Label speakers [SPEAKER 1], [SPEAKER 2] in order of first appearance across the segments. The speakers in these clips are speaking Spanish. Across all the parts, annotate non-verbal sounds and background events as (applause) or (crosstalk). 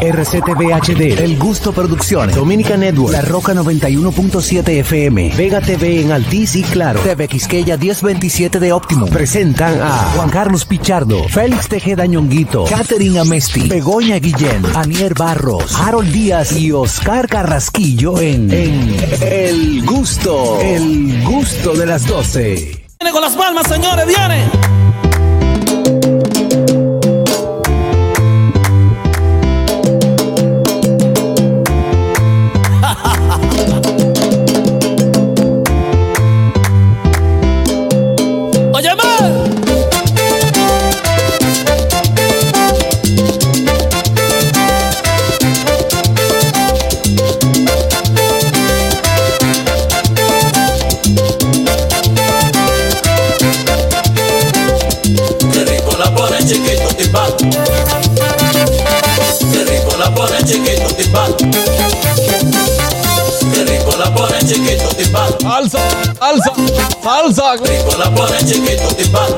[SPEAKER 1] RCTV HD, El Gusto Producciones, Dominica Network, La Roca 91.7 FM, Vega TV en Altiz y Claro, TV Quisqueya 1027 de Optimum. Presentan a Juan Carlos Pichardo, Félix Tejeda Ñonguito, Katherine Amesti, Begoña Guillén, Anier Barros, Harold Díaz y Oscar Carrasquillo en, en El Gusto, El Gusto de las 12.
[SPEAKER 2] Viene con las palmas, señores, viene. Óyeme.
[SPEAKER 3] Qué rico la pone chiquito timbal. Qué rico la pone chiquito timbal. Qué rico la pone chiquito timbal.
[SPEAKER 4] Salsa, salsa, salsa.
[SPEAKER 3] Qué rico la pone chiquito timbal.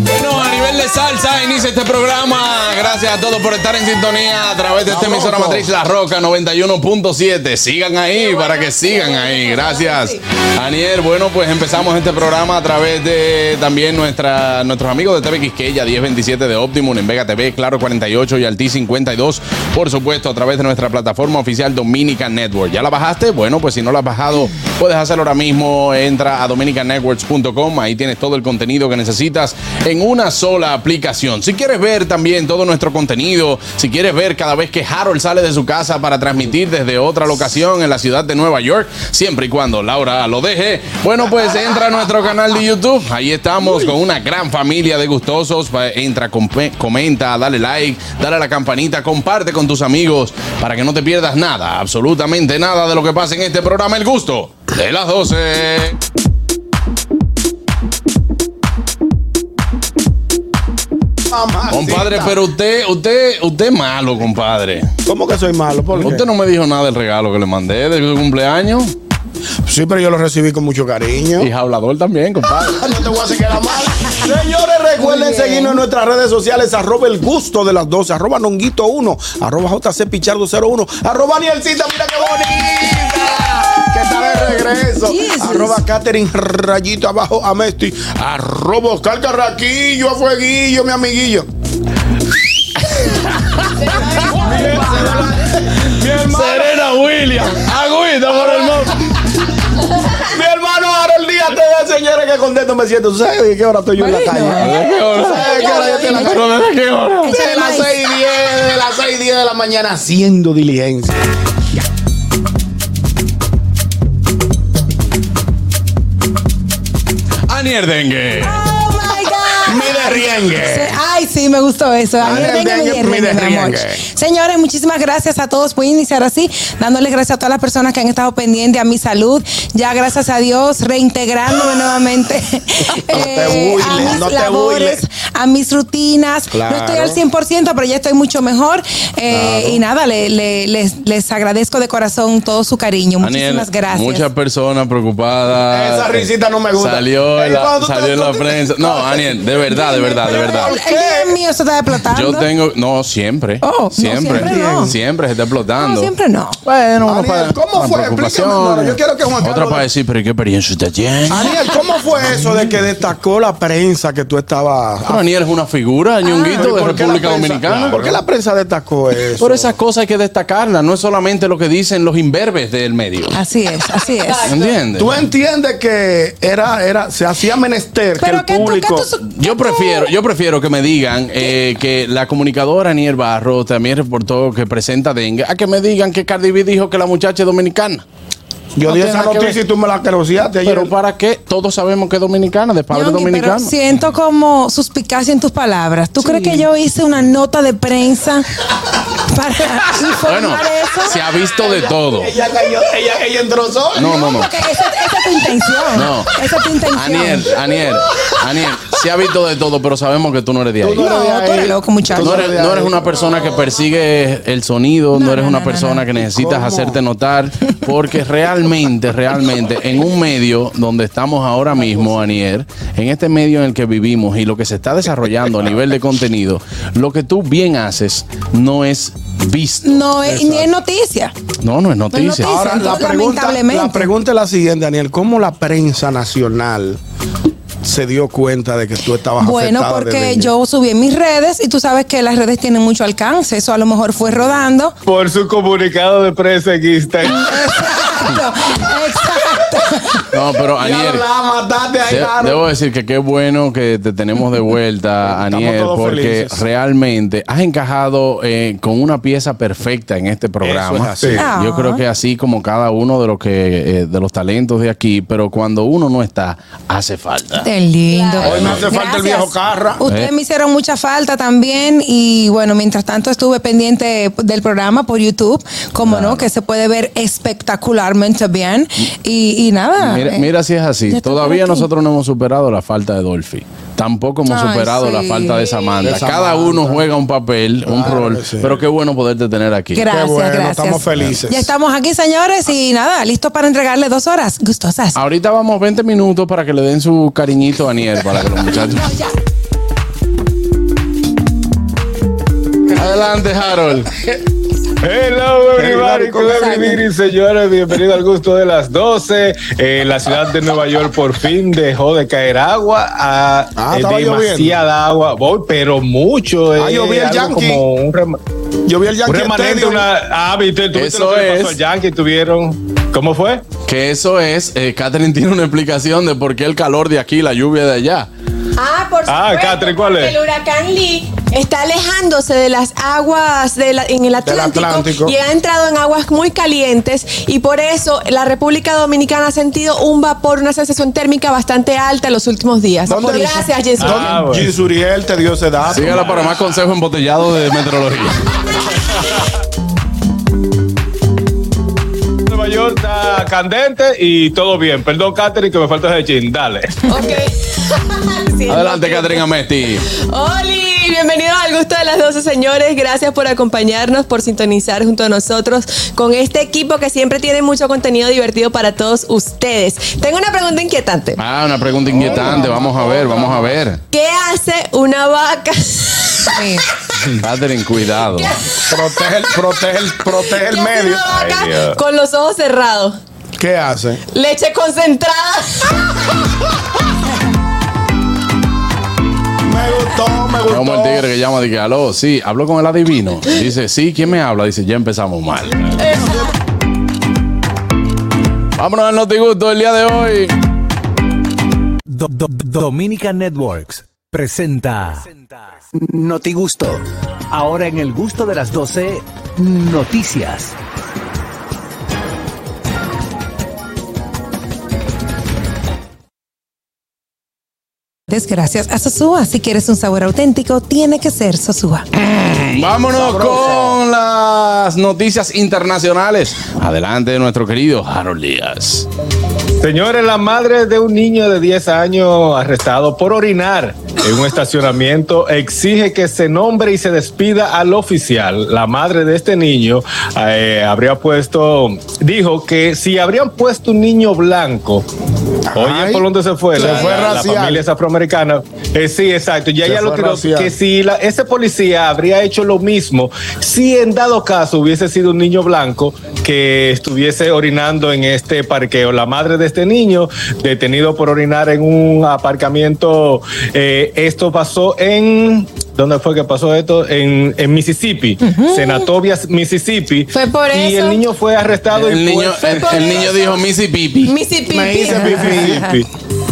[SPEAKER 4] Bueno, a nivel de salsa, inicia este programa. Gracias a todos por estar en sintonía a través de esta emisora matriz La Roca 91.7. Sigan ahí para que sigan ahí. Gracias, Aniel. Bueno, pues empezamos este programa a través de también nuestra, nuestros amigos de TV Quisqueya 1027 de Optimum en Vega TV, Claro 48 y Alti 52. Por supuesto, a través de nuestra plataforma oficial Dominica Network. ¿Ya la bajaste? Bueno, pues si no la has bajado, puedes hacerlo ahora mismo. Entra a dominicanetworks.com. Ahí tienes todo el contenido que necesitas en una sola aplicación. Si quieres ver también todo nuestro contenido, si quieres ver cada vez que Harold sale de su casa para transmitir desde otra locación en la ciudad de Nueva York, siempre y cuando Laura lo deje, bueno, pues entra a nuestro canal de YouTube. Ahí estamos con una gran familia de gustosos. Pa- Entra, compe- comenta, dale like, dale a la campanita, comparte con tus amigos para que no te pierdas nada, absolutamente nada de lo que pasa en este programa El Gusto de las 12. Compadre, pero usted, usted, usted es malo, compadre.
[SPEAKER 5] ¿Cómo que soy malo? ¿Por qué?
[SPEAKER 4] Usted no me dijo nada del regalo que le mandé de su cumpleaños.
[SPEAKER 5] Sí, pero yo lo recibí con mucho cariño.
[SPEAKER 4] Y hablador también, compadre.
[SPEAKER 5] No te voy a hacer quedar mal. Señores, recuerden seguirnos en nuestras redes sociales. Arroba el gusto de las 12. Arroba nonguito1. Arroba jcpichardo01. Arroba Nielcita. Mira qué bonita. Que está de regreso. Arroba Catherine Rayito abajo a Mesti. Arroba Oscar Carraquillo a Fueguillo, mi amiguillo. mi hermano,
[SPEAKER 4] Serena Williams, agüita por el nombre.
[SPEAKER 5] mi hermano Harold Díaz te da, señores, que contento me siento. ¿Tú sabes de qué hora estoy yo en la calle?
[SPEAKER 4] ¿Desde qué hora?
[SPEAKER 5] ¿Sabes de qué hora yo estoy en la calle?
[SPEAKER 4] ¿Pero desde qué hora?
[SPEAKER 5] De las 6 y 10, de las 6 y 10 de la mañana haciendo diligencia.
[SPEAKER 4] Anier Dengue.
[SPEAKER 6] Oh my God.
[SPEAKER 5] Mi derriengue.
[SPEAKER 6] Ay, sí, me gustó eso. Ay,
[SPEAKER 5] Miren,
[SPEAKER 6] venga,
[SPEAKER 5] venga,
[SPEAKER 6] miren,
[SPEAKER 5] miren,
[SPEAKER 6] mi amor.
[SPEAKER 5] venga.
[SPEAKER 6] Señores, muchísimas gracias a todos. Voy a iniciar así, dándoles gracias a todas las personas que han estado pendientes a mi salud. Ya, gracias a Dios, reintegrándome
[SPEAKER 5] (laughs)
[SPEAKER 6] nuevamente eh,
[SPEAKER 5] huiles,
[SPEAKER 6] a mis
[SPEAKER 5] no te
[SPEAKER 6] labores,
[SPEAKER 5] huiles.
[SPEAKER 6] a mis rutinas. No estoy al 100%, pero ya estoy mucho mejor. Eh, Y nada, le- le- les, les agradezco de corazón todo su cariño. Muchísimas
[SPEAKER 4] Aniel,
[SPEAKER 6] gracias.
[SPEAKER 4] Muchas personas preocupadas.
[SPEAKER 5] Esa risita no me gusta.
[SPEAKER 4] Salió en
[SPEAKER 5] Ey,
[SPEAKER 4] la,
[SPEAKER 5] cuando tú te-
[SPEAKER 4] salió en la
[SPEAKER 5] tú te-
[SPEAKER 4] prensa. No, Aniel, de verdad, de verdad, de verdad.
[SPEAKER 6] El, el día mío se está explotando.
[SPEAKER 4] Yo tengo. No, siempre.
[SPEAKER 6] Oh, no,
[SPEAKER 4] siempre.
[SPEAKER 6] siempre no.
[SPEAKER 4] Siempre se está explotando.
[SPEAKER 6] No, siempre no.
[SPEAKER 4] Bueno,
[SPEAKER 5] Aniel,
[SPEAKER 4] para-
[SPEAKER 5] ¿cómo
[SPEAKER 4] para
[SPEAKER 5] fue? Explícame,
[SPEAKER 4] preocupaciones.
[SPEAKER 5] Nora, yo quiero que Juan
[SPEAKER 4] Otra
[SPEAKER 5] Carlos- Ah,
[SPEAKER 4] para decir, pero ¿y qué experiencia usted tiene?
[SPEAKER 5] Daniel, ¿cómo fue eso de que destacó la prensa que tú estabas? Ah,
[SPEAKER 4] Pero Aniel es una figura, ñonguito,
[SPEAKER 5] ¿Por
[SPEAKER 4] de
[SPEAKER 5] qué la
[SPEAKER 4] República
[SPEAKER 5] prensa-
[SPEAKER 4] Dominicana.
[SPEAKER 5] ¿Por qué la prensa destacó pues eso?
[SPEAKER 4] Por esas cosas hay que destacarlas, no es solamente lo que dicen los imberbes del medio.
[SPEAKER 6] Así es, así es.
[SPEAKER 4] ¿Entiendes?
[SPEAKER 5] Tú entiendes que era, era, se hacía menester que
[SPEAKER 6] Pero
[SPEAKER 5] el
[SPEAKER 6] que tú- que
[SPEAKER 5] público.
[SPEAKER 6] tú-
[SPEAKER 4] Yo prefiero, yo prefiero que me digan eh, que la comunicadora Aniel Barro también reportó que presenta dengue, a que me digan que Cardi B dijo que la muchacha es dominicana.
[SPEAKER 5] Yo
[SPEAKER 4] no
[SPEAKER 5] di
[SPEAKER 4] tiene
[SPEAKER 5] esa
[SPEAKER 4] nada que
[SPEAKER 5] noticia y
[SPEAKER 4] ver.
[SPEAKER 5] tú me la querosiaste ayer.
[SPEAKER 4] Pero ¿para qué? Todos sabemos que es dominicana, de padre
[SPEAKER 6] Ñongui,
[SPEAKER 4] dominicano.
[SPEAKER 6] pero siento como suspicacia en tus palabras. ¿Tú crees que yo hice una nota de prensa para informar
[SPEAKER 4] Bueno,
[SPEAKER 6] eso?
[SPEAKER 4] se ha visto de todo.
[SPEAKER 5] ella, cayó, ella, ella entró sola.
[SPEAKER 4] No, no, no.
[SPEAKER 6] Porque esa, esa es tu intención.
[SPEAKER 4] No.
[SPEAKER 6] Esa es tu intención.
[SPEAKER 4] Aniel, Aniel, Aniel, se ha visto de todo, pero sabemos que tú no eres de ahí.
[SPEAKER 5] Tú
[SPEAKER 6] No,
[SPEAKER 5] de
[SPEAKER 6] tú
[SPEAKER 5] ahí.
[SPEAKER 6] eres loco, muchacho.
[SPEAKER 5] Tú
[SPEAKER 4] No eres,
[SPEAKER 5] de
[SPEAKER 4] no
[SPEAKER 5] ahí.
[SPEAKER 4] eres una persona que persigue el sonido, no,
[SPEAKER 6] No,
[SPEAKER 4] eres
[SPEAKER 6] no,
[SPEAKER 4] una
[SPEAKER 6] no,
[SPEAKER 4] persona
[SPEAKER 6] no, no.
[SPEAKER 4] que necesitas
[SPEAKER 5] ¿Cómo?
[SPEAKER 4] hacerte notar,
[SPEAKER 6] (laughs)
[SPEAKER 4] porque realmente, realmente, en un medio donde estamos ahora mismo, Anier, en este medio en el que vivimos y lo que se está desarrollando a nivel de contenido, lo que tú bien haces no es visto.
[SPEAKER 6] No es, ni es noticia.
[SPEAKER 4] No, no es noticia.
[SPEAKER 6] noticia.
[SPEAKER 5] Ahora, la
[SPEAKER 6] Entonces,
[SPEAKER 5] pregunta,
[SPEAKER 6] lamentablemente.
[SPEAKER 5] la pregunta es la siguiente, Daniel. ¿Cómo la prensa nacional se dio cuenta de que tú estabas
[SPEAKER 6] Bueno,
[SPEAKER 5] afectada desde
[SPEAKER 6] porque
[SPEAKER 5] niña?
[SPEAKER 6] yo subí en mis redes y tú sabes que las redes tienen mucho alcance. Eso a lo mejor fue rodando.
[SPEAKER 7] Por su comunicado de prensa en Instagram.
[SPEAKER 6] Exacto, exacto.
[SPEAKER 4] No, pero
[SPEAKER 5] Ya
[SPEAKER 4] Anier.
[SPEAKER 5] la mataste ahí,
[SPEAKER 4] De-
[SPEAKER 5] claro.
[SPEAKER 4] debo decir que qué bueno que te tenemos de vuelta,
[SPEAKER 5] (laughs) Estamos
[SPEAKER 4] Aniel,
[SPEAKER 5] todos
[SPEAKER 4] porque
[SPEAKER 5] felices.
[SPEAKER 4] realmente has encajado eh, con una pieza perfecta en este programa.
[SPEAKER 5] Eso es así.
[SPEAKER 6] Ah.
[SPEAKER 4] Yo creo que así como cada uno de los que eh, de los talentos de aquí, pero cuando uno no está, hace falta.
[SPEAKER 6] Qué lindo.
[SPEAKER 5] Hoy me hace falta el viejo Carra.
[SPEAKER 6] Ustedes
[SPEAKER 4] Eh.
[SPEAKER 6] me hicieron mucha falta también y bueno, mientras tanto estuve pendiente del programa por YouTube, como no, que se puede ver espectacularmente bien y, y nada.
[SPEAKER 4] Mira,
[SPEAKER 6] eh.
[SPEAKER 4] mira si es así.
[SPEAKER 6] Ya está
[SPEAKER 4] Todavía
[SPEAKER 6] por aquí.
[SPEAKER 4] nosotros no hemos superado la falta de Dolphy. Tampoco hemos
[SPEAKER 6] Ay,
[SPEAKER 4] superado la
[SPEAKER 6] sí.
[SPEAKER 4] falta de Samantha.
[SPEAKER 5] De
[SPEAKER 4] Cada
[SPEAKER 5] Samantha.
[SPEAKER 4] uno juega un papel, un
[SPEAKER 5] Claro
[SPEAKER 4] rol.
[SPEAKER 5] que sí.
[SPEAKER 4] Pero qué bueno poderte tener aquí.
[SPEAKER 6] Gracias,
[SPEAKER 5] Qué bueno,
[SPEAKER 6] gracias.
[SPEAKER 5] estamos felices.
[SPEAKER 6] Ya estamos aquí, señores, y nada, listos para entregarle dos horas gustosas.
[SPEAKER 4] Ah. Ahorita vamos 20 minutos para que le den su cariñito a Aniel, para que los muchachos. Adelante,
[SPEAKER 5] (laughs)
[SPEAKER 4] Harold.
[SPEAKER 7] Hello, everybody,
[SPEAKER 5] Everybody, ¿cómo
[SPEAKER 7] good evening, señores. Bienvenido al gusto de las 12. Eh, la ciudad de Nueva York por fin dejó de caer agua. Ah,
[SPEAKER 5] Ah,
[SPEAKER 7] eh,
[SPEAKER 5] estaba
[SPEAKER 7] demasiada agua, voy, pero mucho.
[SPEAKER 5] Ah,
[SPEAKER 7] eh,
[SPEAKER 5] llovió el
[SPEAKER 7] algo
[SPEAKER 5] Yankee.
[SPEAKER 7] Como un, rem-
[SPEAKER 5] Yo vi el Yankee
[SPEAKER 7] un remanente,
[SPEAKER 5] Stadium.
[SPEAKER 7] una. Ah, viste, ¿tú viste
[SPEAKER 4] Eso
[SPEAKER 7] lo que le
[SPEAKER 4] es.
[SPEAKER 7] pasó al Yankee? Tuvieron. ¿Cómo fue?
[SPEAKER 4] (laughs) Que eso es, eh, Catherine tiene una explicación de por qué el calor de aquí y la lluvia de allá.
[SPEAKER 8] Ah, por
[SPEAKER 7] Ah,
[SPEAKER 8] supuesto,
[SPEAKER 7] Catherine, ¿cuál
[SPEAKER 8] porque
[SPEAKER 7] es?
[SPEAKER 8] El huracán Lee está alejándose de las aguas de la- en el Atlántico,
[SPEAKER 5] Atlántico.
[SPEAKER 8] y ha entrado en aguas muy calientes y por eso la República Dominicana ha sentido un vapor, una sensación térmica bastante alta en los últimos días.
[SPEAKER 5] ¿Dónde-
[SPEAKER 8] Gracias, Jesús.
[SPEAKER 5] ¿Dónde?
[SPEAKER 7] Ah, bueno.
[SPEAKER 5] Gis Uriel te dio ese dato.
[SPEAKER 4] Sígala para más consejos embotellados de meteorología.
[SPEAKER 7] Nueva York está candente y todo bien. Perdón, Catherine, que me falta de chin. Dale.
[SPEAKER 8] Ok. (laughs) Sí,
[SPEAKER 4] Adelante, Catherine Amesti.
[SPEAKER 8] Oli, bienvenidos al gusto de las 12 señores. Gracias por acompañarnos, por sintonizar junto a nosotros con este equipo que siempre tiene mucho contenido divertido para todos ustedes. Tengo una pregunta inquietante.
[SPEAKER 4] Ah, una pregunta inquietante. Vamos a ver, vamos a ver.
[SPEAKER 8] ¿Qué hace una vaca?
[SPEAKER 6] Sí.
[SPEAKER 4] Catherine, cuidado.
[SPEAKER 5] Protege, el- protege, el- protege
[SPEAKER 8] ¿Qué
[SPEAKER 5] el
[SPEAKER 8] hace
[SPEAKER 5] medio.
[SPEAKER 8] una vaca
[SPEAKER 7] Ay,
[SPEAKER 8] (laughs)
[SPEAKER 7] Dios.
[SPEAKER 8] con los ojos cerrados?
[SPEAKER 5] ¿Qué hace?
[SPEAKER 8] Leche concentrada.
[SPEAKER 5] Me gustó, me gustó.
[SPEAKER 4] Como el tigre que llama, dice, aló, sí, hablo con el adivino. Dice, sí, ¿quién me habla? Dice, ya empezamos mal.
[SPEAKER 5] Eh.
[SPEAKER 4] Vámonos al notigusto el día de hoy.
[SPEAKER 1] Do- do- do- Dominica Networks presenta Notigusto. Ahora en el gusto de las 12, noticias.
[SPEAKER 6] Desgracias a Sosúa. Si quieres un sabor auténtico, tiene que ser Sosúa.
[SPEAKER 4] Vámonos con las noticias internacionales. Adelante, nuestro querido Harold Díaz.
[SPEAKER 7] Señores, la madre de un niño de 10 años arrestado por orinar en un estacionamiento exige que se nombre y se despida al oficial. La madre de este niño eh, habría puesto, dijo que si habrían puesto un niño blanco,
[SPEAKER 5] Ay,
[SPEAKER 7] oye, ¿por dónde se fue?
[SPEAKER 5] se
[SPEAKER 7] la,
[SPEAKER 5] fue
[SPEAKER 7] la- la
[SPEAKER 5] racial.
[SPEAKER 7] familia es afroamericana. Eh, sí, exacto. Ya
[SPEAKER 5] Se
[SPEAKER 7] ella lo
[SPEAKER 5] fue
[SPEAKER 7] tiró,
[SPEAKER 5] racial.
[SPEAKER 7] que si la- ese este policía habría hecho lo mismo, si en dado caso hubiese sido un niño blanco que estuviese orinando en este parqueo. La madre de este niño, detenido por orinar en un aparcamiento, eh, esto pasó en... ¿Dónde fue que pasó esto? En, en Mississippi, Senatobia, Mississippi.
[SPEAKER 8] Fue por
[SPEAKER 7] Y
[SPEAKER 8] eso.
[SPEAKER 7] el niño fue arrestado
[SPEAKER 4] El
[SPEAKER 7] y fue-
[SPEAKER 4] niño, el, el niño dijo Missy Pipi.
[SPEAKER 8] Missy Pipi.
[SPEAKER 5] Me hice pipí.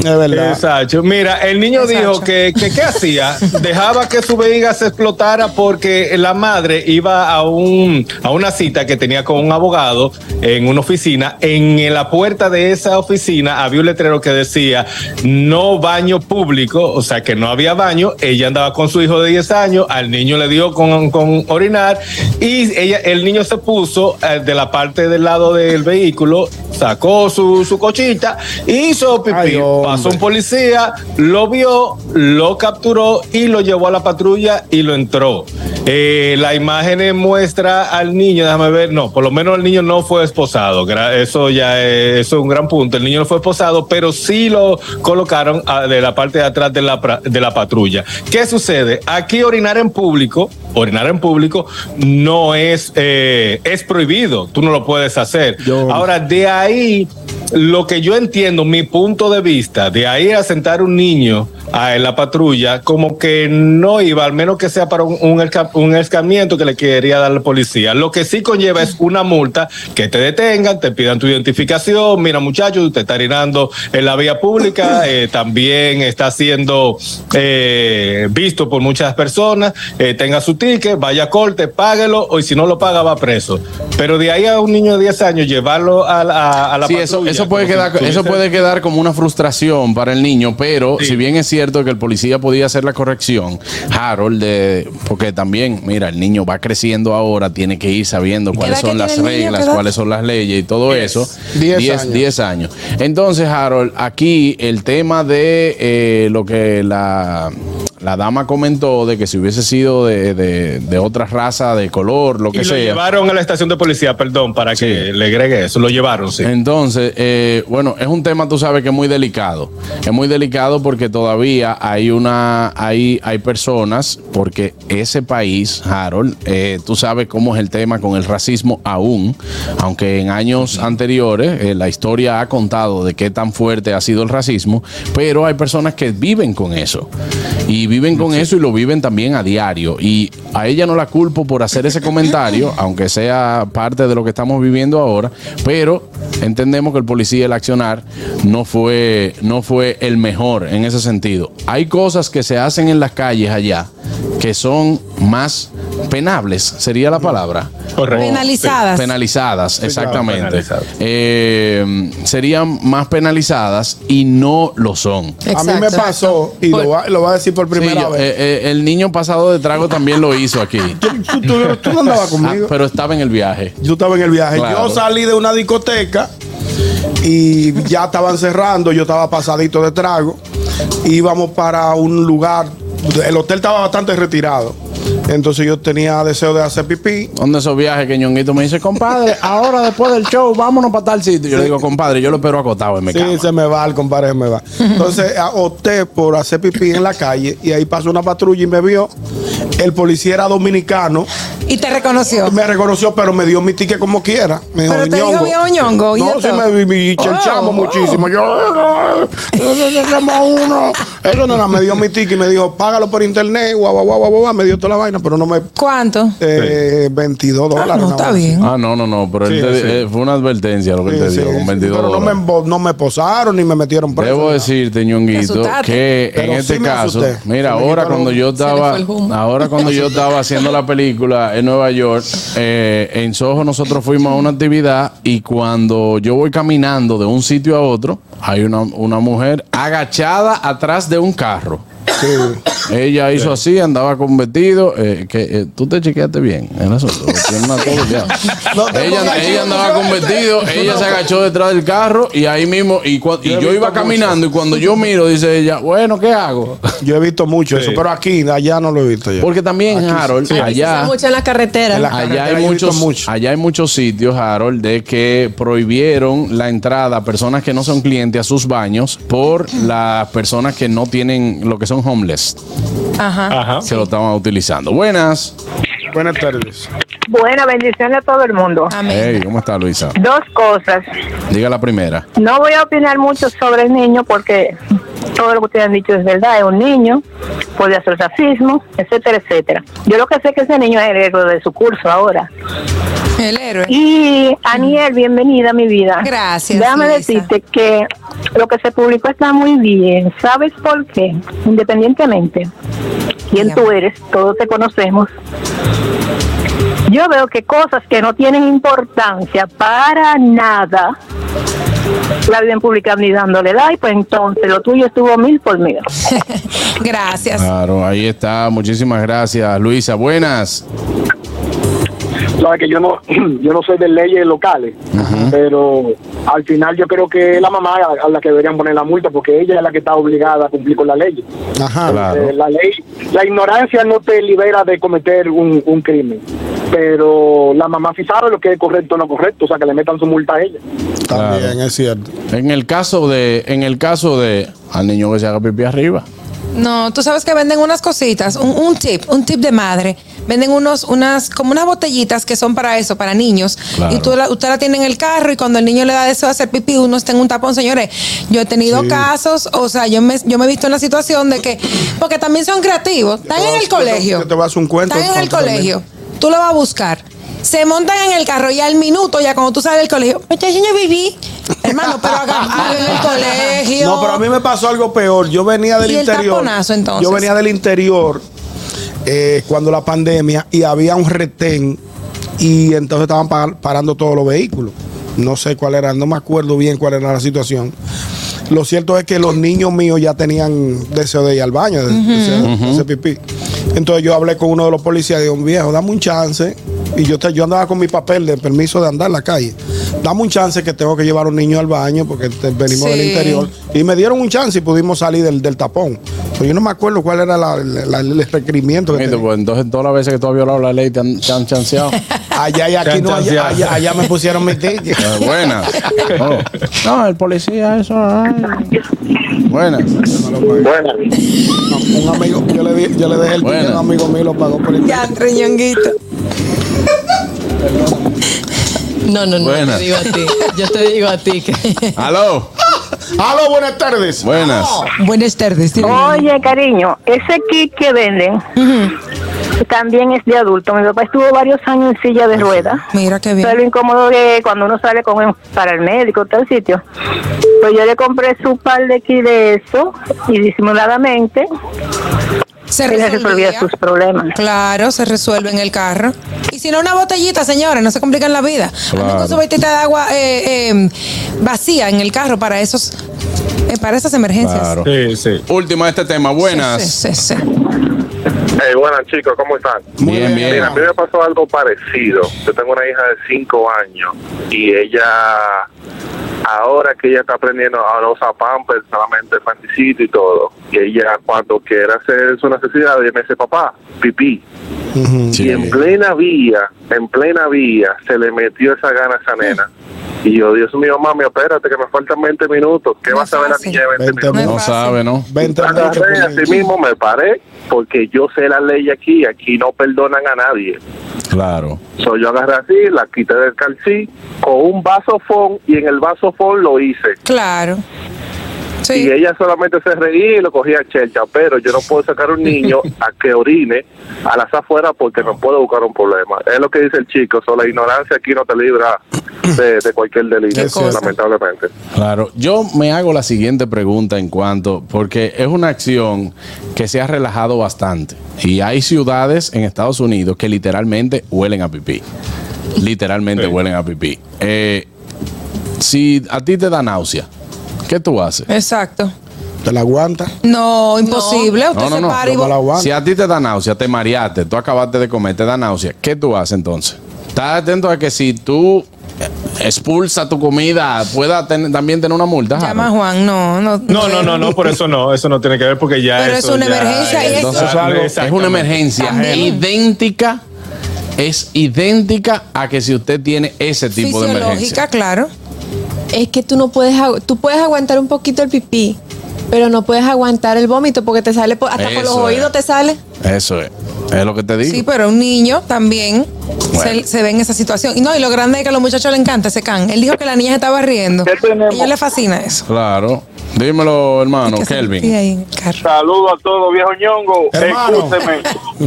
[SPEAKER 5] Es verdad.
[SPEAKER 7] Exacto. Mira, el niño dijo que, que ¿qué hacía? Dejaba que su vejiga se explotara porque la madre iba a, un, a una cita que tenía con un abogado en una oficina. En la puerta de esa oficina había un letrero que decía no baño público, o sea que no había baño. Ella andaba con su hijo de 10 años, al niño le dio con, con orinar y ella, el niño se puso eh, de la parte del lado del vehículo, sacó su, su cochita, hizo pipí,
[SPEAKER 5] Ay, hombre.
[SPEAKER 7] Pasó un policía, lo vio, lo capturó y lo llevó a la patrulla y lo entró. Eh, la imagen muestra al niño, déjame ver, no, por lo menos el niño no fue esposado. gra- Eso ya es, eso es un gran punto. El niño no fue esposado, pero sí lo colocaron a- de la parte de atrás de la, pra- de la patrulla. ¿Qué sucede? Aquí orinar en público, orinar en público no es, eh, es prohibido. Tú no lo puedes hacer.
[SPEAKER 5] Yo-
[SPEAKER 7] Ahora, de ahí lo que yo entiendo, mi punto de vista, de ahí a sentar un niño a- en la patrulla, como que no iba, al menos que sea para un, un, esca- un escamiento que le quería dar la policía. Lo que sí conlleva es una multa, que te detengan, te pidan tu identificación, mira muchachos, usted está orinando en la
[SPEAKER 4] (clears throat)
[SPEAKER 7] vía pública, eh, también está siendo eh, visto por muchas personas, eh, tenga su ticket, vaya a corte, páguelo, o si no lo paga va preso. Pero de ahí a un niño de 10 años, llevarlo a, la- a, a la
[SPEAKER 4] Sí, eso,
[SPEAKER 7] patrulla,
[SPEAKER 4] eso, puede
[SPEAKER 7] como si
[SPEAKER 4] quedar, eso
[SPEAKER 7] estuviese-
[SPEAKER 4] puede quedar como una frustración para el niño, pero si bien es cierto que el policía podía hacer la corrección, Harold, de- porque también, mira, el niño va creciendo ahora, tiene que ir sabiendo cuáles
[SPEAKER 6] edad que
[SPEAKER 4] son las
[SPEAKER 6] tiene el niño?
[SPEAKER 4] reglas,
[SPEAKER 6] ¿Qué edad?
[SPEAKER 4] cuáles son las leyes y todo eso.
[SPEAKER 5] Diez
[SPEAKER 4] 10
[SPEAKER 5] años.
[SPEAKER 4] 10 años. Entonces, Harold, aquí el tema de eh, lo que la, la dama comentó, de que si hubiese sido de, de- de otra raza, de color, lo
[SPEAKER 7] Y
[SPEAKER 4] que
[SPEAKER 7] lo
[SPEAKER 4] sea.
[SPEAKER 7] llevaron a la estación de policía, perdón, para que le agregue eso. Lo llevaron, sí.
[SPEAKER 4] Entonces, eh, bueno, es un tema, tú sabes, que es muy delicado. Es muy delicado porque todavía hay una, hay, hay personas, porque ese país, Harold, eh, tú sabes cómo es el tema con el racismo aún, aunque en años anteriores eh, la historia ha contado de qué tan fuerte ha sido el racismo, pero hay personas que viven con eso y viven con eso y lo viven también a diario. Y a ella no la culpo por hacer ese comentario, aunque sea parte de lo que estamos viviendo ahora, pero entendemos que el policía, el accionar, no fue, no fue el mejor en ese sentido. Hay cosas que se hacen en las calles allá que son más penables, sería la palabra.
[SPEAKER 7] Correcto.
[SPEAKER 6] Penalizadas.
[SPEAKER 4] Penalizadas, exactamente.
[SPEAKER 7] penalizadas.
[SPEAKER 4] Eh, serían más penalizadas y no lo son.
[SPEAKER 5] A mí me
[SPEAKER 6] Exacto.
[SPEAKER 5] pasó, y lo va, lo voy a decir por
[SPEAKER 4] Sí,
[SPEAKER 5] primera
[SPEAKER 4] yo-
[SPEAKER 5] vez.
[SPEAKER 4] eh, eh, el niño pasado de trago también lo hizo
[SPEAKER 5] (laughs)
[SPEAKER 4] aquí.
[SPEAKER 5] tú, tú- tú no andabas
[SPEAKER 4] (laughs) Ah,
[SPEAKER 5] conmigo.
[SPEAKER 4] pero estaba en el viaje.
[SPEAKER 5] Yo estaba en el viaje.
[SPEAKER 4] Claro.
[SPEAKER 5] Yo salí de una discoteca y ya estaban cerrando. Yo estaba pasadito de trago. Íbamos para un lugar. El hotel estaba bastante retirado. Entonces yo tenía deseo de hacer pipí.
[SPEAKER 4] ¿Dónde esos viajes que ñonguito me dice, compadre, ahora después del show, vámonos para tal sitio? Yo le digo, compadre, yo lo espero acotado en mi
[SPEAKER 5] Sí,
[SPEAKER 4] cama.
[SPEAKER 5] se me va, el compadre se me
[SPEAKER 4] (laughs)
[SPEAKER 5] va. Entonces a- opté por hacer pipí en la calle y ahí pasó una patrulla y me vio. El policía era dominicano.
[SPEAKER 6] Y te reconoció.
[SPEAKER 5] Me reconoció, pero me dio mi ticket como quiera. Me
[SPEAKER 6] Pero te dijo
[SPEAKER 5] "Ñongo".
[SPEAKER 6] viejo ñongo, ¿y
[SPEAKER 5] No,
[SPEAKER 6] esto?
[SPEAKER 5] sí me vi, me chanchamos
[SPEAKER 6] Oh,
[SPEAKER 5] muchísimo. Yo, tenemos uno. Eso no, era, me dio mi ticket y me dijo, págalo por internet, guau, guau, guau, guau, guau, me dio toda la vaina, pero no me...
[SPEAKER 6] ¿Cuánto?
[SPEAKER 5] eh, 22
[SPEAKER 6] Ah,
[SPEAKER 5] dólares.
[SPEAKER 6] no,
[SPEAKER 5] nada
[SPEAKER 6] está
[SPEAKER 5] más.
[SPEAKER 6] bien.
[SPEAKER 4] Ah, no, no, no, pero él
[SPEAKER 7] Sí,
[SPEAKER 4] te-
[SPEAKER 7] sí.
[SPEAKER 4] eh, fue una advertencia lo que
[SPEAKER 5] Sí,
[SPEAKER 4] él te
[SPEAKER 5] sí,
[SPEAKER 4] dio,
[SPEAKER 5] sí,
[SPEAKER 4] con 22
[SPEAKER 5] pero no me,
[SPEAKER 4] dólares.
[SPEAKER 5] embo- no me posaron ni me metieron preso.
[SPEAKER 4] Debo
[SPEAKER 5] nada.
[SPEAKER 4] decirte, ñonguito,
[SPEAKER 6] asustaste.
[SPEAKER 4] que en
[SPEAKER 5] Pero
[SPEAKER 4] este
[SPEAKER 5] sí me
[SPEAKER 4] caso,
[SPEAKER 5] asusté.
[SPEAKER 4] mira,
[SPEAKER 5] Se me
[SPEAKER 4] ahora
[SPEAKER 5] quitó lo-
[SPEAKER 4] cuando yo
[SPEAKER 6] Se le
[SPEAKER 4] estaba,
[SPEAKER 6] fue el humo.
[SPEAKER 4] ahora cuando yo estaba haciendo la película en Nueva York, eh, en Soho nosotros fuimos a una actividad y cuando yo voy caminando de un sitio a otro, hay una, una mujer agachada atrás de un carro. Ella hizo así, andaba con vestido. eh, que, eh, tú te chequeaste bien el asunto. porque tiene una todo ya.
[SPEAKER 5] No te
[SPEAKER 4] ella,
[SPEAKER 5] pongas
[SPEAKER 4] ella andaba con
[SPEAKER 5] chulo,
[SPEAKER 4] vestido,
[SPEAKER 5] (laughs)
[SPEAKER 4] ella se agachó detrás del carro y ahí mismo. Y, cua- y
[SPEAKER 5] he
[SPEAKER 4] yo
[SPEAKER 5] visto
[SPEAKER 4] iba
[SPEAKER 5] mucho.
[SPEAKER 4] caminando y cuando yo miro, dice ella, Ah, bueno, ¿qué hago?
[SPEAKER 5] Yo he visto mucho eso, pero aquí, allá no lo he visto yo.
[SPEAKER 4] Porque también, Harold, allá.
[SPEAKER 8] Usa mucho en las carreteras.
[SPEAKER 5] En la-
[SPEAKER 4] Allá
[SPEAKER 5] carretera
[SPEAKER 4] hay,
[SPEAKER 5] yo he visto
[SPEAKER 4] muchos,
[SPEAKER 5] mucho.
[SPEAKER 4] allá hay muchos sitios, Harold, de que prohibieron la entrada a personas que no son clientes a sus baños por las personas que no tienen lo que son homeless,
[SPEAKER 6] Ajá.
[SPEAKER 7] Ajá.
[SPEAKER 4] que lo estaban utilizando. Buenas.
[SPEAKER 5] Buenas tardes.
[SPEAKER 9] Buena bendición a todo el mundo.
[SPEAKER 6] Amén.
[SPEAKER 4] Hey, ¿cómo está Luisa?
[SPEAKER 9] Dos cosas.
[SPEAKER 4] Diga la primera.
[SPEAKER 9] No voy a opinar mucho sobre el niño porque todo lo que ustedes han dicho es verdad. Es un niño, puede hacer racismo, etcétera, etcétera. Yo lo que sé es que ese niño es el héroe de su curso ahora.
[SPEAKER 6] El héroe.
[SPEAKER 9] Y Aniel, bienvenida a mi vida.
[SPEAKER 6] Gracias,
[SPEAKER 9] Déjame
[SPEAKER 6] Luisa.
[SPEAKER 9] decirte que lo que se publicó está muy bien. ¿Sabes por qué? Independientemente quién
[SPEAKER 6] Dígame.
[SPEAKER 9] tú eres, todos te conocemos. Yo veo que cosas que no tienen importancia para nada la viven publicando y dándole like, pues entonces lo tuyo estuvo mil por mil.
[SPEAKER 6] Gracias.
[SPEAKER 4] Claro, ahí está. Muchísimas gracias, Luisa. Buenas.
[SPEAKER 10] (clears throat) sabes que yo no yo no soy de leyes locales pero al final yo creo que es la mamá a, a la que deberían poner la multa porque ella es la que está obligada a cumplir con la ley.
[SPEAKER 5] Ajá.
[SPEAKER 10] Eh, la ley, la ignorancia no te libera de cometer un, un crimen, pero la mamá sí sabe lo que es correcto o no correcto, o sea que le metan su multa a ella.
[SPEAKER 5] También es cierto.
[SPEAKER 4] En el caso de, en el caso de al niño que se haga pipí arriba.
[SPEAKER 6] No, tú sabes que venden unas cositas, un, un tip, un tip de madre. Venden unos, unas, como unas botellitas que son para eso, para niños.
[SPEAKER 4] Claro.
[SPEAKER 6] Y tú la, usted la tiene en el carro y cuando el niño le da deseo de hacer pipí, uno está en un tapón, señores. Yo he tenido
[SPEAKER 5] Sí.
[SPEAKER 6] casos, o sea, yo me, yo me he visto en la situación de que, porque también son creativos, están
[SPEAKER 5] Yo
[SPEAKER 6] en
[SPEAKER 5] te voy a-
[SPEAKER 6] el
[SPEAKER 5] yo te-
[SPEAKER 6] colegio.
[SPEAKER 5] yo te voy a hacer un cuento,
[SPEAKER 6] Están en el
[SPEAKER 5] Juan, también.
[SPEAKER 6] colegio. Tú lo vas a buscar. Se montan en el carro y al minuto, ya cuando tú sales del colegio, muchacho, yo viví. Hermano, pero (laughs) acá, acá en el colegio.
[SPEAKER 5] No, pero a mí me pasó algo peor. Yo venía del
[SPEAKER 6] ¿Y el
[SPEAKER 5] interior.
[SPEAKER 6] taponazo, entonces?
[SPEAKER 5] Yo venía del interior eh, cuando la pandemia y había un retén y entonces estaban pa- parando todos los vehículos. No sé cuál era, no me acuerdo bien cuál era la situación. Lo cierto es que los niños míos ya tenían deseo de ir al baño, de, deseo de hacer pipí. Entonces yo hablé con uno de los policías y dije, viejo, dame un chance. Y yo, te- yo andaba con mi papel de permiso de andar en la calle. Dame un chance que tengo que llevar a un niño al baño porque te- venimos del
[SPEAKER 6] Sí.
[SPEAKER 5] interior. Y me dieron un chance y pudimos salir del, del tapón. Pero yo no me acuerdo cuál era la- la- la- el requerimiento que
[SPEAKER 4] Mira,
[SPEAKER 5] tenía.
[SPEAKER 4] pues, entonces todas las veces que tú has violado la ley te han, te han chanceado.
[SPEAKER 5] Allá y aquí no, allá, allá- allá me
[SPEAKER 4] (laughs)
[SPEAKER 5] pusieron mi ticket.
[SPEAKER 4] Eh, Buenas. No. No, el policía, eso. ay. Buenas.
[SPEAKER 10] Bueno,
[SPEAKER 5] Un amigo, yo le, di- yo le dejé el ticket a un amigo mío y lo pagó por internet.
[SPEAKER 6] Ya, treñonguito.
[SPEAKER 11] No, no, no.
[SPEAKER 4] Buena.
[SPEAKER 11] Te digo a ti. Yo te digo a ti que.
[SPEAKER 4] (laughs) Aló.
[SPEAKER 5] Aló, (laughs) buenas tardes.
[SPEAKER 4] Buenas.
[SPEAKER 6] Buenas tardes. dime.
[SPEAKER 9] Oye, cariño, ese kit que venden también es de adulto. Mi papá estuvo varios años en silla de ruedas.
[SPEAKER 6] Mira qué
[SPEAKER 9] Pero lo
[SPEAKER 6] bien.
[SPEAKER 9] incómodo que cuando uno sale con él para el médico, tal sitio. Pues yo le compré su par de kit de eso y disimuladamente
[SPEAKER 6] Se
[SPEAKER 9] él le resolvía
[SPEAKER 6] resolvía.
[SPEAKER 9] sus problemas.
[SPEAKER 6] Claro, se resuelve en el carro. Y si no, una botellita, señores, no se complican la vida. Anden con su botellita de agua eh, eh, vacía en el carro para esos, eh, para esas emergencias.
[SPEAKER 4] Claro.
[SPEAKER 7] Sí, sí.
[SPEAKER 4] Última de este tema. Buenas.
[SPEAKER 6] Sí, sí, sí, sí.
[SPEAKER 10] hey, buenas chicos, ¿cómo están?
[SPEAKER 4] Bien, bien.
[SPEAKER 10] Mira, a mí me pasó algo parecido. Yo tengo una hija de 5 años y ella, ahora que ella está aprendiendo a no usar pampers, solamente panticito y todo, y ella cuando quiere hacer su necesidad, ella me dice, papá, pipí.
[SPEAKER 4] Sí.
[SPEAKER 10] Y en plena vía, en plena vía, se le metió esa gana a esa nena. Y yo, Dios mío, mami, espérate, que me faltan 20 minutos. ¿Qué
[SPEAKER 6] No
[SPEAKER 10] vas a ver la
[SPEAKER 6] fácil.
[SPEAKER 10] niña de 20
[SPEAKER 5] Veinte
[SPEAKER 10] minutos?
[SPEAKER 6] es
[SPEAKER 4] No
[SPEAKER 6] fácil.
[SPEAKER 4] sabe, ¿no?
[SPEAKER 5] Veinte
[SPEAKER 10] Me
[SPEAKER 5] minutos.
[SPEAKER 10] agarré,
[SPEAKER 5] por
[SPEAKER 10] así
[SPEAKER 5] ahí.
[SPEAKER 10] mismo me paré porque yo sé la ley aquí, aquí no perdonan a nadie.
[SPEAKER 4] Claro.
[SPEAKER 10] So, yo agarré así, la quité del calcí con un vaso fon y en el vaso fon lo hice.
[SPEAKER 6] Claro. Sí.
[SPEAKER 10] Y ella solamente se reía y lo cogía a chelcha, pero yo no puedo sacar un niño a que orine a las afueras porque me puedo buscar un problema. Es lo que dice el chico, so, la ignorancia aquí no te libra de, de cualquier delito,
[SPEAKER 6] Qué cosa.
[SPEAKER 10] lamentablemente.
[SPEAKER 4] Claro, yo me hago la siguiente pregunta en cuanto, porque es una acción que se ha relajado bastante y hay ciudades en Estados Unidos que literalmente huelen a pipí, literalmente huelen a pipí. Eh, si a ti te da náusea, ¿qué tú haces?
[SPEAKER 6] Exacto.
[SPEAKER 5] ¿Te la aguanta?
[SPEAKER 6] No, imposible. Usted
[SPEAKER 4] No, no,
[SPEAKER 6] se
[SPEAKER 4] no,
[SPEAKER 6] para y
[SPEAKER 5] no me la
[SPEAKER 6] bo-
[SPEAKER 5] aguanta.
[SPEAKER 4] Si a ti te da náusea, te mareaste, tú acabaste de comer, te da náusea, ¿qué tú haces entonces? Estás atento a que si tú eh, expulsas tu comida, pueda tener- también tener una multa.
[SPEAKER 6] llama a
[SPEAKER 4] Harold.
[SPEAKER 6] Juan. No, no.
[SPEAKER 7] No, no, no, no, por eso no, eso no tiene que ver porque ya
[SPEAKER 6] Pero
[SPEAKER 7] eso
[SPEAKER 6] es una
[SPEAKER 7] ya-
[SPEAKER 6] emergencia y
[SPEAKER 4] Entonces,
[SPEAKER 6] eso-
[SPEAKER 4] es algo- es
[SPEAKER 7] Exactamente.
[SPEAKER 4] una emergencia
[SPEAKER 6] También.
[SPEAKER 4] idéntica, es idéntica a que si usted tiene ese tipo de
[SPEAKER 6] Fisiológica,
[SPEAKER 4] emergencia.
[SPEAKER 6] claro.
[SPEAKER 8] Es que tú no puedes, agu- tú puedes aguantar un poquito el pipí, pero no puedes aguantar el vómito porque te sale, por- hasta por los
[SPEAKER 4] Eso es.
[SPEAKER 8] oídos te sale.
[SPEAKER 4] Eso es, es lo que te digo.
[SPEAKER 6] Sí, pero un niño también
[SPEAKER 4] Bueno.
[SPEAKER 6] se, se ve en esa situación. Y no, y lo grande es que a los muchachos le encanta ese can. Él dijo que la niña se estaba riendo.
[SPEAKER 10] ¿Qué
[SPEAKER 6] A
[SPEAKER 10] tenemos?
[SPEAKER 6] ellos les fascina eso.
[SPEAKER 4] Claro. Dímelo, hermano,
[SPEAKER 6] pues. Que se metía
[SPEAKER 4] Kelvin.
[SPEAKER 6] ahí en el carro.
[SPEAKER 10] Saludos a todos, viejo ñongo.
[SPEAKER 5] Hermano.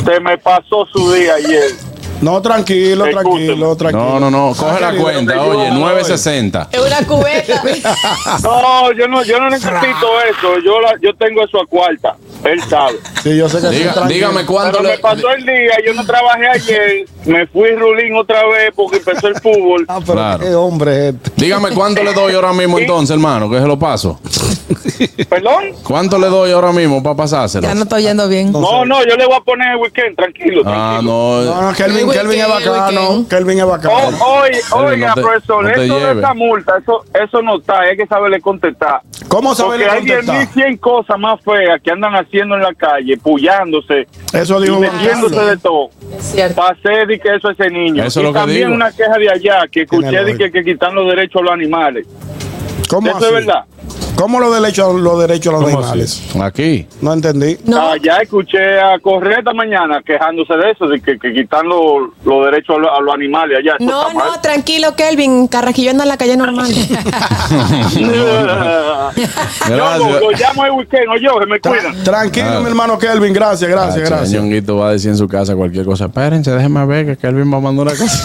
[SPEAKER 10] se me pasó su día ayer.
[SPEAKER 5] No, tranquilo,
[SPEAKER 10] Escúchame.
[SPEAKER 5] tranquilo, tranquilo.
[SPEAKER 4] No, no, no, coge la cuenta, oye, 960.
[SPEAKER 11] Es una cubeta.
[SPEAKER 10] No, yo no, yo no necesito eso. Yo la, yo tengo eso a cuarta. Él sabe.
[SPEAKER 5] Sí, yo sé que sí,
[SPEAKER 4] Diga-
[SPEAKER 5] tranquilo.
[SPEAKER 4] dígame cuánto
[SPEAKER 10] Pero
[SPEAKER 4] le...
[SPEAKER 10] me pasó el día, yo no trabajé ayer, me fui rulín otra vez porque empezó el fútbol.
[SPEAKER 5] Ah, pero
[SPEAKER 4] Claro.
[SPEAKER 5] qué hombre es este.
[SPEAKER 12] (laughs)
[SPEAKER 4] Dígame cuánto le doy ahora mismo entonces, hermano, que se lo paso.
[SPEAKER 12] ¿Perdón?
[SPEAKER 4] ¿Cuánto le doy ahora mismo para pasárselo?
[SPEAKER 6] Ya no está oyendo bien.
[SPEAKER 12] No, no, yo le voy a poner weekend, tranquilo.
[SPEAKER 4] Ah, no.
[SPEAKER 5] No, no, Kelvin, Kelvin es bacano. Kelvin es bacano.
[SPEAKER 12] O- Oh, oye,
[SPEAKER 4] Pero
[SPEAKER 12] oiga,
[SPEAKER 4] no te-
[SPEAKER 12] profesor,
[SPEAKER 4] no te
[SPEAKER 12] eso de
[SPEAKER 4] lleve.
[SPEAKER 12] esa multa, eso, eso no está, hay que saberle contestar.
[SPEAKER 5] ¿Cómo saberle
[SPEAKER 12] Porque
[SPEAKER 5] contestar?
[SPEAKER 12] hay 10.100 cosas más feas que andan haciendo en la calle, pullándose,
[SPEAKER 5] Eso dijo
[SPEAKER 12] y metiéndose
[SPEAKER 5] Bacano.
[SPEAKER 12] de todo. Para hacer de que eso es ese niño.
[SPEAKER 4] Eso es
[SPEAKER 12] y
[SPEAKER 4] lo que
[SPEAKER 12] también
[SPEAKER 4] digo.
[SPEAKER 12] una queja de allá, que escuché
[SPEAKER 5] Tiene
[SPEAKER 12] de que, que quitan los derechos a los animales.
[SPEAKER 5] ¿Cómo
[SPEAKER 12] eso
[SPEAKER 5] así?
[SPEAKER 12] es verdad.
[SPEAKER 5] ¿Cómo los derechos los derechos a los
[SPEAKER 4] ¿Cómo
[SPEAKER 5] animales?
[SPEAKER 4] Aquí. Ah.
[SPEAKER 5] No entendí.
[SPEAKER 6] No,
[SPEAKER 12] Allá escuché a Correa esta mañana quejándose de eso, de que, que quitan los los derechos a los, a los animales allá. Eso
[SPEAKER 8] No,
[SPEAKER 12] está mal.
[SPEAKER 8] no, tranquilo, Kelvin. Carraquillo anda en la calle
[SPEAKER 4] (laughs)
[SPEAKER 8] normal.
[SPEAKER 12] (laughs) Yo
[SPEAKER 4] Gracias.
[SPEAKER 12] lo, lo llamo el weekend, oye, que me cuidan.
[SPEAKER 5] Tranquilo,
[SPEAKER 4] Ah.
[SPEAKER 5] mi hermano Kelvin. Gracias, gracias,
[SPEAKER 4] Ah,
[SPEAKER 5] gracias.
[SPEAKER 4] Ñonguito va a decir en su casa cualquier cosa. Espérense, déjenme ver que Kelvin va a mandar una cosa.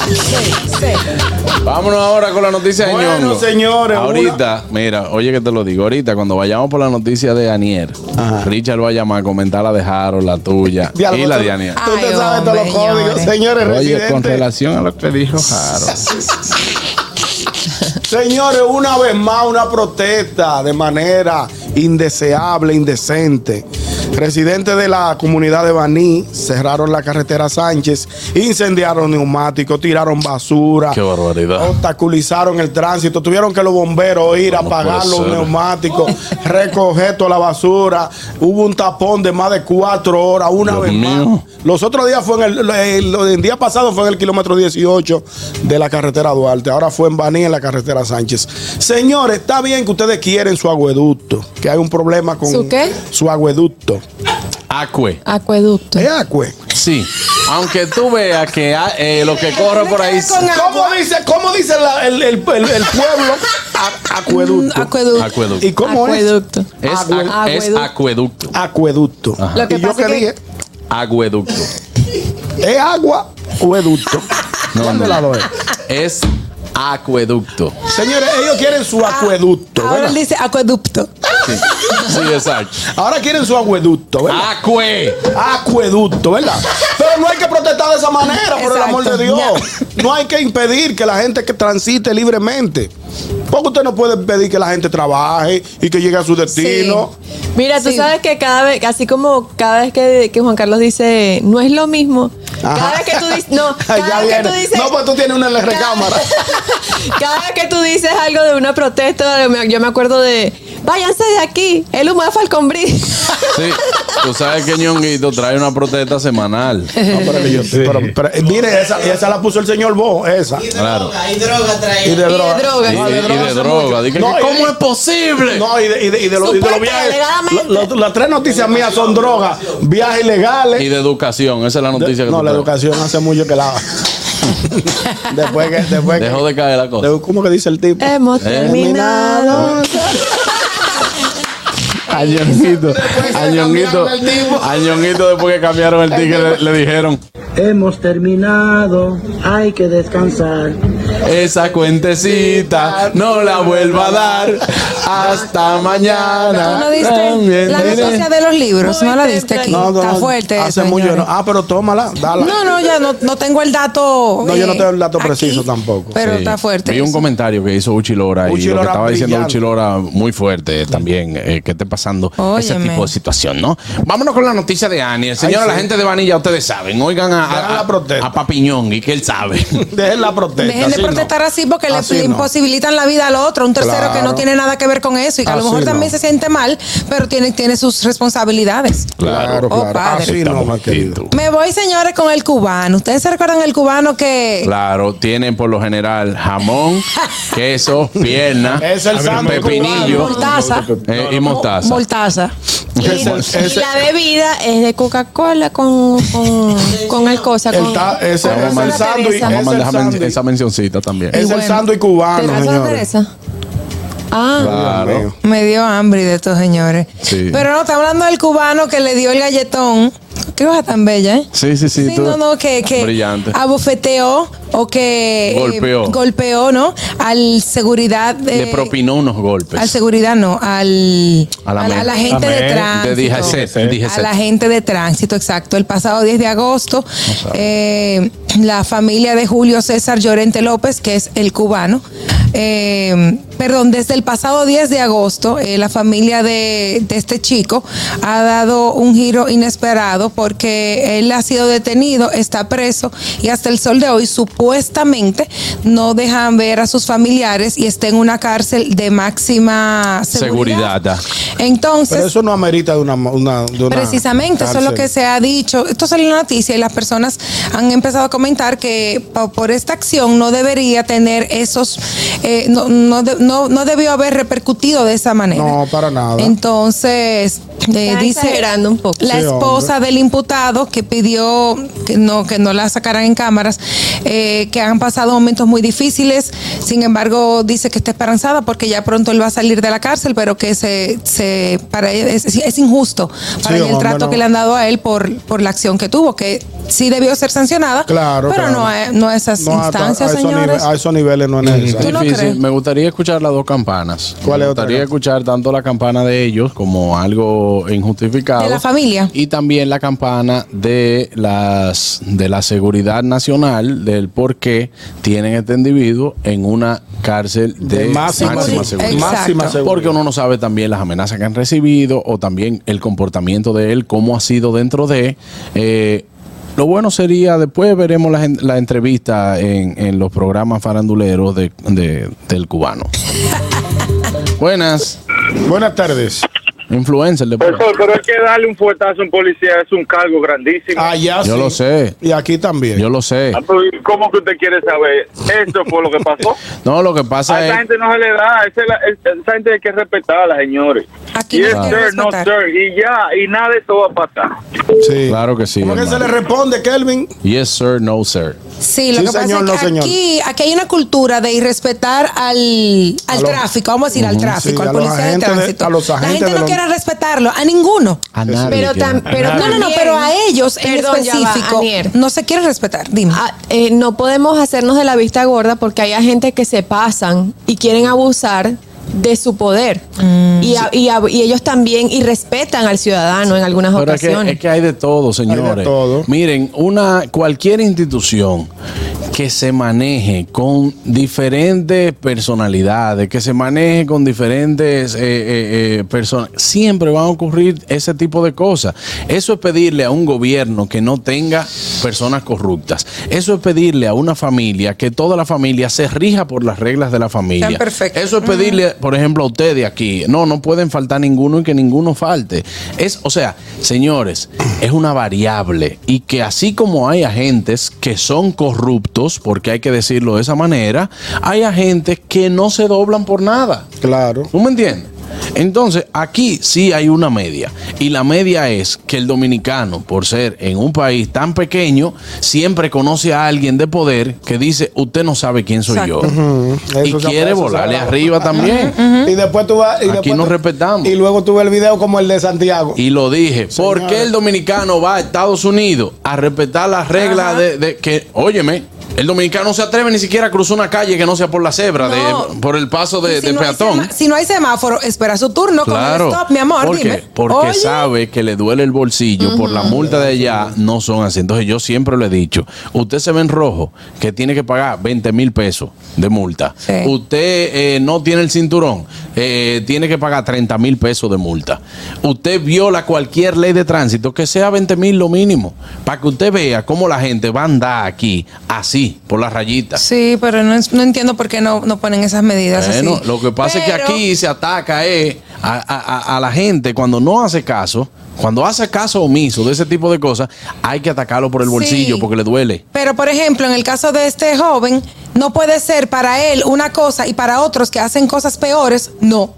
[SPEAKER 4] Vámonos ahora con la noticia de
[SPEAKER 5] (laughs) Bueno,
[SPEAKER 4] Ñongo.
[SPEAKER 5] señores,
[SPEAKER 4] Ahorita, mira, oye que te lo digo. Ahorita, cuando vayamos por la noticia de Anier,
[SPEAKER 5] Ajá.
[SPEAKER 4] Richard va a llamar a comentar la de Harold, la tuya
[SPEAKER 5] (laughs) Diablo,
[SPEAKER 4] y la
[SPEAKER 5] tú-
[SPEAKER 4] de Anier.
[SPEAKER 5] Tú te
[SPEAKER 6] Ay,
[SPEAKER 5] sabes todos los
[SPEAKER 6] hombre,
[SPEAKER 5] códigos,
[SPEAKER 6] señores.
[SPEAKER 5] señores
[SPEAKER 4] Oye, con
[SPEAKER 5] residentes.
[SPEAKER 4] relación a lo que dijo Harold.
[SPEAKER 5] Señores, una vez más una protesta de manera indeseable, indecente. Residentes de la comunidad de Baní cerraron la carretera Sánchez, incendiaron neumáticos, tiraron basura,
[SPEAKER 4] Qué barbaridad.
[SPEAKER 5] obstaculizaron el tránsito, tuvieron que los bomberos ir a
[SPEAKER 4] No
[SPEAKER 5] apagar
[SPEAKER 4] puede
[SPEAKER 5] los
[SPEAKER 4] ser.
[SPEAKER 5] neumáticos, recoger toda la basura. Hubo un tapón de más de cuatro horas, una
[SPEAKER 4] Dios
[SPEAKER 5] vez más.
[SPEAKER 4] mío.
[SPEAKER 5] Los otros días fue en el, el- el día pasado fue en el kilómetro 18 de la carretera Duarte. Ahora fue en Baní en la carretera Sánchez. Señores, está bien que ustedes quieren su acueducto, que hay un problema con
[SPEAKER 8] ¿Su qué?
[SPEAKER 5] su acueducto.
[SPEAKER 4] Acue.
[SPEAKER 8] Acueducto.
[SPEAKER 5] ¿Es acue?
[SPEAKER 4] Sí. Aunque tú veas que ah, eh, lo que corre por ahí.
[SPEAKER 5] ¿Cómo dice, cómo dice la- el, el- el- el pueblo? A- acueducto.
[SPEAKER 6] Acueducto.
[SPEAKER 4] Mm, Acueducto.
[SPEAKER 5] ¿Y cómo
[SPEAKER 8] Acueducto.
[SPEAKER 4] Es,
[SPEAKER 5] Agüe-
[SPEAKER 4] ac- es acueducto.
[SPEAKER 5] es? Acueducto.
[SPEAKER 8] Lo que
[SPEAKER 5] ¿Y yo
[SPEAKER 8] pasa
[SPEAKER 5] qué
[SPEAKER 8] es que-
[SPEAKER 5] dije?
[SPEAKER 4] Acueducto.
[SPEAKER 5] ¿Es agua
[SPEAKER 8] (laughs)
[SPEAKER 5] o educto?
[SPEAKER 4] No,
[SPEAKER 5] ¿Cuál
[SPEAKER 4] no.
[SPEAKER 5] de las dos es?
[SPEAKER 4] Es acueducto.
[SPEAKER 5] Señores, ellos quieren su
[SPEAKER 8] Ah,
[SPEAKER 5] acueducto.
[SPEAKER 6] Ahora
[SPEAKER 5] ¿verdad?
[SPEAKER 6] él dice acueducto.
[SPEAKER 4] Sí, sí exacto.
[SPEAKER 5] Ahora quieren su acueducto, ¿verdad?
[SPEAKER 4] Acue.
[SPEAKER 5] acueducto, ¿verdad? Pero no hay que protestar de esa manera, por el
[SPEAKER 6] Exacto.
[SPEAKER 5] amor de Dios. No hay que impedir que la gente que transite libremente. Porque usted no puede pedir que la gente trabaje y que llegue a su destino.
[SPEAKER 8] Mira, tú
[SPEAKER 6] Sí.
[SPEAKER 8] sabes que cada vez, así como cada vez que, que Juan Carlos dice, no es lo mismo. Cada
[SPEAKER 5] Ajá.
[SPEAKER 8] vez que tú dices,
[SPEAKER 5] (laughs)
[SPEAKER 8] no,
[SPEAKER 5] Ay, ya
[SPEAKER 8] cada vez que tú
[SPEAKER 5] viene.
[SPEAKER 8] dices,
[SPEAKER 5] No, pues tú tienes una en la recámara.
[SPEAKER 8] (laughs) cada vez que tú dices algo de una protesta, me- yo me acuerdo de, váyanse de aquí, el humo de Falcon Bridge".
[SPEAKER 4] Sí. Tú sabes que ñonguito trae una protesta semanal.
[SPEAKER 5] No, pero que yo- pero- pero, eh, mire, esa, esa la puso el señor Bo, esa.
[SPEAKER 4] Claro.
[SPEAKER 5] Y de droga.
[SPEAKER 4] Y,
[SPEAKER 5] No,
[SPEAKER 4] y de
[SPEAKER 5] hace
[SPEAKER 4] droga.
[SPEAKER 5] mucho.
[SPEAKER 4] Dije,
[SPEAKER 5] No, y-
[SPEAKER 4] ¿Cómo es posible?
[SPEAKER 5] No, y de, y de, y de los- y de los
[SPEAKER 8] Supuesta
[SPEAKER 5] viajes.
[SPEAKER 8] alegadamente.
[SPEAKER 5] lo- lo- las tres noticias mías son drogas, viajes ilegales.
[SPEAKER 4] Y de educación. Esa es la noticia que
[SPEAKER 5] no,
[SPEAKER 4] tú
[SPEAKER 5] la
[SPEAKER 4] traes.
[SPEAKER 5] educación hace mucho que la. después que. Después que-
[SPEAKER 4] Dejó de caer la cosa. Eh.
[SPEAKER 5] de- ¿Cómo que dice el
[SPEAKER 6] Eh,
[SPEAKER 5] tipo?
[SPEAKER 8] Hemos terminado.
[SPEAKER 4] A Ñonguito, a Ñonguito, a Ñonguito, después que cambiaron el ticket, le, le dijeron,
[SPEAKER 2] Hemos terminado, hay que descansar.
[SPEAKER 4] esa cuentecita no la vuelva a dar hasta mañana.
[SPEAKER 6] Tú no diste
[SPEAKER 4] También
[SPEAKER 6] la
[SPEAKER 4] diré".
[SPEAKER 6] noticia de los libros, no la diste aquí.
[SPEAKER 5] No, no,
[SPEAKER 6] Está
[SPEAKER 5] no,
[SPEAKER 6] fuerte.
[SPEAKER 5] Hace
[SPEAKER 6] eso,
[SPEAKER 5] mucho.
[SPEAKER 6] señores.
[SPEAKER 5] no. Ah, pero tómala, dala.
[SPEAKER 6] No, no, ya no, no tengo el dato.
[SPEAKER 5] No, yo no
[SPEAKER 6] eh,
[SPEAKER 5] tengo el dato
[SPEAKER 6] aquí,
[SPEAKER 5] preciso tampoco.
[SPEAKER 6] Pero
[SPEAKER 4] Sí.
[SPEAKER 6] está fuerte.
[SPEAKER 4] Vi un
[SPEAKER 6] eso.
[SPEAKER 4] comentario que hizo Uchi Lora y
[SPEAKER 5] Uchi
[SPEAKER 4] lo que
[SPEAKER 5] Lora
[SPEAKER 4] estaba diciendo
[SPEAKER 5] brillante.
[SPEAKER 4] Uchi Lora muy fuerte eh, también, eh, que esté pasando ese
[SPEAKER 6] Óyeme.
[SPEAKER 4] tipo de situación, ¿no? Vámonos con la noticia de Ani. Señora,
[SPEAKER 5] Ay, sí.
[SPEAKER 4] la gente de Vanilla, ustedes saben, oigan a,
[SPEAKER 5] Hagan
[SPEAKER 4] a,
[SPEAKER 5] la protesta.
[SPEAKER 4] a Papiñón y que él sabe.
[SPEAKER 5] Dejen la protesta.
[SPEAKER 6] Dejen de
[SPEAKER 5] así no.
[SPEAKER 6] protestar así porque le-
[SPEAKER 5] Así
[SPEAKER 6] le,
[SPEAKER 5] no.
[SPEAKER 6] imposibilitan la vida al otro, un tercero
[SPEAKER 5] Claro.
[SPEAKER 6] que no tiene nada que ver con eso y que a lo
[SPEAKER 5] Así
[SPEAKER 6] mejor también
[SPEAKER 5] no.
[SPEAKER 6] se siente mal, pero tiene, tiene sus responsabilidades.
[SPEAKER 5] Claro,
[SPEAKER 6] Oh,
[SPEAKER 5] claro.
[SPEAKER 6] padre.
[SPEAKER 5] Así no, más querido.
[SPEAKER 6] Me voy, señores, con el cubano. ¿Ustedes se recuerdan el cubano que...
[SPEAKER 4] Eh. Claro, tienen por lo general
[SPEAKER 5] (laughs)
[SPEAKER 4] jamón, queso, pierna,
[SPEAKER 5] Es el santo
[SPEAKER 4] pepinillo
[SPEAKER 5] cubano.
[SPEAKER 6] Moltaza.
[SPEAKER 4] eh, y mostaza. (laughs)
[SPEAKER 6] Moltaza.
[SPEAKER 8] Y,
[SPEAKER 5] Ese-
[SPEAKER 8] y
[SPEAKER 5] ese-
[SPEAKER 8] la bebida es de Coca-Cola con,
[SPEAKER 5] (laughs)
[SPEAKER 8] con, con el cosa.
[SPEAKER 5] El
[SPEAKER 8] Con,
[SPEAKER 5] ta- ese- ese
[SPEAKER 8] con
[SPEAKER 5] es el
[SPEAKER 8] la
[SPEAKER 5] sándwich,
[SPEAKER 8] Teresa.
[SPEAKER 4] Vamos a
[SPEAKER 5] Es el
[SPEAKER 4] mandar esa men-
[SPEAKER 5] sándwich.
[SPEAKER 4] esa mencioncita también.
[SPEAKER 5] Es el
[SPEAKER 6] bueno.
[SPEAKER 5] sándwich cubano,
[SPEAKER 8] ¿Teresa,
[SPEAKER 5] señores.
[SPEAKER 8] Teresa? Ah,
[SPEAKER 5] Dios
[SPEAKER 4] Claro.
[SPEAKER 5] mío.
[SPEAKER 6] Me dio hambre de estos señores.
[SPEAKER 4] Sí.
[SPEAKER 6] Pero no, está hablando del cubano que le dio el galletón. Qué cosa tan bella, ¿eh?
[SPEAKER 4] Sí, sí, sí.
[SPEAKER 6] Sí,
[SPEAKER 4] tú-
[SPEAKER 6] no, no, que, que
[SPEAKER 4] Brillante.
[SPEAKER 6] abofeteó o que eh,
[SPEAKER 4] Golpeó.
[SPEAKER 6] golpeó, ¿no? Al seguridad de,
[SPEAKER 4] Le propinó unos golpes.
[SPEAKER 6] al seguridad no, al
[SPEAKER 4] A la men-
[SPEAKER 6] gente
[SPEAKER 7] a
[SPEAKER 6] de
[SPEAKER 7] men-
[SPEAKER 4] de
[SPEAKER 6] tránsito.
[SPEAKER 4] DGC,
[SPEAKER 7] A
[SPEAKER 6] a
[SPEAKER 4] DGC.
[SPEAKER 6] la gente de tránsito, exacto. El pasado 10 de agosto, eh, la familia de Julio César Llorente López, que es el cubano, eh, perdón, desde el pasado 10 de agosto, eh, la familia de, de este chico ha dado un giro inesperado porque él ha sido detenido, está preso y hasta el sol de hoy supuestamente no dejan ver a sus familiares y está en una cárcel de máxima seguridad. Entonces,
[SPEAKER 5] Pero eso no amerita de una. una- de una
[SPEAKER 6] Precisamente, eso es lo que
[SPEAKER 5] cárcel.
[SPEAKER 6] se ha dicho. Esto salió en la noticia y las personas han empezado a comentar que po- por esta acción no debería tener esos, eh, no, no, de- no- no debió haber repercutido de esa manera.
[SPEAKER 5] No, para nada.
[SPEAKER 6] Entonces, eh,
[SPEAKER 8] Está
[SPEAKER 6] dice
[SPEAKER 8] exagerando un poco.
[SPEAKER 6] la
[SPEAKER 8] Sí,
[SPEAKER 6] esposa del imputado que pidió que no, que no la sacaran en cámaras, eh, que han pasado momentos muy difíciles. Sin embargo, dice que está esperanzada porque ya pronto él va a salir de la cárcel, pero que se, se para él es, es injusto para
[SPEAKER 5] Sí,
[SPEAKER 6] ella el
[SPEAKER 5] hombre,
[SPEAKER 6] trato
[SPEAKER 5] no.
[SPEAKER 6] que le han dado a él por, por la acción que tuvo, que sí debió ser sancionada,
[SPEAKER 5] Claro,
[SPEAKER 6] pero
[SPEAKER 5] claro.
[SPEAKER 6] no, a, no a esas
[SPEAKER 5] No, a-
[SPEAKER 6] instancias,
[SPEAKER 5] a, esos nive-
[SPEAKER 6] señores.
[SPEAKER 5] a esos niveles no es necesario.
[SPEAKER 4] Mm, Difícil. Me gustaría escuchar las dos campanas.
[SPEAKER 5] ¿Cuál
[SPEAKER 4] Me
[SPEAKER 5] es otra
[SPEAKER 4] gustaría escuchar tanto la campana de ellos como algo injustificado.
[SPEAKER 6] De la familia.
[SPEAKER 4] Y también la campana de las de la seguridad nacional del por qué tienen este individuo en una cárcel de,
[SPEAKER 5] De máxima seguridad.
[SPEAKER 4] seguridad.
[SPEAKER 5] Máxima Exacto.
[SPEAKER 4] Porque uno no sabe también las amenazas que han recibido o también el comportamiento de él, cómo ha sido dentro de. eh, lo bueno sería, después veremos la, en- la entrevista en, en los programas faranduleros de, de-
[SPEAKER 6] (laughs)
[SPEAKER 4] del cubano. Buenas.
[SPEAKER 5] Buenas tardes.
[SPEAKER 4] Influencer de
[SPEAKER 12] Profesor, pero es que darle un fuetazo a un policía es un cargo grandísimo.
[SPEAKER 5] Allá
[SPEAKER 4] Yo
[SPEAKER 5] Ah, sí.
[SPEAKER 4] lo sé.
[SPEAKER 5] Y aquí también.
[SPEAKER 4] Yo lo sé.
[SPEAKER 12] Ah, pero ¿y ¿Cómo que usted quiere saber? Eso fue lo
[SPEAKER 5] (laughs)
[SPEAKER 12] que pasó.
[SPEAKER 4] No, lo que
[SPEAKER 12] A
[SPEAKER 4] pasa
[SPEAKER 12] esa
[SPEAKER 4] es.
[SPEAKER 12] gente no se le da, esa, es la- es- esa gente hay que respetarla, señores.
[SPEAKER 6] Aquí
[SPEAKER 12] yes,
[SPEAKER 4] no hay que
[SPEAKER 12] sir, no,
[SPEAKER 4] respetar.
[SPEAKER 12] sir, y ya, y nada de eso va a pasar.
[SPEAKER 4] Claro que sí.
[SPEAKER 5] ¿Cómo que se le
[SPEAKER 4] hermano.
[SPEAKER 5] responde, Kelvin?
[SPEAKER 4] Yes, sir, no, sir.
[SPEAKER 6] Sí, lo
[SPEAKER 5] Sí,
[SPEAKER 6] que pasa
[SPEAKER 5] señor,
[SPEAKER 6] es
[SPEAKER 5] no,
[SPEAKER 6] que
[SPEAKER 5] señor.
[SPEAKER 6] aquí, aquí hay una cultura de irrespetar al, al
[SPEAKER 5] A los-
[SPEAKER 6] tráfico, vamos a decir, al
[SPEAKER 5] Ujú.
[SPEAKER 6] tráfico, al
[SPEAKER 5] Sí, a los
[SPEAKER 6] policía de
[SPEAKER 5] agentes de-
[SPEAKER 6] tránsito.
[SPEAKER 5] a los
[SPEAKER 6] la
[SPEAKER 5] agentes
[SPEAKER 6] gente
[SPEAKER 5] de
[SPEAKER 6] no
[SPEAKER 5] los-
[SPEAKER 6] quiere respetarlo, a ninguno.
[SPEAKER 4] A nadie
[SPEAKER 11] Pero,
[SPEAKER 4] quiere.
[SPEAKER 11] tam- pero
[SPEAKER 6] No, no, no,
[SPEAKER 11] también-
[SPEAKER 6] pero a ellos en
[SPEAKER 11] Perdón, ya va,
[SPEAKER 6] específico
[SPEAKER 11] Anier.
[SPEAKER 6] no se quiere respetar. Dime.
[SPEAKER 11] Ah, eh, no podemos hacernos de la vista gorda porque hay gente que se pasan y quieren abusar de su poder.
[SPEAKER 6] Mm.
[SPEAKER 11] Y, a- y a- y ellos también y respetan al ciudadano en algunas
[SPEAKER 4] Pero es que,
[SPEAKER 11] ocasiones.
[SPEAKER 4] es que hay de todo, señores.
[SPEAKER 5] todo.
[SPEAKER 4] Miren, una cualquier institución que se maneje con diferentes personalidades, que se maneje con diferentes eh, eh, eh, personas, siempre van a ocurrir ese tipo de cosas. Eso es pedirle a un gobierno que no tenga personas corruptas. Eso es pedirle a una familia que toda la familia se rija por las reglas de la familia.
[SPEAKER 6] Sean perfectos.
[SPEAKER 4] Eso es
[SPEAKER 6] Ujú.
[SPEAKER 4] pedirle decirle, por ejemplo, a ustedes aquí, no, no pueden faltar ninguno y que ninguno falte. Es, o sea, señores, es una variable y que así como hay agentes que son corruptos, porque hay que decirlo de esa manera, hay agentes que no se doblan por nada.
[SPEAKER 5] Claro.
[SPEAKER 4] ¿Tú me entiendes? Entonces, aquí sí hay una media. Y la media es que el dominicano, por ser en un país tan pequeño, siempre conoce a alguien de poder que dice, usted no sabe quién soy yo.
[SPEAKER 5] Eso
[SPEAKER 4] Y
[SPEAKER 5] se-
[SPEAKER 4] quiere
[SPEAKER 5] eso se
[SPEAKER 4] volarle
[SPEAKER 5] agrava.
[SPEAKER 4] arriba también.
[SPEAKER 5] Y después tú vas. Y
[SPEAKER 4] Aquí
[SPEAKER 5] después
[SPEAKER 4] nos
[SPEAKER 5] tú-
[SPEAKER 4] respetamos.
[SPEAKER 5] Y luego tuve el video como el de Santiago.
[SPEAKER 4] (laughs) Y lo dije, ¿por qué el dominicano va a Estados Unidos a respetar las reglas de, de que, óyeme, el dominicano no se atreve ni siquiera a cruzar una calle que no sea por la cebra,
[SPEAKER 6] No.
[SPEAKER 4] de, por el paso
[SPEAKER 6] Y
[SPEAKER 4] de,
[SPEAKER 6] si
[SPEAKER 4] de
[SPEAKER 6] no hay
[SPEAKER 4] peatón?
[SPEAKER 6] sema- si no hay semáforo, espera su turno
[SPEAKER 4] Claro.
[SPEAKER 6] con el stop, mi amor,
[SPEAKER 4] ¿Por qué?
[SPEAKER 6] dime.
[SPEAKER 4] Porque
[SPEAKER 6] Oye,
[SPEAKER 4] sabe que le duele el bolsillo por la multa de allá, no son así. Entonces yo siempre le he dicho, usted se ve en rojo que tiene que pagar 20 mil pesos de multa.
[SPEAKER 6] Sí.
[SPEAKER 4] Usted eh, no tiene el cinturón, eh, tiene que pagar 30 mil pesos de multa. Usted viola cualquier ley de tránsito, que sea 20 mil lo mínimo, para que usted vea cómo la gente va a andar aquí así, por las rayitas.
[SPEAKER 6] Sí, pero no, es- no entiendo por qué no, no ponen esas medidas
[SPEAKER 4] Bueno,
[SPEAKER 6] así.
[SPEAKER 4] lo que pasa es
[SPEAKER 6] Pero-
[SPEAKER 4] que aquí se ataca eh, a, a- a- a la gente cuando no hace caso, cuando hace caso omiso de ese tipo de cosas, hay que atacarlo por el
[SPEAKER 6] Sí.
[SPEAKER 4] bolsillo porque le duele.
[SPEAKER 6] Pero, por ejemplo, en el caso de este joven, no puede ser para él una cosa y para otros que hacen cosas peores, no.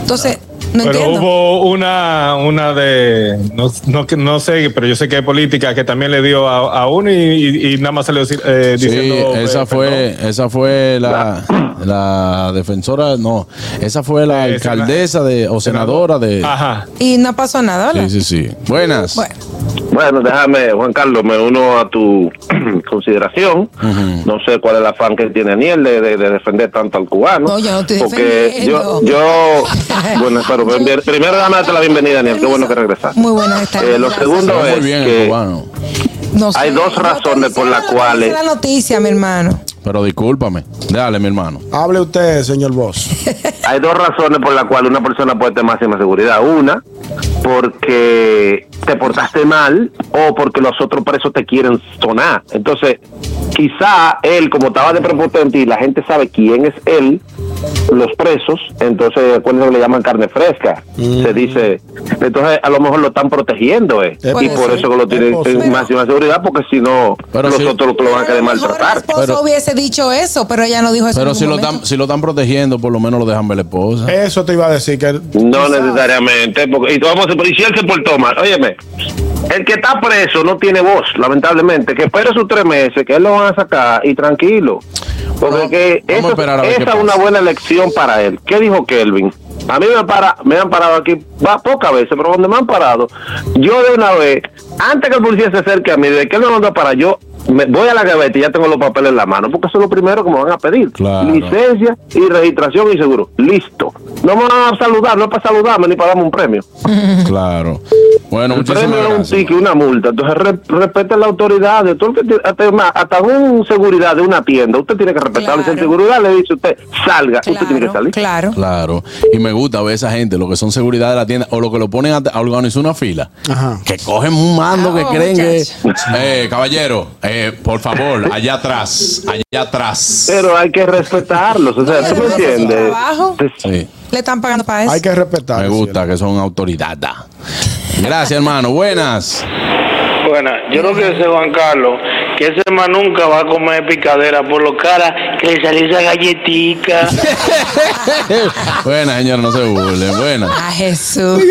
[SPEAKER 6] Entonces, no
[SPEAKER 7] pero
[SPEAKER 6] entiendo.
[SPEAKER 7] hubo una, una de, no, no, que- no sé, pero yo sé que hay política que también le dio a, a uno y, y- y nada más salió decir- eh,
[SPEAKER 4] Sí,
[SPEAKER 7] diciendo.
[SPEAKER 4] esa
[SPEAKER 7] eh,
[SPEAKER 4] fue, esa fue la, la defensora, no, esa fue la
[SPEAKER 7] Eh, sena-
[SPEAKER 4] alcaldesa de, o senadora de.
[SPEAKER 7] Ajá.
[SPEAKER 6] Y no pasó nada, ¿verdad?
[SPEAKER 4] Sí, sí, sí. Buenas.
[SPEAKER 6] Bueno,
[SPEAKER 10] Bueno, déjame, Juan Carlos, me uno a tu (clears throat) consideración. No sé cuál es el afán que tiene Aniel de, de- de defender tanto al cubano.
[SPEAKER 6] No, yo no estoy
[SPEAKER 10] porque
[SPEAKER 6] defendiendo.
[SPEAKER 10] yo,
[SPEAKER 6] (laughs)
[SPEAKER 10] yo, bueno, pero primero primero déjame darte la bienvenida, Aniel. Qué bueno que regresaste.
[SPEAKER 6] muy buena esta.
[SPEAKER 10] Eh, lo
[SPEAKER 4] Se
[SPEAKER 10] segundo
[SPEAKER 4] ve
[SPEAKER 10] es
[SPEAKER 4] muy bien el
[SPEAKER 10] que
[SPEAKER 4] cubano.
[SPEAKER 6] No sé.
[SPEAKER 10] hay dos
[SPEAKER 6] No te
[SPEAKER 10] razones
[SPEAKER 6] dice
[SPEAKER 10] por las
[SPEAKER 6] la- no te
[SPEAKER 10] cuales-
[SPEAKER 6] dice la noticia, mi hermano.
[SPEAKER 4] Pero discúlpame. Dale, mi hermano.
[SPEAKER 5] Hable usted,
[SPEAKER 6] (laughs)
[SPEAKER 5] señor Boss.
[SPEAKER 13] Hay dos razones por las cuales una persona puede tener máxima seguridad. Una, porque te portaste mal o porque los otros presos te quieren sonar. Entonces, quizá él, como estaba de prepotente y la gente sabe quién es él, los presos, entonces, acuérdense que le llaman carne fresca. Se dice, entonces a lo mejor lo están protegiendo, eh.
[SPEAKER 4] Es
[SPEAKER 13] Y
[SPEAKER 4] posible,
[SPEAKER 13] por eso que lo
[SPEAKER 4] es
[SPEAKER 13] tienen
[SPEAKER 4] posible.
[SPEAKER 13] en máxima seguridad, porque si no,
[SPEAKER 4] Pero
[SPEAKER 13] los
[SPEAKER 4] sí.
[SPEAKER 13] otros lo van a querer maltratar.
[SPEAKER 6] esposo hubiese dicho eso, pero ella no dijo eso.
[SPEAKER 4] Pero
[SPEAKER 6] en
[SPEAKER 4] si lo,
[SPEAKER 6] ningún momento.
[SPEAKER 4] están, si lo están protegiendo, por lo menos lo dejan ver la esposa.
[SPEAKER 5] Eso te iba a decir que.
[SPEAKER 13] No necesariamente, porque y vamos a suponer, si él se portó mal, óyeme, el que está preso no tiene voz, lamentablemente, que espere sus tres meses, que él lo van a sacar y tranquilo. Porque que
[SPEAKER 4] vamos a
[SPEAKER 13] eso-
[SPEAKER 4] esperar a ver qué
[SPEAKER 13] esa es una
[SPEAKER 4] pasa.
[SPEAKER 13] buena elección para él. ¿Qué dijo Kelvin? A mí me, para, me han parado aquí va, pocas veces, pero cuando me han parado, yo de una vez, antes que el policía se acerque a mí, de que él me manda para yo, me voy a la gaveta y ya tengo los papeles en la mano, porque eso es lo primero que me van a pedir. Licencia y registración y seguro. Listo. No me van a saludar, no es para saludarme ni para darme un premio.
[SPEAKER 4] Claro. Bueno,
[SPEAKER 13] el
[SPEAKER 4] muchísimas
[SPEAKER 13] premio es un
[SPEAKER 4] gracias.
[SPEAKER 13] ticket, una multa. Entonces re- respeta la autoridad. de todo el que te- hasta, es más, hasta un seguridad de una tienda, usted tiene que respetarle. Si el seguridad le dice a usted, salga, usted tiene que salir.
[SPEAKER 6] Claro.
[SPEAKER 4] Claro. Y me gusta ver esa gente, lo que son seguridad de la tienda, o lo que lo ponen a, a organizar una fila. Que cogen un mando que
[SPEAKER 6] Oh,
[SPEAKER 4] creen que. Eh, caballero, eh, por favor, allá atrás, allá atrás.
[SPEAKER 13] Pero hay que respetarlos. O sea, ¿tú me entiendes?
[SPEAKER 6] Trabajo,
[SPEAKER 4] Sí.
[SPEAKER 6] le están pagando para eso.
[SPEAKER 5] que respetar.
[SPEAKER 4] Me gusta que son autoridad. Gracias, hermano. Buenas.
[SPEAKER 14] Bueno, yo lo que sé, Juan Carlos, que ese man nunca va a comer picadera por lo cara que le salió esa galletica.
[SPEAKER 4] Buenas, señor, no se burlen. Buenas.
[SPEAKER 6] A Jesús.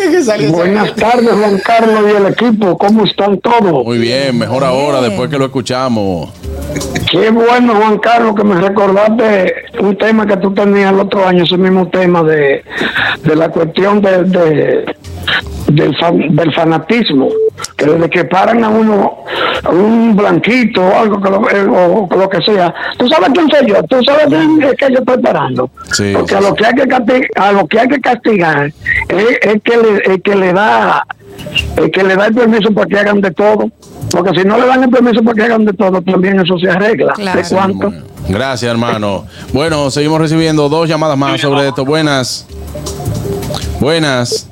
[SPEAKER 15] Buenas tardes, Juan Carlos y el equipo. ¿Cómo están todos?
[SPEAKER 4] Muy bien, mejor ahora, después que lo escuchamos.
[SPEAKER 15] Qué bueno, Juan Carlos, que me recordaste un tema que tú tenías el otro año, ese mismo tema de, de la cuestión de, de- del, fan- del fanatismo. Que desde que paran a uno, a un blanquito o algo, que lo, eh, o lo que sea, tú sabes quién soy yo, tú sabes quién es que yo estoy parando.
[SPEAKER 4] Sí,
[SPEAKER 15] Porque a lo que hay que castigar, a lo que hay que castigar es, es que le, es que le da el que le da el permiso para que hagan de todo. Porque si no le dan el permiso para que hagan de todo, también eso se arregla.
[SPEAKER 4] Claro.
[SPEAKER 15] ¿De cuánto?
[SPEAKER 4] Gracias, hermano. Bueno, seguimos recibiendo dos llamadas más sobre esto. Buenas. Buenas.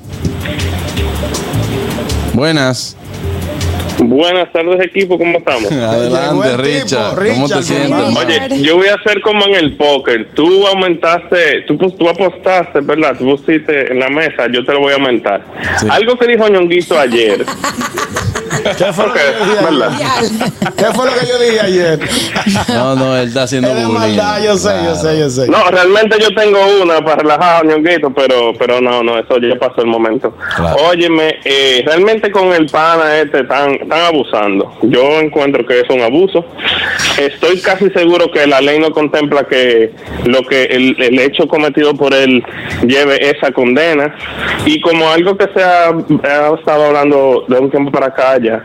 [SPEAKER 4] Buenas.
[SPEAKER 14] Buenas tardes, equipo, ¿cómo
[SPEAKER 4] (laughs)
[SPEAKER 14] estamos?
[SPEAKER 4] Adelante, Richard. ¿Cómo te sientes?
[SPEAKER 14] Oye, yo voy a hacer como en el póker. Tú aumentaste, tú, pus- tú apostaste, ¿verdad? Tú pusiste en la mesa, yo te lo voy a aumentar. Algo que dijo Ñonguito ayer. ¿Qué fue
[SPEAKER 5] ¿Qué fue lo que yo dije ayer?
[SPEAKER 4] No, no, él está haciendo bullying.
[SPEAKER 5] Ah, yo sé, yo sé, yo sé.
[SPEAKER 14] No, realmente yo tengo una para relajar, ñonguito, pero, pero no, no, eso ya pasó el momento. Óyeme, eh, realmente con el pana este están, están abusando. Yo encuentro que es un abuso. Estoy casi seguro que la ley no contempla que lo que el, el hecho cometido por él lleve esa condena. Y como algo que se ha, ha estado hablando de un tiempo para acá ya,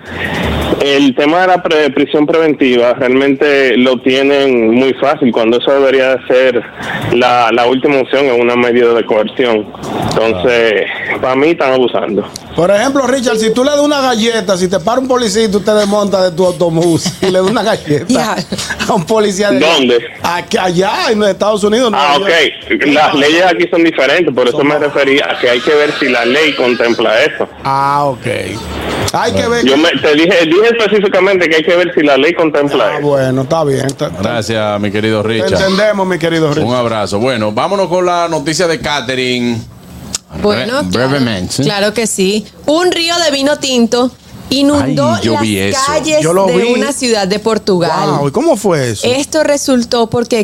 [SPEAKER 14] el tema de la pre- prisión preventiva realmente lo tienen muy fácil cuando eso debería de ser la, la última opción en una medida de coerción. Entonces, para mí están abusando.
[SPEAKER 5] Por ejemplo, Richard, si tú le das una galleta, si te para un policía y tú te desmontas de tu autobús y le das una galleta a un policía de
[SPEAKER 14] ¿Dónde?
[SPEAKER 5] Aquí, allá en los Estados Unidos.
[SPEAKER 14] Ah,
[SPEAKER 5] Nueva York.
[SPEAKER 14] ok. Las leyes aquí son diferentes, por eso me refería a que hay que ver si la ley contempla eso.
[SPEAKER 5] Ah, ok. Hay que ver.
[SPEAKER 14] Yo me- te dije, dije específicamente que hay que ver si la ley
[SPEAKER 5] Ah,
[SPEAKER 14] contempla eso.
[SPEAKER 5] Bueno, está bien. Te
[SPEAKER 4] Gracias, mi querido
[SPEAKER 5] te
[SPEAKER 4] Richard.
[SPEAKER 5] entendemos, mi querido Richard.
[SPEAKER 4] Un abrazo. Bueno, vámonos con la noticia de Catherine.
[SPEAKER 8] Bueno,
[SPEAKER 4] Bre-
[SPEAKER 8] claro.
[SPEAKER 4] brevemente.
[SPEAKER 8] Claro que sí. Un río de vino tinto inundó
[SPEAKER 4] Ay, yo vi
[SPEAKER 8] las
[SPEAKER 4] eso.
[SPEAKER 8] calles
[SPEAKER 5] Yo lo
[SPEAKER 8] de
[SPEAKER 5] vi.
[SPEAKER 8] una ciudad de Portugal.
[SPEAKER 5] Wow, Ah, ¿y cómo fue eso?
[SPEAKER 8] Esto resultó porque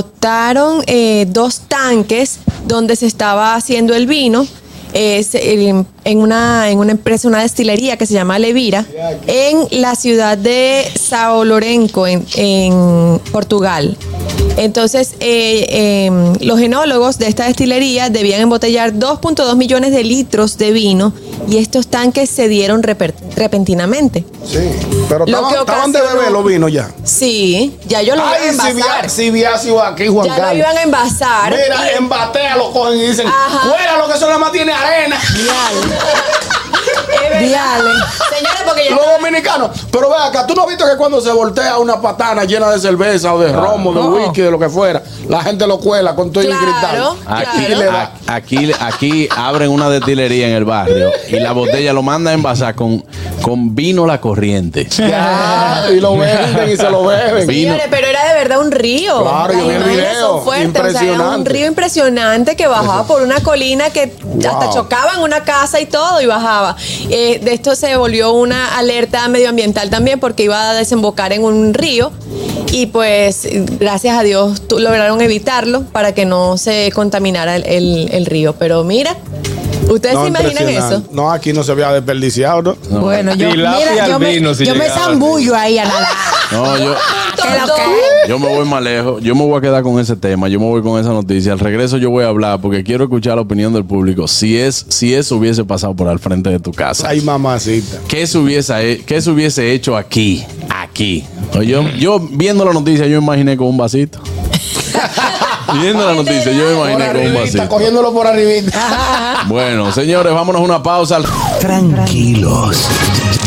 [SPEAKER 8] explotaron eh, dos tanques donde se estaba haciendo el vino. eh, se- en, en una, en una empresa, una destilería que se llama Levira, en la ciudad de Sao Lourenço, en, en Portugal. Entonces, eh, eh, los enólogos de esta destilería debían embotellar 2.2 millones de litros de vino y estos tanques se dieron reper- repentinamente.
[SPEAKER 5] Sí,
[SPEAKER 8] Lo
[SPEAKER 5] pero estaban,
[SPEAKER 8] que
[SPEAKER 5] estaban de
[SPEAKER 8] ocasionó-
[SPEAKER 5] bebé los vinos ya.
[SPEAKER 8] Sí, ya yo lo voy a
[SPEAKER 5] Ay, si
[SPEAKER 8] envasar.
[SPEAKER 5] via- si viase iba aquí, Juan
[SPEAKER 8] ya
[SPEAKER 5] Carlos.
[SPEAKER 8] lo iban a envasar.
[SPEAKER 5] Mira,
[SPEAKER 8] Y-
[SPEAKER 5] en batea lo cogen y dicen,
[SPEAKER 8] Ajá.
[SPEAKER 5] (laughs) fuera lo que eso nada más tiene arena.
[SPEAKER 6] Diale.
[SPEAKER 11] Señores, porque ya
[SPEAKER 5] Los dominicanos. Pero ve acá, tú no has visto que cuando se voltea una patana llena de cerveza o de romo, de whisky, de lo que fuera, la gente lo cuela con todo y cristal.
[SPEAKER 4] Aquí,
[SPEAKER 5] Y le da.
[SPEAKER 4] a- aquí, aquí abren una destilería en el barrio y la botella lo manda a envasar con, con vino la corriente.
[SPEAKER 5] Ya, y lo venden y se lo beben.
[SPEAKER 4] Vino.
[SPEAKER 11] Señores, pero era de verdad un río.
[SPEAKER 5] Claro, yo vi el
[SPEAKER 11] imágenes
[SPEAKER 5] video.
[SPEAKER 11] son fuertes, O sea, era un
[SPEAKER 5] Impresionante.
[SPEAKER 11] río impresionante que bajaba por una colina que hasta chocaba en una casa y todo y bajaba. Eh, de esto se volvió una alerta medioambiental también porque iba a desembocar en un río y pues gracias a Dios tú- lograron evitarlo para que no se contaminara el, el- el río. Pero mira, ¿ustedes
[SPEAKER 5] No,
[SPEAKER 11] se imaginan
[SPEAKER 5] impresionante.
[SPEAKER 11] eso?
[SPEAKER 5] No, aquí no se había desperdiciado, ¿no?
[SPEAKER 6] Bueno, yo, mira, yo me, yo me zambullo ahí a
[SPEAKER 4] (laughs)
[SPEAKER 6] la
[SPEAKER 4] No, yo, yo me voy más lejos. Yo me voy a quedar con ese tema. Yo me voy con esa noticia. Al regreso yo voy a hablar porque quiero escuchar la opinión del público. Si es, si eso hubiese pasado por al frente de tu casa.
[SPEAKER 5] Ay, mamacita.
[SPEAKER 4] ¿Qué se hubiese, he- qué se hubiese hecho aquí? Aquí. O Yo, yo viendo la noticia, yo me imaginé con un vasito. viendo la noticia, yo me imaginé con un
[SPEAKER 5] Está
[SPEAKER 4] vasito.
[SPEAKER 5] cogiéndolo
[SPEAKER 6] (laughs)
[SPEAKER 5] por arribita.
[SPEAKER 4] Bueno, señores, vámonos a una pausa.
[SPEAKER 16] Tranquilos.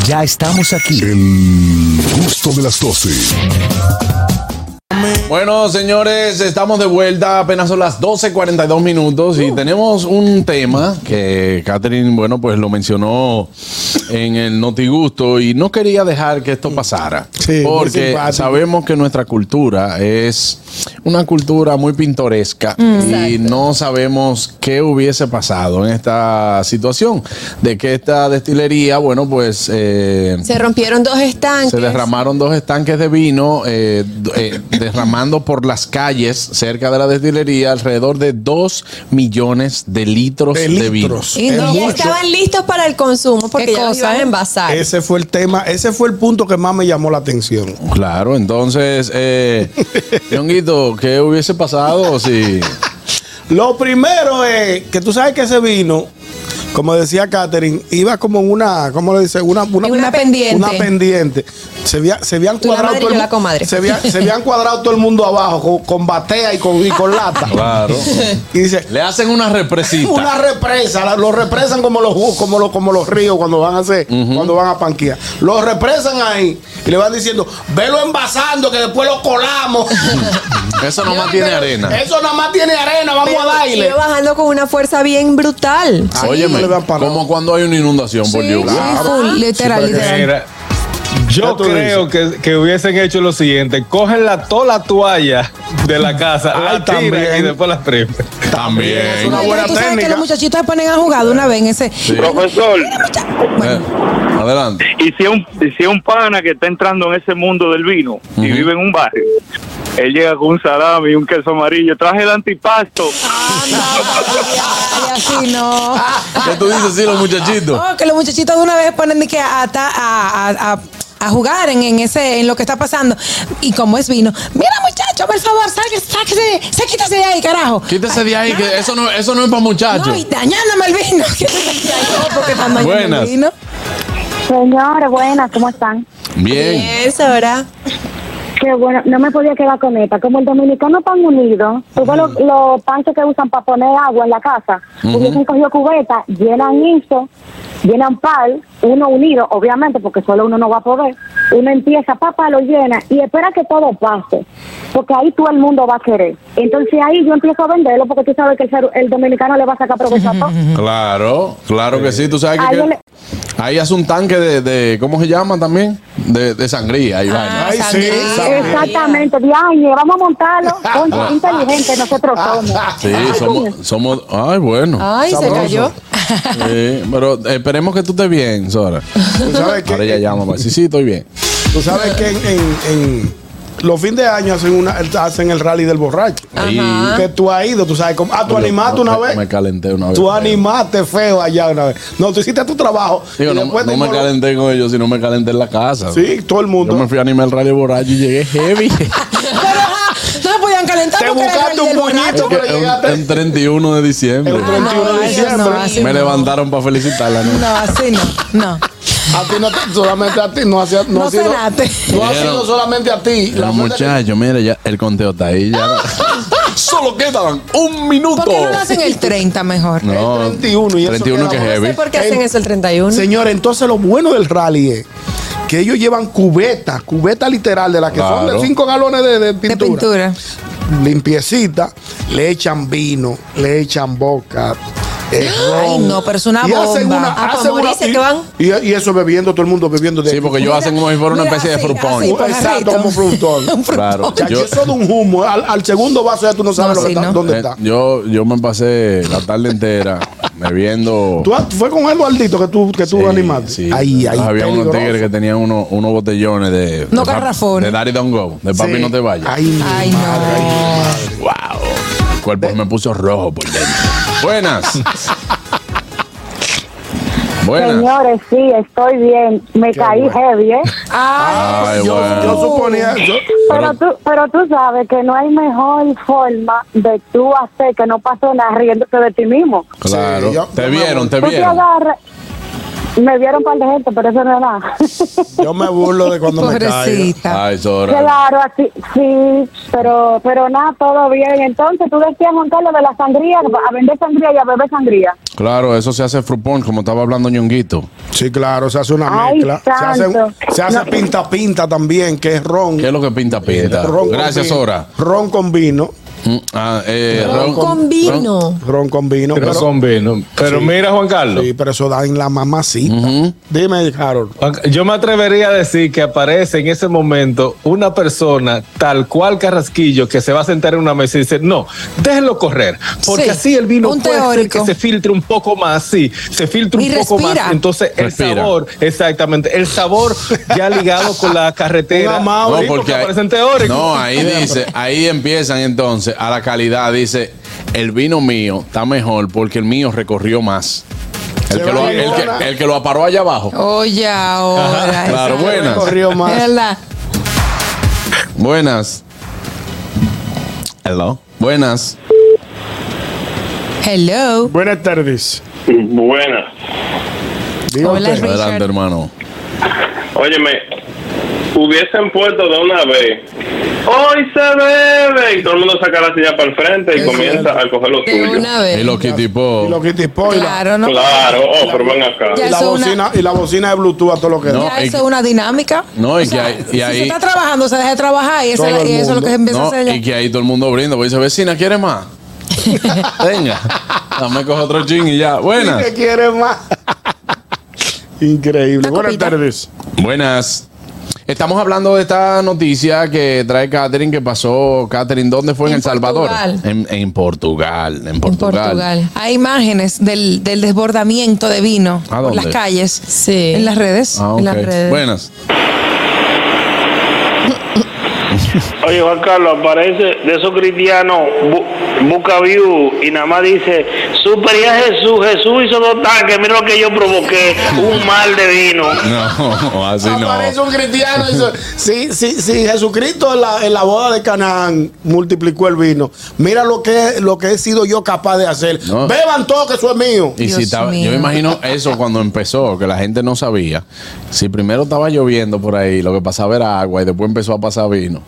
[SPEAKER 16] Ya estamos aquí. El gusto de las 12.
[SPEAKER 4] Bueno, señores, estamos de vuelta. Apenas son las 12.42 minutos y tenemos un tema que Catherine, bueno, pues lo mencionó en el Notigusto y no quería dejar que esto pasara.
[SPEAKER 5] Sí, muy
[SPEAKER 4] porque
[SPEAKER 5] simpático.
[SPEAKER 4] sabemos que nuestra cultura es una cultura muy pintoresca
[SPEAKER 11] Mm.
[SPEAKER 4] y no sabemos qué hubiese pasado en esta situación. De que esta destilería, bueno, pues... eh,
[SPEAKER 11] Se rompieron dos estanques.
[SPEAKER 4] se derramaron dos estanques de vino, eh, d- eh, derramando por las calles cerca de la destilería alrededor de 2 millones de litros de, (laughs) vino.
[SPEAKER 5] litros.
[SPEAKER 11] Y
[SPEAKER 5] Es
[SPEAKER 11] no, ya
[SPEAKER 5] mucho.
[SPEAKER 11] estaban listos para el consumo porque ya los iban
[SPEAKER 6] ¿eh?
[SPEAKER 11] a envasar.
[SPEAKER 5] Ese fue el tema, ese fue el punto que más me llamó la atención.
[SPEAKER 4] Claro, entonces, eh, Ñonguito, ¿qué hubiese pasado si...
[SPEAKER 5] Lo primero es que tú sabes que ese vino, como decía Catherine, iba como en una, ¿cómo le dice? Una, una,
[SPEAKER 6] En una pendiente.
[SPEAKER 5] Una pendiente. Se, había- se habían
[SPEAKER 11] Tú la
[SPEAKER 5] cuadrado
[SPEAKER 11] madre,
[SPEAKER 5] todo el,
[SPEAKER 11] yo la comadre.
[SPEAKER 5] Se, había- se habían cuadrado todo el mundo abajo con, con batea y con, y con lata.
[SPEAKER 4] Claro.
[SPEAKER 5] Y dice,
[SPEAKER 4] Le hacen una represita.
[SPEAKER 5] Una represa, la- lo represan como los ju- como los como los ríos cuando van a hacer, cuando van a panquear. Lo represan ahí y le van diciendo, velo envasando que después lo colamos.
[SPEAKER 4] (laughs) Eso nomás tiene arena.
[SPEAKER 5] Eso nada más tiene arena, vamos
[SPEAKER 11] Pero
[SPEAKER 5] a darle.
[SPEAKER 11] Sigue bajando con una fuerza bien brutal.
[SPEAKER 4] Ah, Óyeme, como cuando hay una inundación, por Dios.
[SPEAKER 6] full, literal, literal.
[SPEAKER 7] Eh, Mira, yo creo que, que hubiesen hecho lo siguiente: cogen la, toda la toalla de la casa, la tiran y después la exprimen.
[SPEAKER 4] También.
[SPEAKER 6] No, pero tú sabes que los muchachitos se ponen a jugar de una vez en
[SPEAKER 4] (laughs)
[SPEAKER 6] ese.
[SPEAKER 12] Profesor,
[SPEAKER 4] adelante.
[SPEAKER 12] Y si es un, y si es un pana que está entrando en ese mundo del vino y vive en un barrio, él llega con un salami y un queso amarillo, traje el antipasto.
[SPEAKER 6] Ay, así no.
[SPEAKER 4] ¿Qué tú dices, sí, los muchachitos?
[SPEAKER 6] Oh, que los muchachitos de una vez ponen de que a, a, a, a- a- a jugar en, en ese en lo que está pasando. Y como es vino, mira muchacho, por favor, sáquese, sáquese, se quítese de ahí, carajo.
[SPEAKER 4] Quítese de ahí, que eso no, eso no es para muchachos.
[SPEAKER 6] No, y dañándome el vino. (laughs) No, porque está dañando el
[SPEAKER 4] Buenas.
[SPEAKER 6] vino.
[SPEAKER 17] Señores, buenas, ¿cómo están?
[SPEAKER 4] Bien.
[SPEAKER 11] Ahora.
[SPEAKER 17] Qué bueno, no me podía quedar con esta. Como el dominicano tan unido, tú ves los los panchos que usan para poner agua en la casa. pues
[SPEAKER 13] Ujú.
[SPEAKER 17] Hubiesen cogido cubeta, llenan eso, llenan pal, uno unido, obviamente, porque solo uno no va a poder. Uno empieza, papá, lo llena y espera que todo pase, porque ahí todo el mundo va a querer. Entonces ahí yo empiezo a venderlo, porque tú sabes que el, ser- el dominicano le va a sacar provecho a todo.
[SPEAKER 4] Claro, claro que sí. Tú sabes que,
[SPEAKER 17] Ay,
[SPEAKER 4] que-
[SPEAKER 17] yo le-
[SPEAKER 4] ahí hace un tanque de, de- ¿cómo se llama también? De, de sangría. y
[SPEAKER 17] Ah,
[SPEAKER 4] vaina.
[SPEAKER 17] Exactamente, de, "Ay, vamos
[SPEAKER 4] (laughs)
[SPEAKER 17] a montarlo. Concha,
[SPEAKER 4] Ah.
[SPEAKER 17] qué inteligente nosotros somos.
[SPEAKER 4] (laughs) Sí, somos, somos. Ay, bueno.
[SPEAKER 17] Ay, se
[SPEAKER 4] Sabroso.
[SPEAKER 17] cayó.
[SPEAKER 4] Sí, pero esperemos que tú estés bien, Sora.
[SPEAKER 5] ¿Tú sabes qué?
[SPEAKER 4] Ahora ya llama. pues. Sí, sí, estoy bien.
[SPEAKER 5] Tú sabes que en, en- en los fines de año hacen una hacen el rally del borracho.
[SPEAKER 4] Ajá.
[SPEAKER 5] Que tú has ido, tú sabes cómo. Ah, tú animaste una
[SPEAKER 4] Me-
[SPEAKER 5] vez.
[SPEAKER 4] Me calenté una vez.
[SPEAKER 5] Tú animaste feo allá una vez. No, tú hiciste tu trabajo.
[SPEAKER 4] Digo,
[SPEAKER 5] y
[SPEAKER 4] no,
[SPEAKER 5] después
[SPEAKER 4] no
[SPEAKER 5] te
[SPEAKER 4] me
[SPEAKER 5] involucraste.
[SPEAKER 4] calenté con ellos, sino me calenté en la casa.
[SPEAKER 5] Sí, todo el mundo.
[SPEAKER 4] Yo me fui a animar el radio borracho y llegué heavy.
[SPEAKER 5] (laughs)
[SPEAKER 6] No se podían calentar.
[SPEAKER 5] Te
[SPEAKER 6] porque era
[SPEAKER 5] buscaste
[SPEAKER 6] el
[SPEAKER 5] un
[SPEAKER 6] del borracho.
[SPEAKER 5] puñito, pero
[SPEAKER 4] en, en 31 de diciembre.
[SPEAKER 5] El 31 de
[SPEAKER 4] Ay,
[SPEAKER 5] diciembre.
[SPEAKER 4] Ah, no, así me
[SPEAKER 5] no.
[SPEAKER 4] levantaron para felicitarla. ¿no?
[SPEAKER 6] No, así no, no.
[SPEAKER 5] A ti no te- solamente a ti, no, hacía- no
[SPEAKER 6] No
[SPEAKER 5] ha sido,
[SPEAKER 6] cenaste.
[SPEAKER 5] no ha
[SPEAKER 4] Dijeron,
[SPEAKER 5] sido solamente a ti. ¡Ah!
[SPEAKER 4] Los muchachos, mira, ya el conteo está ahí. Ya.
[SPEAKER 5] ¡Son (laughs) Solo quedan un minuto.
[SPEAKER 6] ¿Por qué no lo hacen el 30 mejor?
[SPEAKER 5] No, 31 y eso
[SPEAKER 4] 31 que
[SPEAKER 5] queda-
[SPEAKER 4] es heavy. No sé por qué
[SPEAKER 8] hacen eso el 31.
[SPEAKER 5] Señor, entonces lo bueno del rally es que ellos llevan cubeta, cubeta literal de la que son
[SPEAKER 4] Claro.
[SPEAKER 5] de 5 galones de, de pintura. Limpiecita, le echan vino, le echan boca. eh,
[SPEAKER 6] Ay,
[SPEAKER 5] ron.
[SPEAKER 6] no, pero es una
[SPEAKER 5] Y hacen
[SPEAKER 6] bomba.
[SPEAKER 5] una-
[SPEAKER 6] Ah, pues,
[SPEAKER 5] hacen
[SPEAKER 6] amor,
[SPEAKER 5] una-
[SPEAKER 6] dice
[SPEAKER 5] y-
[SPEAKER 6] que van.
[SPEAKER 5] Y, y eso bebiendo todo el mundo bebiendo de
[SPEAKER 4] Sí, porque ellos hacen como si fuera una especie de frutón.
[SPEAKER 5] Oh, Exacto, como frutón.
[SPEAKER 4] Claro.
[SPEAKER 5] Chacho,
[SPEAKER 4] Yo-
[SPEAKER 5] eso de un humo. Al, al segundo vaso ya tú no sabes
[SPEAKER 4] No,
[SPEAKER 5] lo
[SPEAKER 4] sí,
[SPEAKER 5] que está-
[SPEAKER 4] no.
[SPEAKER 5] dónde
[SPEAKER 4] Eh,
[SPEAKER 5] está.
[SPEAKER 4] Yo, yo me pasé la tarde entera bebiendo.
[SPEAKER 5] ¿Tú, has- ¿Fue con Eduardito que tú, que tú animaste?
[SPEAKER 4] Sí,
[SPEAKER 5] Ahí, ahí.
[SPEAKER 4] había unos
[SPEAKER 5] peligroso.
[SPEAKER 4] tigres que tenían unos, unos botellones de.
[SPEAKER 5] No,
[SPEAKER 4] de pap-
[SPEAKER 5] garrafones.
[SPEAKER 4] De Daddy Don't Go. De papi
[SPEAKER 5] Sí.
[SPEAKER 4] no te vayas.
[SPEAKER 5] Ay,
[SPEAKER 6] Ay, no.
[SPEAKER 4] Wow. El cuerpo se me puso rojo por dentro. Buenas. Buenas.
[SPEAKER 17] Señores, sí, estoy bien. Me caí heavy, ¿eh?
[SPEAKER 4] Ay, yo- bueno. yo
[SPEAKER 5] suponía- yo-
[SPEAKER 17] pero, tú, pero tú sabes que no hay mejor forma de tú hacer que no pasó nada riéndote de ti mismo.
[SPEAKER 4] Claro. te vieron, te
[SPEAKER 17] Tú te
[SPEAKER 4] vieron.
[SPEAKER 17] agarras- Me vieron par de gente, pero eso no es nada.
[SPEAKER 5] Yo me burlo de
[SPEAKER 17] (laughs)
[SPEAKER 5] cuando me caigo.
[SPEAKER 4] Ay, Sora.
[SPEAKER 17] Claro, así, sí, pero pero nada, todo bien. Entonces tú decías, Juan Carlos, de la sangría, a vender sangría y a beber sangría.
[SPEAKER 4] Claro, eso se hace frupón, como estaba hablando Ñonguito.
[SPEAKER 5] Sí, claro, se hace una
[SPEAKER 17] Ay,
[SPEAKER 5] Ah, mezcla. Se hace,
[SPEAKER 17] santo.
[SPEAKER 5] se hace
[SPEAKER 17] No.
[SPEAKER 5] pinta pinta también, que es ron. ¿Qué
[SPEAKER 4] es lo que pinta pinta? Gracias, Sora.
[SPEAKER 5] Ron con vino.
[SPEAKER 4] Mm, Ah, eh,
[SPEAKER 5] Ron
[SPEAKER 4] ron-
[SPEAKER 5] con vino. Ron con vino.
[SPEAKER 7] Ron con vino. Pero mira, Juan Carlos.
[SPEAKER 5] Sí, pero eso da en la mamacita. Dime, Harold.
[SPEAKER 7] Yo me atrevería a decir que aparece en ese momento una persona tal cual Carrasquillo que se va a sentar en una mesa y dice, no, déjenlo correr, porque
[SPEAKER 6] Sí,
[SPEAKER 7] así el vino
[SPEAKER 6] un
[SPEAKER 7] puede ser
[SPEAKER 6] teórico.
[SPEAKER 7] que se filtre un poco más, sí, se filtre un
[SPEAKER 6] Y
[SPEAKER 7] poco
[SPEAKER 6] respira.
[SPEAKER 7] más. Entonces el
[SPEAKER 4] Respira.
[SPEAKER 7] sabor, exactamente, el sabor ya ligado con la
[SPEAKER 5] Este
[SPEAKER 7] carretera,
[SPEAKER 4] No,
[SPEAKER 7] Sí,
[SPEAKER 4] porque ahí,
[SPEAKER 7] aparecen teóricos.
[SPEAKER 4] no,
[SPEAKER 7] (laughs)
[SPEAKER 4] ahí dice, ahí empiezan entonces a la calidad. Dice, el vino mío está mejor porque el mío recorrió más. El,
[SPEAKER 6] Se
[SPEAKER 4] que lo,
[SPEAKER 6] va
[SPEAKER 4] el,
[SPEAKER 6] ahora.
[SPEAKER 4] que, el que lo aparó allá abajo.
[SPEAKER 6] Oye, ahora. (laughs)
[SPEAKER 4] Claro,
[SPEAKER 6] exacto.
[SPEAKER 4] buenas. Corrió más.
[SPEAKER 6] ¿Verdad?
[SPEAKER 4] Buenas. Hello. Buenas.
[SPEAKER 6] Hello.
[SPEAKER 5] Buenas tardes.
[SPEAKER 14] Buenas.
[SPEAKER 6] Hola, Richard.
[SPEAKER 4] Adelante, hermano.
[SPEAKER 14] Óyeme, hubiesen puesto de una vez. Hoy se bebe y todo el mundo saca la silla para el frente y comienza a coger lo tuyo.
[SPEAKER 4] Y lo que tipo.
[SPEAKER 5] Lo que tipo y la-
[SPEAKER 6] Claro, no.
[SPEAKER 14] Claro, oh, pero ven acá.
[SPEAKER 5] y
[SPEAKER 6] Ya
[SPEAKER 5] la
[SPEAKER 6] eso es
[SPEAKER 5] bocina, y la bocina de Bluetooth a todo lo que
[SPEAKER 4] No,
[SPEAKER 5] da.
[SPEAKER 6] Ya eso es una dinámica.
[SPEAKER 4] No, y que ahí. y
[SPEAKER 6] Si
[SPEAKER 4] ahí-
[SPEAKER 6] se está trabajando, se deja de trabajar y, esa es la- y eso es lo que se empieza
[SPEAKER 4] No,
[SPEAKER 6] a hacer. ya.
[SPEAKER 4] Y que ahí todo el mundo brinda. Pues dice, vecina,
[SPEAKER 6] (laughs)
[SPEAKER 4] ¿quieres más? Venga. Dame cojo otro chin y ya. Buenas.
[SPEAKER 5] ¿Qué quieres más? Increíble. Buenas tardes.
[SPEAKER 4] Buenas. Estamos hablando de esta noticia que trae Catherine, que pasó Catherine, ¿dónde fue? En, El Salvador.
[SPEAKER 6] Portugal.
[SPEAKER 4] En, en Portugal. En
[SPEAKER 6] En
[SPEAKER 4] Portugal.
[SPEAKER 6] Portugal. Hay imágenes del, del desbordamiento de vino
[SPEAKER 4] ¿A
[SPEAKER 6] por
[SPEAKER 4] dónde?
[SPEAKER 6] las calles. Sí. En las redes.
[SPEAKER 4] Ah,
[SPEAKER 6] En las
[SPEAKER 4] ok.
[SPEAKER 6] redes.
[SPEAKER 4] Buenas.
[SPEAKER 18] Oye, Juan Carlos, aparece de esos cristianos bu- busca view y nada más dice, superé a Jesús, Jesús hizo dos tanques, mira lo que yo provoqué, un mal de vino.
[SPEAKER 4] No, (laughs) así
[SPEAKER 5] Aparece
[SPEAKER 4] no.
[SPEAKER 5] un cristiano
[SPEAKER 4] (laughs)
[SPEAKER 5] y dice, sí, sí, sí, Jesucristo en la, en la boda de Canaán multiplicó el vino. Mira lo que, lo que he sido yo capaz de hacer.
[SPEAKER 4] No.
[SPEAKER 5] Beban todo que eso es mío.
[SPEAKER 4] Y si estaba, yo imagino eso cuando empezó, que la gente no sabía. Si primero estaba lloviendo por ahí, lo que pasaba era agua y después empezó a pasar vino.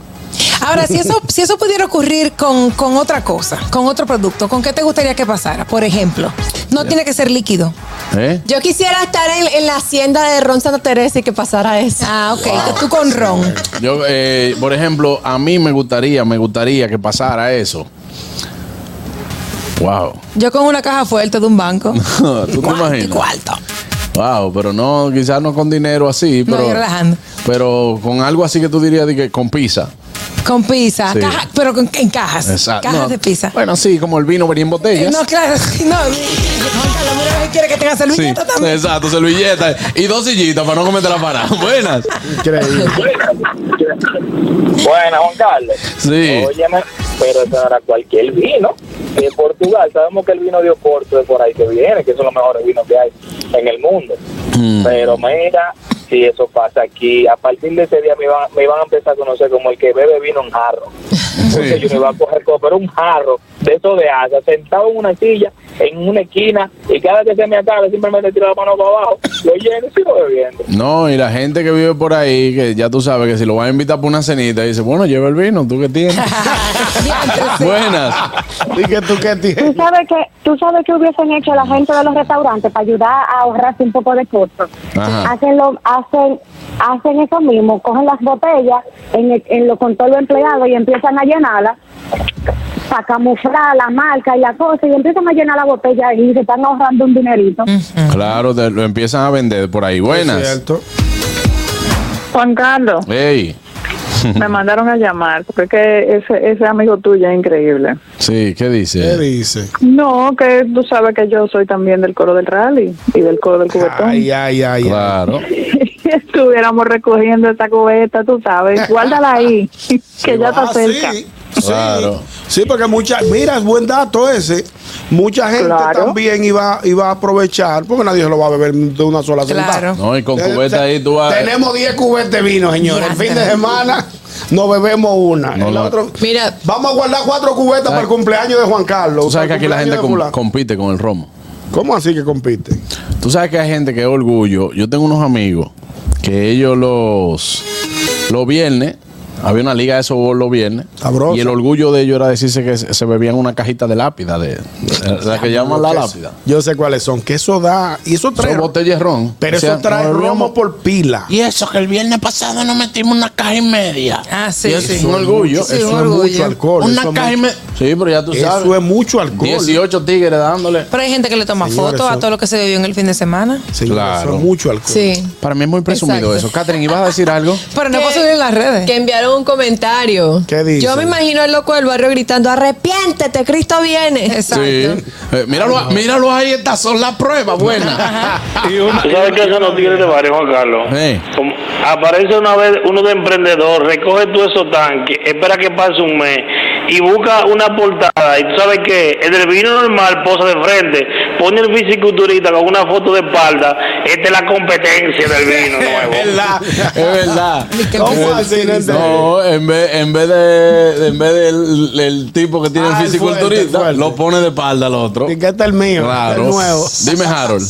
[SPEAKER 6] Ahora, si eso, si eso pudiera ocurrir con, con otra cosa, con otro producto, ¿con qué te gustaría que pasara? Por ejemplo, no tiene que ser líquido.
[SPEAKER 4] ¿Eh?
[SPEAKER 8] Yo quisiera estar en, en la hacienda de Ron Santa Teresa y que pasara eso.
[SPEAKER 6] Ah, ok. Tú con ron.
[SPEAKER 4] Yo, eh, por ejemplo, a mí me gustaría, me gustaría que pasara eso. Wow.
[SPEAKER 6] Yo con una caja fuerte de un banco.
[SPEAKER 4] (laughs) ¿Tú te imaginas? Wow, pero no, quizás no con dinero así,
[SPEAKER 6] No,
[SPEAKER 4] pero.
[SPEAKER 6] yo relajando.
[SPEAKER 4] Pero con algo así que tú dirías de que con pizza.
[SPEAKER 6] Con pizza.
[SPEAKER 4] Sí.
[SPEAKER 6] caja- pero con- en cajas.
[SPEAKER 4] Exacto.
[SPEAKER 6] Cajas
[SPEAKER 4] No,
[SPEAKER 6] de pizza.
[SPEAKER 4] Bueno, sí, como el vino venía en botellas.
[SPEAKER 6] Eh, No, claro. (laughs) No, Juan Carlos, mira, él quiere que tenga
[SPEAKER 4] Sí,
[SPEAKER 6] servilleta también.
[SPEAKER 4] exacto, servilleta y dos sillitas para no cometer la parada. (laughs) Buenas.
[SPEAKER 19] Buenas, Juan Carlos.
[SPEAKER 4] Sí.
[SPEAKER 19] Óyeme, pero eso no era cualquier vino. De Portugal, sabemos que el vino de Oporto es por ahí que viene, que son los mejores vinos que hay en el mundo. Pero mira, si eso pasa aquí, a partir de ese día me iban, me iban a empezar a conocer como el que bebe vino en jarro. Porque yo me iba a coger, co- pero un jarro de eso de asa, sentado en una silla en una esquina y cada que se me acabe simplemente tiro la mano para abajo, lo lleno y sigo bebiendo.
[SPEAKER 4] No, y la gente que vive por ahí, que ya tú sabes que si lo van a invitar por una cenita, dice, bueno, lleva el vino, tú que tienes. Buenas.
[SPEAKER 5] Dije tú que tienes.
[SPEAKER 17] ¿Tú sabes que, tú sabes que hubiesen hecho la gente de los restaurantes para ayudar a ahorrarse un poco de costos?
[SPEAKER 4] Ajá.
[SPEAKER 17] Hacen, lo, hacen, hacen eso mismo, cogen las botellas en, el- en lo con todos los empleados y empiezan a llenarlas para camuflar la marca y la cosa y empiezan a llenar la botella y se están ahorrando un dinerito.
[SPEAKER 4] Claro, te- lo empiezan a vender por ahí.
[SPEAKER 5] Es
[SPEAKER 4] Buenas.
[SPEAKER 5] cierto. (laughs)
[SPEAKER 20] Juan Carlos,
[SPEAKER 4] Ey. (laughs)
[SPEAKER 20] me mandaron a llamar porque es que ese, ese amigo tuyo es increíble.
[SPEAKER 4] Sí, ¿qué dice? ¿Qué
[SPEAKER 5] dice?
[SPEAKER 20] No, que tú sabes que yo soy también del coro del rally y del coro del cubetón. (laughs)
[SPEAKER 5] Ay, ay, ay.
[SPEAKER 4] Claro.
[SPEAKER 20] Estuviéramos recogiendo esta cubeta, tú
[SPEAKER 5] (laughs)
[SPEAKER 20] sabes, guárdala ahí, que ya está
[SPEAKER 5] Ah,
[SPEAKER 20] cerca.
[SPEAKER 5] Sí, sí, sí, porque mucha, mira, es buen dato ese. Mucha gente también iba, iba a aprovechar, porque nadie se lo va a beber de una sola sentada.
[SPEAKER 4] Claro. No, y con cubeta ahí tú vas-
[SPEAKER 5] Eh, Tenemos 10 cubetas de vino, señores. El fin de semana nos bebemos una. El otro- Vamos a guardar cuatro cubetas para el cumpleaños de Juan Carlos.
[SPEAKER 4] Tú sabes que
[SPEAKER 5] para el
[SPEAKER 4] aquí la gente
[SPEAKER 5] cumpleaños de
[SPEAKER 4] com-
[SPEAKER 5] fulano.
[SPEAKER 4] compite con el romo.
[SPEAKER 5] ¿Cómo así que compite?
[SPEAKER 4] Tú sabes que hay gente que es orgullo. Yo tengo unos amigos que ellos los, los viernes, había una liga de softball los viernes. Y el orgullo de ellos era decirse que se se bebían una cajita de lápida, de, de- la que llaman la
[SPEAKER 5] Yo
[SPEAKER 4] lápida.
[SPEAKER 5] Yo sé cuáles son, que eso da. Y eso trae.
[SPEAKER 4] Son botellas de ron.
[SPEAKER 5] Pero
[SPEAKER 4] O sea,
[SPEAKER 5] eso trae
[SPEAKER 4] nos bebíamos-
[SPEAKER 5] romo por pila.
[SPEAKER 21] Y eso que el viernes pasado nos metimos una caja y media.
[SPEAKER 4] Ah, sí.
[SPEAKER 21] Y
[SPEAKER 4] Eso es un orgullo.
[SPEAKER 21] Sí,
[SPEAKER 4] Eso
[SPEAKER 21] un
[SPEAKER 4] es
[SPEAKER 21] orgullo.
[SPEAKER 4] mucho alcohol,
[SPEAKER 21] Una
[SPEAKER 4] eso es
[SPEAKER 21] caja y
[SPEAKER 4] mucho-
[SPEAKER 21] media.
[SPEAKER 4] Sí, pero ya tú
[SPEAKER 5] Eso
[SPEAKER 4] sabes.
[SPEAKER 5] es mucho alcohol.
[SPEAKER 4] 18 tigres dándole.
[SPEAKER 6] Pero hay gente que le toma
[SPEAKER 4] Señores,
[SPEAKER 6] fotos a
[SPEAKER 4] son-
[SPEAKER 6] todo lo que se bebió en el fin de semana.
[SPEAKER 4] claro.
[SPEAKER 5] mucho alcohol.
[SPEAKER 6] Sí.
[SPEAKER 4] Para mí es muy presumido
[SPEAKER 6] Exacto.
[SPEAKER 4] eso. Catherine, ¿ibas a decir algo?
[SPEAKER 6] Pero no
[SPEAKER 11] Que-
[SPEAKER 6] puedo subir en las redes.
[SPEAKER 11] Que enviaron un comentario.
[SPEAKER 4] ¿Qué dice?
[SPEAKER 11] Yo me imagino al loco del barrio gritando, arrepiéntete,
[SPEAKER 6] (laughs)
[SPEAKER 11] Cristo viene.
[SPEAKER 4] Sí. Eh, míralo, a- míralo ahí, estas son las pruebas buenas.
[SPEAKER 18] ¿Tú sabes que eso no tiene de barrio, Juan Carlos? Como- aparece una vez uno de emprendedor, recoge tú esos tanques, espera que pase un mes y busca una portada. Y tú sabes que el del vino normal posa de frente, pone el fisiculturista con una foto de espalda. Esta es la competencia del vino
[SPEAKER 5] (laughs)
[SPEAKER 18] nuevo.
[SPEAKER 5] Es verdad.
[SPEAKER 4] Es verdad.
[SPEAKER 5] ¿Cómo así? No
[SPEAKER 4] No, en vez, en vez de en vez del el tipo que
[SPEAKER 5] Ah,
[SPEAKER 4] tiene el fisiculturista, lo pone de espalda al otro.
[SPEAKER 5] ¿Y qué está el mío?
[SPEAKER 4] Claro.
[SPEAKER 5] El nuevo.
[SPEAKER 4] Dime, Harold.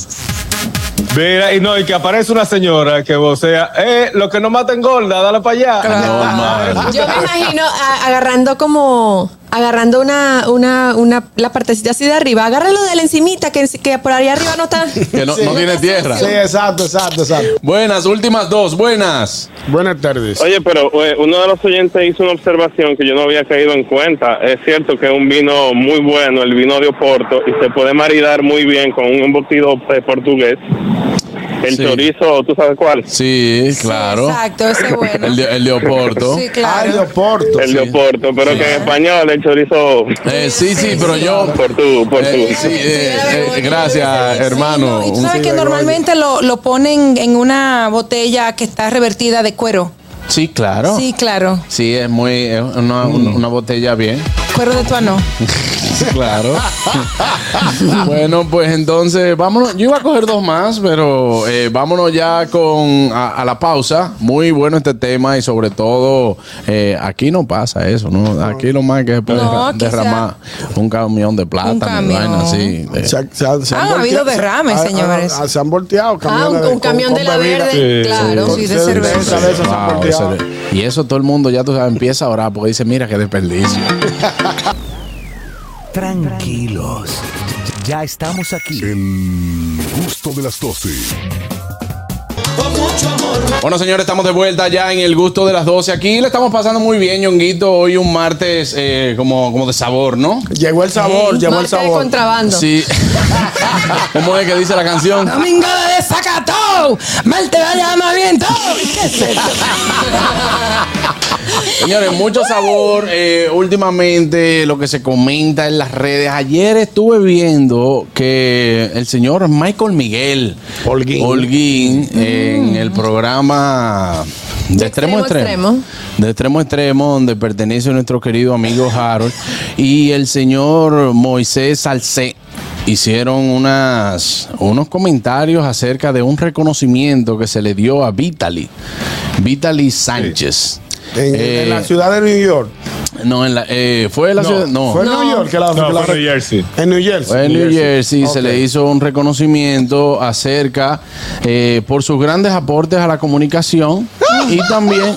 [SPEAKER 7] Mira, y no, y que aparece una señora que vocea, eh, lo que no maten gorda, dale para allá.
[SPEAKER 11] Yo me imagino a- agarrando como agarrando una, una, una, la partecita así de arriba. Agárralo de la encimita que, que por ahí arriba no está.
[SPEAKER 4] Que no,
[SPEAKER 5] Sí.
[SPEAKER 4] no tiene tierra.
[SPEAKER 5] Sí, exacto, exacto, exacto.
[SPEAKER 4] Buenas, últimas dos, buenas.
[SPEAKER 5] Buenas tardes.
[SPEAKER 14] Oye, pero eh, uno de los oyentes hizo una observación que yo no había caído en cuenta. Es cierto que es un vino muy bueno, el vino de Oporto, y se puede maridar muy bien con un embutido eh, portugués. El
[SPEAKER 4] Sí.
[SPEAKER 14] chorizo, ¿tú sabes cuál?
[SPEAKER 4] Sí, claro.
[SPEAKER 6] exacto, ese es bueno.
[SPEAKER 4] El de, el de Oporto.
[SPEAKER 6] Sí, claro.
[SPEAKER 5] El de Oporto.
[SPEAKER 14] El de Oporto, pero que en español el chorizo...
[SPEAKER 4] Eh, sí, sí, pero yo...
[SPEAKER 14] Por tú, por
[SPEAKER 4] Eh,
[SPEAKER 14] tú.
[SPEAKER 4] sí, eh, eh, gracias, hermano.
[SPEAKER 6] Tú sabes que normalmente lo, lo ponen en una botella que está revertida de cuero.
[SPEAKER 4] Sí, claro.
[SPEAKER 6] Sí, claro.
[SPEAKER 4] Sí, es muy... es una, una botella bien. (laughs)
[SPEAKER 6] Cuero de tuano.
[SPEAKER 4] Claro. bueno, pues entonces, vámonos. Yo iba a coger dos más, pero eh, vámonos ya con a, a la pausa. Muy bueno este tema y sobre todo, eh, aquí no pasa eso, ¿no? Aquí lo más que se puede
[SPEAKER 5] No,
[SPEAKER 4] derra-
[SPEAKER 5] quizá-
[SPEAKER 4] derramar un camión de plata,
[SPEAKER 5] camión.
[SPEAKER 4] así. de-
[SPEAKER 5] Se, se han- se
[SPEAKER 6] Ah,
[SPEAKER 5] han
[SPEAKER 6] ha habido
[SPEAKER 5] volteado- se-
[SPEAKER 6] derrames,
[SPEAKER 5] ah, ah,
[SPEAKER 6] señores.
[SPEAKER 5] ah, se han volteado camiones
[SPEAKER 6] un- un camión de la
[SPEAKER 5] bebida.
[SPEAKER 6] verde, Sí, claro, sí, de cerveza.
[SPEAKER 5] de esas se han
[SPEAKER 4] Wow,
[SPEAKER 5] volteado.
[SPEAKER 4] eso le- y eso todo el mundo ya tú sabes, empieza a orar porque dice, mira qué desperdicio.
[SPEAKER 1] Tranquilos. Ya estamos aquí. El gusto de las 12.
[SPEAKER 4] Bueno, señores, estamos de vuelta ya en el gusto de las 12. Aquí le estamos pasando muy bien, Ñonguito. Hoy un martes eh, como, como de sabor, ¿no?
[SPEAKER 5] Llegó el sabor, llegó el sabor.
[SPEAKER 4] Sí. (laughs) ¿Cómo es que dice la canción?
[SPEAKER 6] Domingo de desacato. Mal te vaya más bien todo. ¿Qué es eso?
[SPEAKER 4] Señores, mucho sabor. eh, últimamente lo que se comenta en las redes. Ayer estuve viendo que el señor Michael Miguel Holguín, eh, en el programa Mm. de extremo a extremo.
[SPEAKER 11] extremo a extremo.
[SPEAKER 4] De extremo a extremo, donde pertenece nuestro querido amigo Harold. Y el señor Moisés Salcé hicieron unas, unos comentarios acerca de un reconocimiento que se le dio a Vitaly. Vitaly Sánchez.
[SPEAKER 5] En, en
[SPEAKER 4] Eh,
[SPEAKER 5] la ciudad de New York.
[SPEAKER 4] No, en la, eh, fue en la
[SPEAKER 5] No,
[SPEAKER 4] ciudad. No.
[SPEAKER 5] fue en New York que la- No, que la- fue en New Jersey. En New Jersey.
[SPEAKER 4] Fue en New
[SPEAKER 5] New
[SPEAKER 4] Jersey,
[SPEAKER 5] Jersey.
[SPEAKER 4] se le hizo un reconocimiento acerca eh, por sus grandes aportes a la comunicación y también.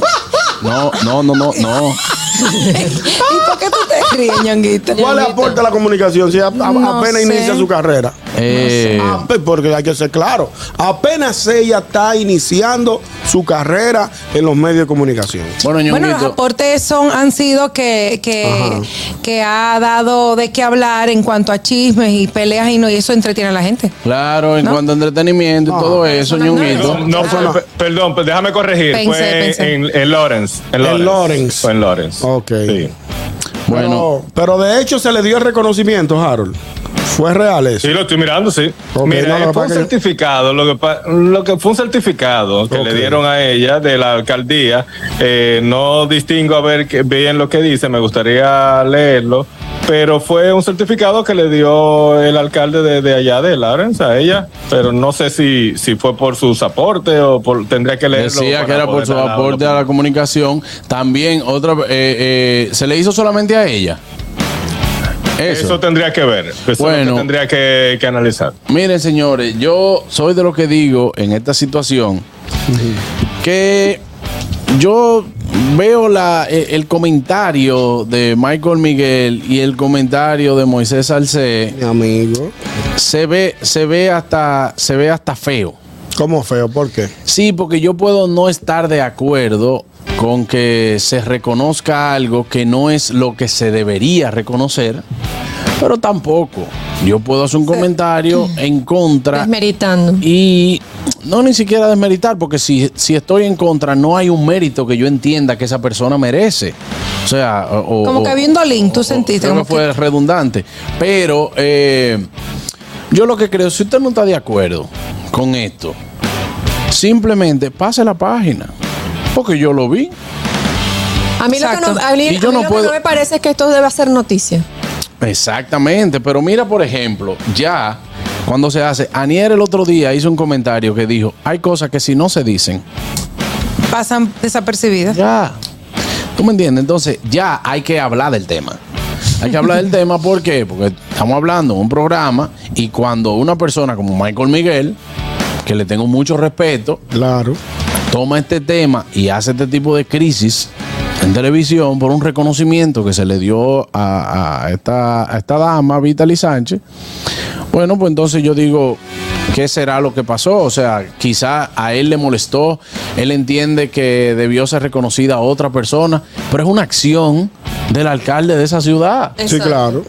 [SPEAKER 4] No, no, no, no, no.
[SPEAKER 6] (laughs) ¿Y por qué tú te ríes, ñonguito?
[SPEAKER 5] ¿Cuál le aporta la comunicación si a- a-
[SPEAKER 6] No sé.
[SPEAKER 5] apenas inicia su carrera?
[SPEAKER 4] Eh.
[SPEAKER 5] Ape- pues, porque hay que ser claro, apenas ella está iniciando su carrera en los medios de comunicación.
[SPEAKER 6] Bueno, los aportes son, han sido que, que, que ha dado de qué hablar en cuanto a chismes y peleas y no, y eso entretiene a la gente.
[SPEAKER 4] Claro, en cuanto a entretenimiento y todo eso, ñonguito.
[SPEAKER 7] No, no, fue- pe- perdón, pues déjame corregir.
[SPEAKER 6] Pensé,
[SPEAKER 7] fue
[SPEAKER 6] pensé.
[SPEAKER 7] En, en Lawrence. En Lawrence. Fue en Lawrence.
[SPEAKER 5] Ok.
[SPEAKER 7] Bueno.
[SPEAKER 5] Pero, pero de hecho se le dio el reconocimiento, Harold. Fue real eso.
[SPEAKER 7] Sí, lo estoy mirando, sí.
[SPEAKER 5] Ok,
[SPEAKER 7] Mira, eh,
[SPEAKER 5] no, lo que
[SPEAKER 7] fue un
[SPEAKER 5] pasa es que
[SPEAKER 7] certificado, lo que, pa- lo que fue un certificado que le dieron a ella de la alcaldía. Eh, no distingo a ver qué- bien lo que dice, me gustaría leerlo, pero fue un certificado que le dio el alcalde de, de allá de Lawrence a ella, pero no sé si, si fue por sus aportes o por, tendría que leerlo.
[SPEAKER 4] Decía
[SPEAKER 7] para
[SPEAKER 4] que era por
[SPEAKER 7] poder
[SPEAKER 4] su
[SPEAKER 7] dar la-
[SPEAKER 4] aporte a la comunicación. También otra, eh, eh, se le hizo solamente a ella.
[SPEAKER 7] Eso. tendría que ver. Eso es lo que
[SPEAKER 4] Bueno.
[SPEAKER 7] tendría que, que analizar.
[SPEAKER 4] Miren, señores, yo soy de lo que digo en esta situación que yo veo la, e- el comentario de Michael Miguel y el comentario de Moisés Salcé.
[SPEAKER 5] Mi amigo.
[SPEAKER 4] Se ve, se ve hasta, se ve hasta feo.
[SPEAKER 5] ¿Cómo feo? ¿Por qué?
[SPEAKER 4] Sí, porque yo puedo no estar de acuerdo con que se reconozca algo que no es lo que se debería reconocer, pero tampoco. Yo puedo hacer un comentario
[SPEAKER 6] Mm.
[SPEAKER 4] en contra.
[SPEAKER 11] Desmeritando.
[SPEAKER 4] Y no ni siquiera desmeritar, porque si, si estoy en contra, no hay un mérito que yo entienda que esa persona merece. O sea, o-
[SPEAKER 6] Como
[SPEAKER 4] o-
[SPEAKER 6] que viendo a Link, tú sentiste.
[SPEAKER 4] creo
[SPEAKER 6] como
[SPEAKER 4] que Oh, fue redundante. Pero eh, yo lo que creo, si usted no está de acuerdo con esto, simplemente pase la página. Porque yo lo vi.
[SPEAKER 11] A mí lo
[SPEAKER 4] Exacto.
[SPEAKER 11] que no, a mí-
[SPEAKER 4] Y
[SPEAKER 11] a mí
[SPEAKER 4] yo no
[SPEAKER 11] lo que
[SPEAKER 4] puedo-
[SPEAKER 11] no me parece es que esto debe ser noticia.
[SPEAKER 4] Exactamente, pero mira, por ejemplo, ya cuando se hace, Anier el otro día hizo un comentario que dijo, hay cosas que si no se dicen,
[SPEAKER 6] que pasan desapercibidas.
[SPEAKER 4] Ya. ¿Tú me entiendes? Entonces, ya hay que hablar del tema. Hay que hablar del tema, ¿por qué? Porque estamos hablando de un programa y cuando una persona como Michael Miguel, que le tengo mucho respeto,
[SPEAKER 5] claro.
[SPEAKER 4] toma este tema y hace este tipo de crisis en televisión por un reconocimiento que se le dio a, a esta, a esta dama, Vitaly Sánchez, bueno, pues entonces yo digo, ¿qué será lo que pasó? O sea, quizá a él le molestó, él entiende que debió ser reconocida otra persona, pero es una acción del alcalde de esa ciudad.
[SPEAKER 5] Sí, Exacto. claro.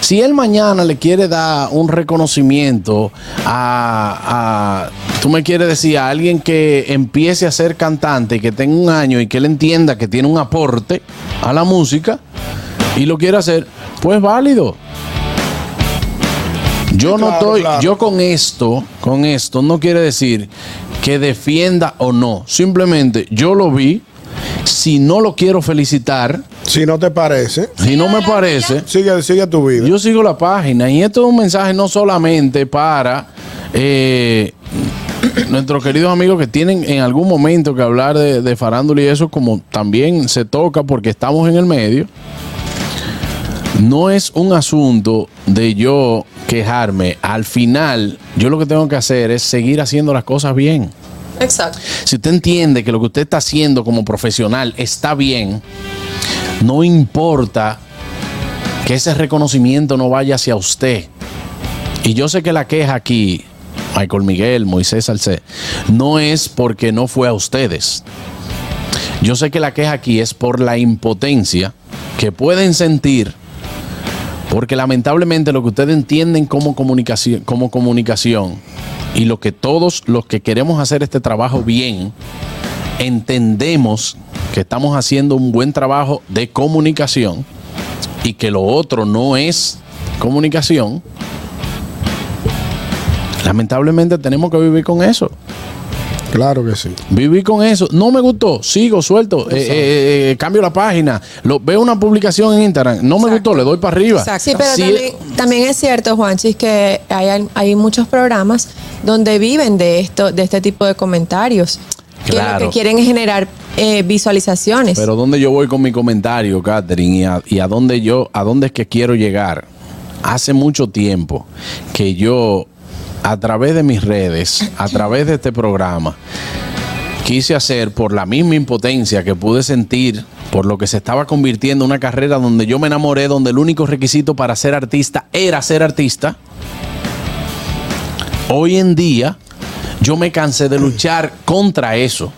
[SPEAKER 4] Si él mañana le quiere dar un reconocimiento a, a- tú me quieres decir, a alguien que empiece a ser cantante y que tenga un año y que él entienda que tiene un aporte a la música y lo quiere hacer, pues válido. Yo no estoy, yo con esto, con esto no quiere decir que defienda o no. Simplemente yo lo vi. Si no lo quiero felicitar.
[SPEAKER 5] Si no te parece.
[SPEAKER 4] Si no me parece.
[SPEAKER 5] Sigue, sigue tu vida.
[SPEAKER 4] Yo sigo la página. Y esto es un mensaje no solamente para eh, nuestros queridos amigos que tienen en algún momento que hablar de, de farándula y eso, como también se toca porque estamos en el medio no es un asunto de yo quejarme. Al final, yo lo que tengo que hacer es seguir haciendo las cosas bien.
[SPEAKER 11] Exacto.
[SPEAKER 4] Si usted entiende que lo que usted está haciendo como profesional está bien, no importa que ese reconocimiento no vaya hacia usted. Y yo sé que la queja aquí, Michael Miguel, Moisés Salcé, no es porque no fue a ustedes. Yo sé que la queja aquí es por la impotencia que pueden sentir porque lamentablemente lo que ustedes entienden como comunicación, como comunicación y lo que todos los que queremos hacer este trabajo bien, entendemos que estamos haciendo un buen trabajo de comunicación y que lo otro no es comunicación. Lamentablemente tenemos que vivir con eso.
[SPEAKER 5] Claro que sí.
[SPEAKER 4] Viví con eso. No me gustó. Sigo, suelto. eh, eh, eh, cambio la página. Lo, veo una publicación en Instagram. No me gustó. Le doy para arriba.
[SPEAKER 11] Sí, pero
[SPEAKER 4] Si-
[SPEAKER 11] también, también es cierto, Juanchis, que hay, hay muchos programas donde viven de esto, de este tipo de comentarios.
[SPEAKER 8] Que lo
[SPEAKER 4] Claro.
[SPEAKER 8] que quieren es generar eh, visualizaciones.
[SPEAKER 4] Pero ¿dónde yo voy con mi comentario, Catherine? ¿Y a, y a dónde yo, a dónde es que quiero llegar? Hace mucho tiempo que yo, a través de mis redes, a través de este programa, quise hacer por la misma impotencia que pude sentir por lo que se estaba convirtiendo en una carrera donde yo me enamoré, donde el único requisito para ser artista era ser artista. Hoy en día yo me cansé de luchar contra eso.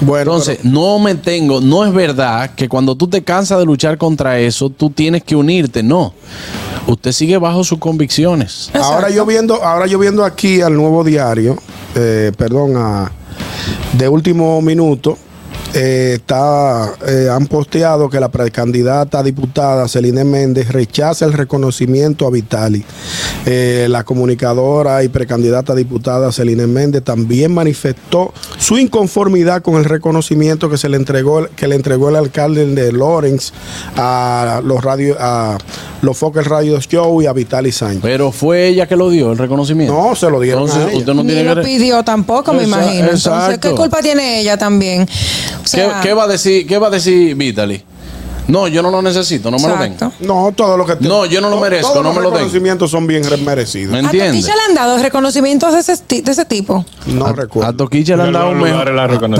[SPEAKER 4] Bueno, Entonces, no me tengo, no es verdad que cuando tú te cansas de luchar contra eso, tú tienes que unirte, no. Usted sigue bajo sus convicciones.
[SPEAKER 5] Ahora yo viendo, ahora yo viendo aquí al nuevo diario, eh, perdón, a, de último minuto, eh, está, eh, han posteado que la precandidata a diputada Celine Méndez rechaza el reconocimiento a Vitali. Eh, la comunicadora y precandidata a diputada Celine Méndez también manifestó su inconformidad con el reconocimiento que se le entregó, que le entregó el alcalde de Lawrence a los radio, a los Fokker Radio Show y a Vitali Sánchez.
[SPEAKER 4] Pero fue ella que lo dio, el reconocimiento.
[SPEAKER 5] No, se lo dieron
[SPEAKER 4] Entonces,
[SPEAKER 5] a ella.
[SPEAKER 4] usted no
[SPEAKER 6] Ni lo
[SPEAKER 4] tiene que-
[SPEAKER 6] pidió tampoco, me
[SPEAKER 4] Exa-
[SPEAKER 6] imagino. Entonces,
[SPEAKER 4] exacto.
[SPEAKER 6] ¿qué culpa tiene ella también? O
[SPEAKER 4] ¿Qué,
[SPEAKER 6] sea,
[SPEAKER 4] qué va a decir, ¿Qué va a decir Vitaly? No, yo no lo necesito, no me lo den.
[SPEAKER 5] No, todo lo que
[SPEAKER 4] No, yo no lo merezco,
[SPEAKER 5] Todos
[SPEAKER 4] no
[SPEAKER 5] los
[SPEAKER 4] me lo den.
[SPEAKER 5] reconocimientos son bien re- merecidos.
[SPEAKER 4] ¿Me
[SPEAKER 5] Ah,
[SPEAKER 6] ¿A
[SPEAKER 4] entiendes?
[SPEAKER 6] Toquicha le han dado reconocimientos de ese, esti- de ese tipo?
[SPEAKER 5] No recuerdo.
[SPEAKER 4] A Toquicha le han dado un mejor.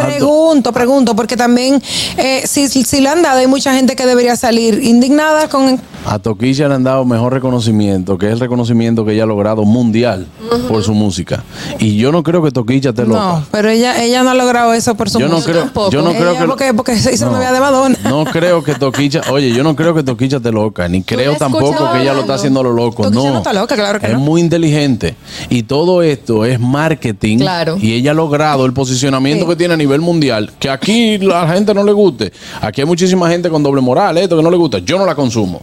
[SPEAKER 6] Pregunto, pregunto, porque también eh, si, si le han dado, hay mucha gente que debería salir indignada con...
[SPEAKER 4] A Toquilla le han dado mejor reconocimiento, que es el reconocimiento que ella ha logrado mundial
[SPEAKER 6] Ujú.
[SPEAKER 4] por su música. Y yo no creo que Toquilla te loca.
[SPEAKER 6] No, pero ella ella no ha logrado eso por su
[SPEAKER 4] Yo no
[SPEAKER 6] música.
[SPEAKER 4] creo- Tampoco. yo no
[SPEAKER 6] Ella,
[SPEAKER 4] creo que lo-
[SPEAKER 6] Porque, porque se hizo
[SPEAKER 4] No.
[SPEAKER 6] novia de Madonna.
[SPEAKER 4] No creo que Toquilla, oye, yo no creo que Toquilla te loca, ni creo
[SPEAKER 6] la
[SPEAKER 4] tampoco
[SPEAKER 6] escuchabas
[SPEAKER 4] que ella lo
[SPEAKER 6] hablando.
[SPEAKER 4] está haciendo a lo loco.
[SPEAKER 6] Toquilla
[SPEAKER 4] no,
[SPEAKER 6] no está loca, claro que
[SPEAKER 4] es
[SPEAKER 6] no.
[SPEAKER 4] muy inteligente. Y todo esto es marketing.
[SPEAKER 6] Claro.
[SPEAKER 4] Y ella ha logrado el posicionamiento que tiene a nivel mundial, que aquí la gente no le guste. Aquí hay muchísima gente con doble moral, esto que no le gusta. Yo no la consumo.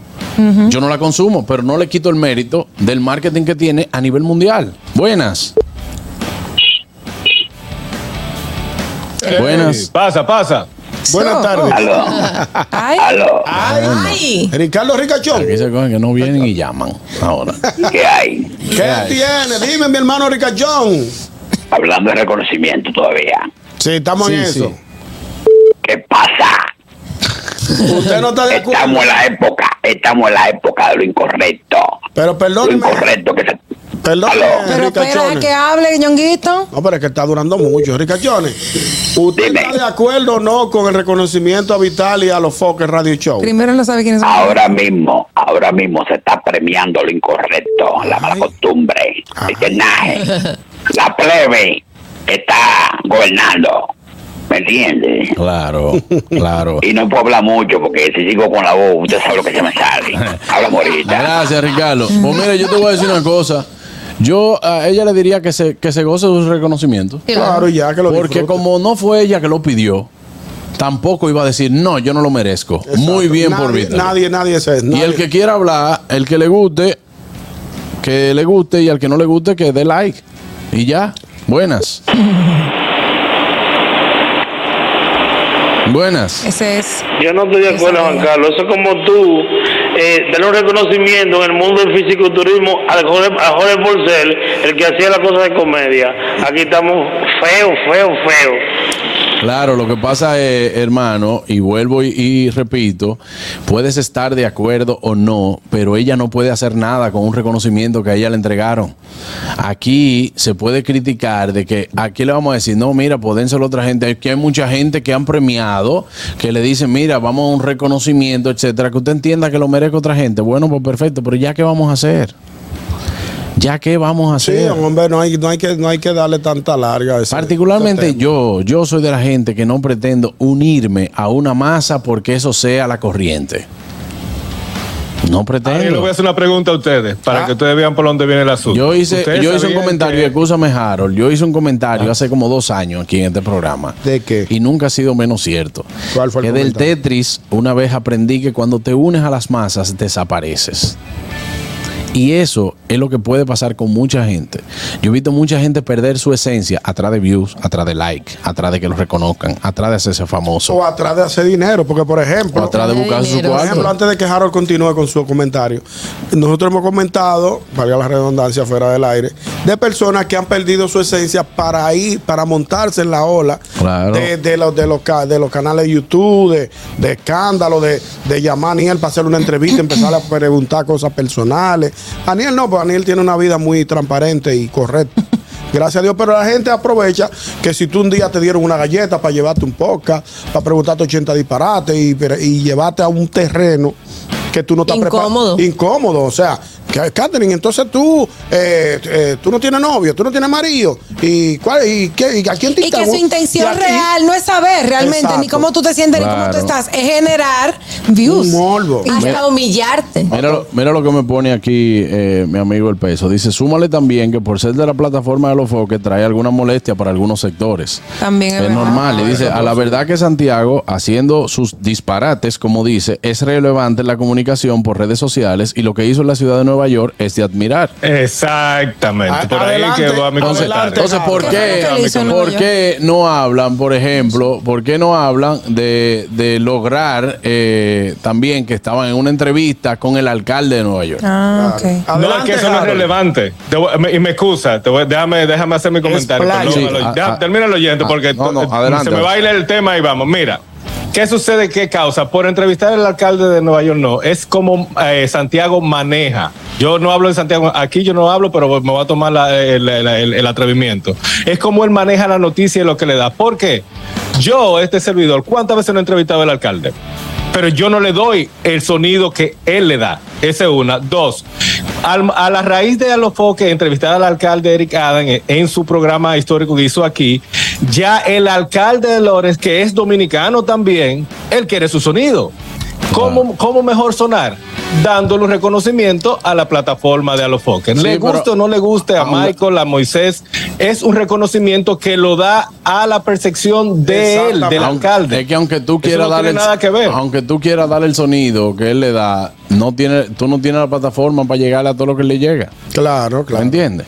[SPEAKER 4] Yo no la consumo, pero no le quito el mérito del marketing que tiene a nivel mundial. Buenas. Buenas.
[SPEAKER 7] Pasa, pasa.
[SPEAKER 5] Buenas tardes.
[SPEAKER 6] Ay.
[SPEAKER 5] Ay. Ricardo Ricachón.
[SPEAKER 4] Aquí se cogen que no vienen y llaman ahora.
[SPEAKER 5] ¿Qué hay? ¿Qué,
[SPEAKER 4] hay?
[SPEAKER 5] tiene? Dime, mi hermano Ricachón.
[SPEAKER 3] Hablando de reconocimiento todavía.
[SPEAKER 5] Sí, estamos en eso.
[SPEAKER 3] ¿Qué pasa?
[SPEAKER 5] Usted no está de acuerdo.
[SPEAKER 3] Estamos en la época, estamos en la época de lo incorrecto.
[SPEAKER 5] Pero perdóneme.
[SPEAKER 3] Lo incorrecto que se...
[SPEAKER 5] Perdón,
[SPEAKER 6] Pero espera a
[SPEAKER 5] Ricachones.
[SPEAKER 6] que hable, ñonguito.
[SPEAKER 5] No, pero es que está durando mucho. Ricachones, ¿usted está de acuerdo o no con el reconocimiento a Vitali y a los Fokker Radio Show?
[SPEAKER 6] Primero no sabe quiénes son.
[SPEAKER 3] Ahora mismo, ahora mismo se está premiando lo incorrecto, la mala costumbre, el tenaje. La plebe que está gobernando. ¿Me entiendes?
[SPEAKER 4] Claro, claro.
[SPEAKER 3] Y no puedo hablar mucho porque si sigo con la voz, usted sabe lo que se me sale. Habla morita.
[SPEAKER 4] Gracias, Ricardo. Pues mira, yo te voy a decir una cosa. Yo a ella le diría que se, que se goce de su reconocimiento.
[SPEAKER 5] Claro, ya que lo
[SPEAKER 4] Porque
[SPEAKER 5] disfrute.
[SPEAKER 4] como no fue ella que lo pidió, tampoco iba a decir, no, yo no lo merezco. Muy bien por
[SPEAKER 5] Nadie-
[SPEAKER 4] Víctor.
[SPEAKER 5] Nadie, nadie se.
[SPEAKER 4] Y el que quiera hablar, el que le guste, que le guste y al que no le guste, que dé like. Y ya, buenas. Buenas.
[SPEAKER 6] Ese es.
[SPEAKER 18] Yo no estoy de acuerdo, Juan Carlos. Eso es como tú, eh, dar un reconocimiento en el mundo del fisicoturismo al Jorge, a Jorge Porcel, el que hacía la cosa de comedia. Aquí estamos feo, feo, feo.
[SPEAKER 4] Claro, lo que pasa es, hermano, y vuelvo y, y repito, puedes estar de acuerdo o no, pero ella no puede hacer nada con un reconocimiento que a ella le entregaron. Aquí se puede criticar de que aquí le vamos a decir, no, mira, pues dénselo a otra gente. Aquí hay mucha gente que han premiado, que le dicen, mira, vamos a un reconocimiento, etcétera, que usted entienda que lo merece otra gente. Bueno, pues perfecto, pero ¿ya qué vamos a hacer? ¿Ya qué vamos a
[SPEAKER 5] Sí,
[SPEAKER 4] hacer?
[SPEAKER 5] hombre, no hay, no hay, que, no hay que darle tanta larga a ese-
[SPEAKER 4] Particularmente yo, yo soy de la gente que no pretendo unirme a una masa porque eso sea la corriente. No
[SPEAKER 7] Ahora Yo le
[SPEAKER 4] pretendo.
[SPEAKER 7] voy a hacer una pregunta a ustedes para
[SPEAKER 4] Ah.
[SPEAKER 7] que ustedes vean por dónde viene el asunto.
[SPEAKER 4] Yo hice,
[SPEAKER 7] ¿Ustedes
[SPEAKER 4] yo hice un
[SPEAKER 7] sabían
[SPEAKER 4] comentario,
[SPEAKER 7] que-
[SPEAKER 4] escúchame Harold, yo hice un comentario hace como dos años aquí en este programa. ¿De qué? Y nunca ha sido menos cierto. ¿Cuál fue
[SPEAKER 5] el
[SPEAKER 4] Que del
[SPEAKER 5] comentario?
[SPEAKER 4] Tetris una vez aprendí que cuando te unes a las masas desapareces. Y eso es lo que puede pasar con mucha gente. Yo he visto mucha gente perder su esencia atrás de views, atrás de like, atrás de que los reconozcan, atrás de hacerse famoso.
[SPEAKER 5] O atrás de hacer dinero, porque por ejemplo.
[SPEAKER 4] O atrás de buscar su
[SPEAKER 5] Por ejemplo,
[SPEAKER 4] cuarto.
[SPEAKER 5] antes de que Harold continúe con su comentario, nosotros hemos comentado, valga la redundancia fuera del aire, de personas que han perdido su esencia para ir, para montarse en la ola
[SPEAKER 4] Claro.
[SPEAKER 5] de, de los, de, los, ca- de los canales de YouTube, de, de escándalo, de, de llamar a Aniel para hacer una entrevista, empezar a preguntar cosas personales. Aniel no, pues Aniel tiene una vida muy transparente y correcta. Gracias a Dios, pero la gente aprovecha que si tú un día te dieron una galleta para llevarte un podcast, para preguntarte 80 disparates y, y llevarte a un terreno que tú no estás preparado.
[SPEAKER 11] Incómodo.
[SPEAKER 5] Incómodo, o sea, que- Catherine, entonces tú, eh, eh, tú no tienes novio, tú no tienes marido. ¿Y, cuál, y, qué, y a quién te
[SPEAKER 6] Y que
[SPEAKER 5] instagu-
[SPEAKER 6] su intención
[SPEAKER 5] y a- y-
[SPEAKER 6] real no es saber realmente ni
[SPEAKER 5] Exacto.
[SPEAKER 6] cómo tú te sientes ni cómo tú
[SPEAKER 4] Claro.
[SPEAKER 6] estás, es generar views.
[SPEAKER 4] morbo.
[SPEAKER 6] Hasta
[SPEAKER 4] Mira-
[SPEAKER 6] humillarte.
[SPEAKER 4] Mira lo, mira lo que me pone aquí eh, mi amigo El Peso. Dice, súmale también que por ser de la plataforma de los foques trae alguna molestia para algunos sectores.
[SPEAKER 6] También es
[SPEAKER 4] Es
[SPEAKER 6] verdad.
[SPEAKER 4] normal. Le dice, a la verdad que Santiago, haciendo sus disparates, como dice, es relevante en la comunicación por redes sociales y lo que hizo en la ciudad de Nueva York es de admirar.
[SPEAKER 7] Exactamente. Por ahí que va mi
[SPEAKER 4] entonces,
[SPEAKER 7] comentario.
[SPEAKER 4] entonces, ¿por qué, por qué no hablan, por ejemplo, por qué no hablan de, de lograr eh, también que estaban en una entrevista con el alcalde de Nueva York?
[SPEAKER 6] Ah, ok.
[SPEAKER 7] no, es que eso no es relevante. Te voy- me- y me excusa, te voy- déjame, déjame hacer mi comentario.
[SPEAKER 4] plagio.
[SPEAKER 7] perdónalo.
[SPEAKER 4] Sí, a-
[SPEAKER 7] Ya,
[SPEAKER 4] a-
[SPEAKER 7] termínalo oyendo
[SPEAKER 4] ah,
[SPEAKER 7] porque
[SPEAKER 4] no, no,
[SPEAKER 7] to-
[SPEAKER 4] adelante.
[SPEAKER 7] se me va a ir el tema y vamos. Mira, ¿qué sucede? ¿Qué causa? Por entrevistar al alcalde de Nueva York, no. Es como eh, Santiago maneja. Yo no hablo de Santiago, aquí yo no hablo, pero me voy a tomar la- el, el- el- el atrevimiento. Es como él maneja la noticia y lo que le da. ¿Por qué? Yo, este servidor, ¿cuántas veces no he entrevistado al alcalde? pero yo no le doy el sonido que él le da. Esa es una. Dos, al- a la raíz de los foques, entrevistar al alcalde Eric Adam en, en su programa histórico que hizo aquí, ya el alcalde de Lores, que es dominicano también, él quiere su sonido. ¿Cómo, cómo mejor sonar? Dándole un reconocimiento a la plataforma de Alofoque.
[SPEAKER 4] Sí,
[SPEAKER 7] le
[SPEAKER 4] pero-
[SPEAKER 7] guste o no le guste a Michael, a Moisés, es un reconocimiento que lo da a la percepción de él, del
[SPEAKER 4] Aunque-
[SPEAKER 7] alcalde.
[SPEAKER 4] Es que aunque tú
[SPEAKER 7] Eso
[SPEAKER 4] quieras
[SPEAKER 7] no
[SPEAKER 4] darle
[SPEAKER 7] tiene
[SPEAKER 4] el-
[SPEAKER 7] nada que ver.
[SPEAKER 4] aunque tú quieras dar el sonido que él le da, no tiene, tú no tienes la plataforma para llegar a todo lo que le llega.
[SPEAKER 5] Claro, claro.
[SPEAKER 4] ¿Me entiendes?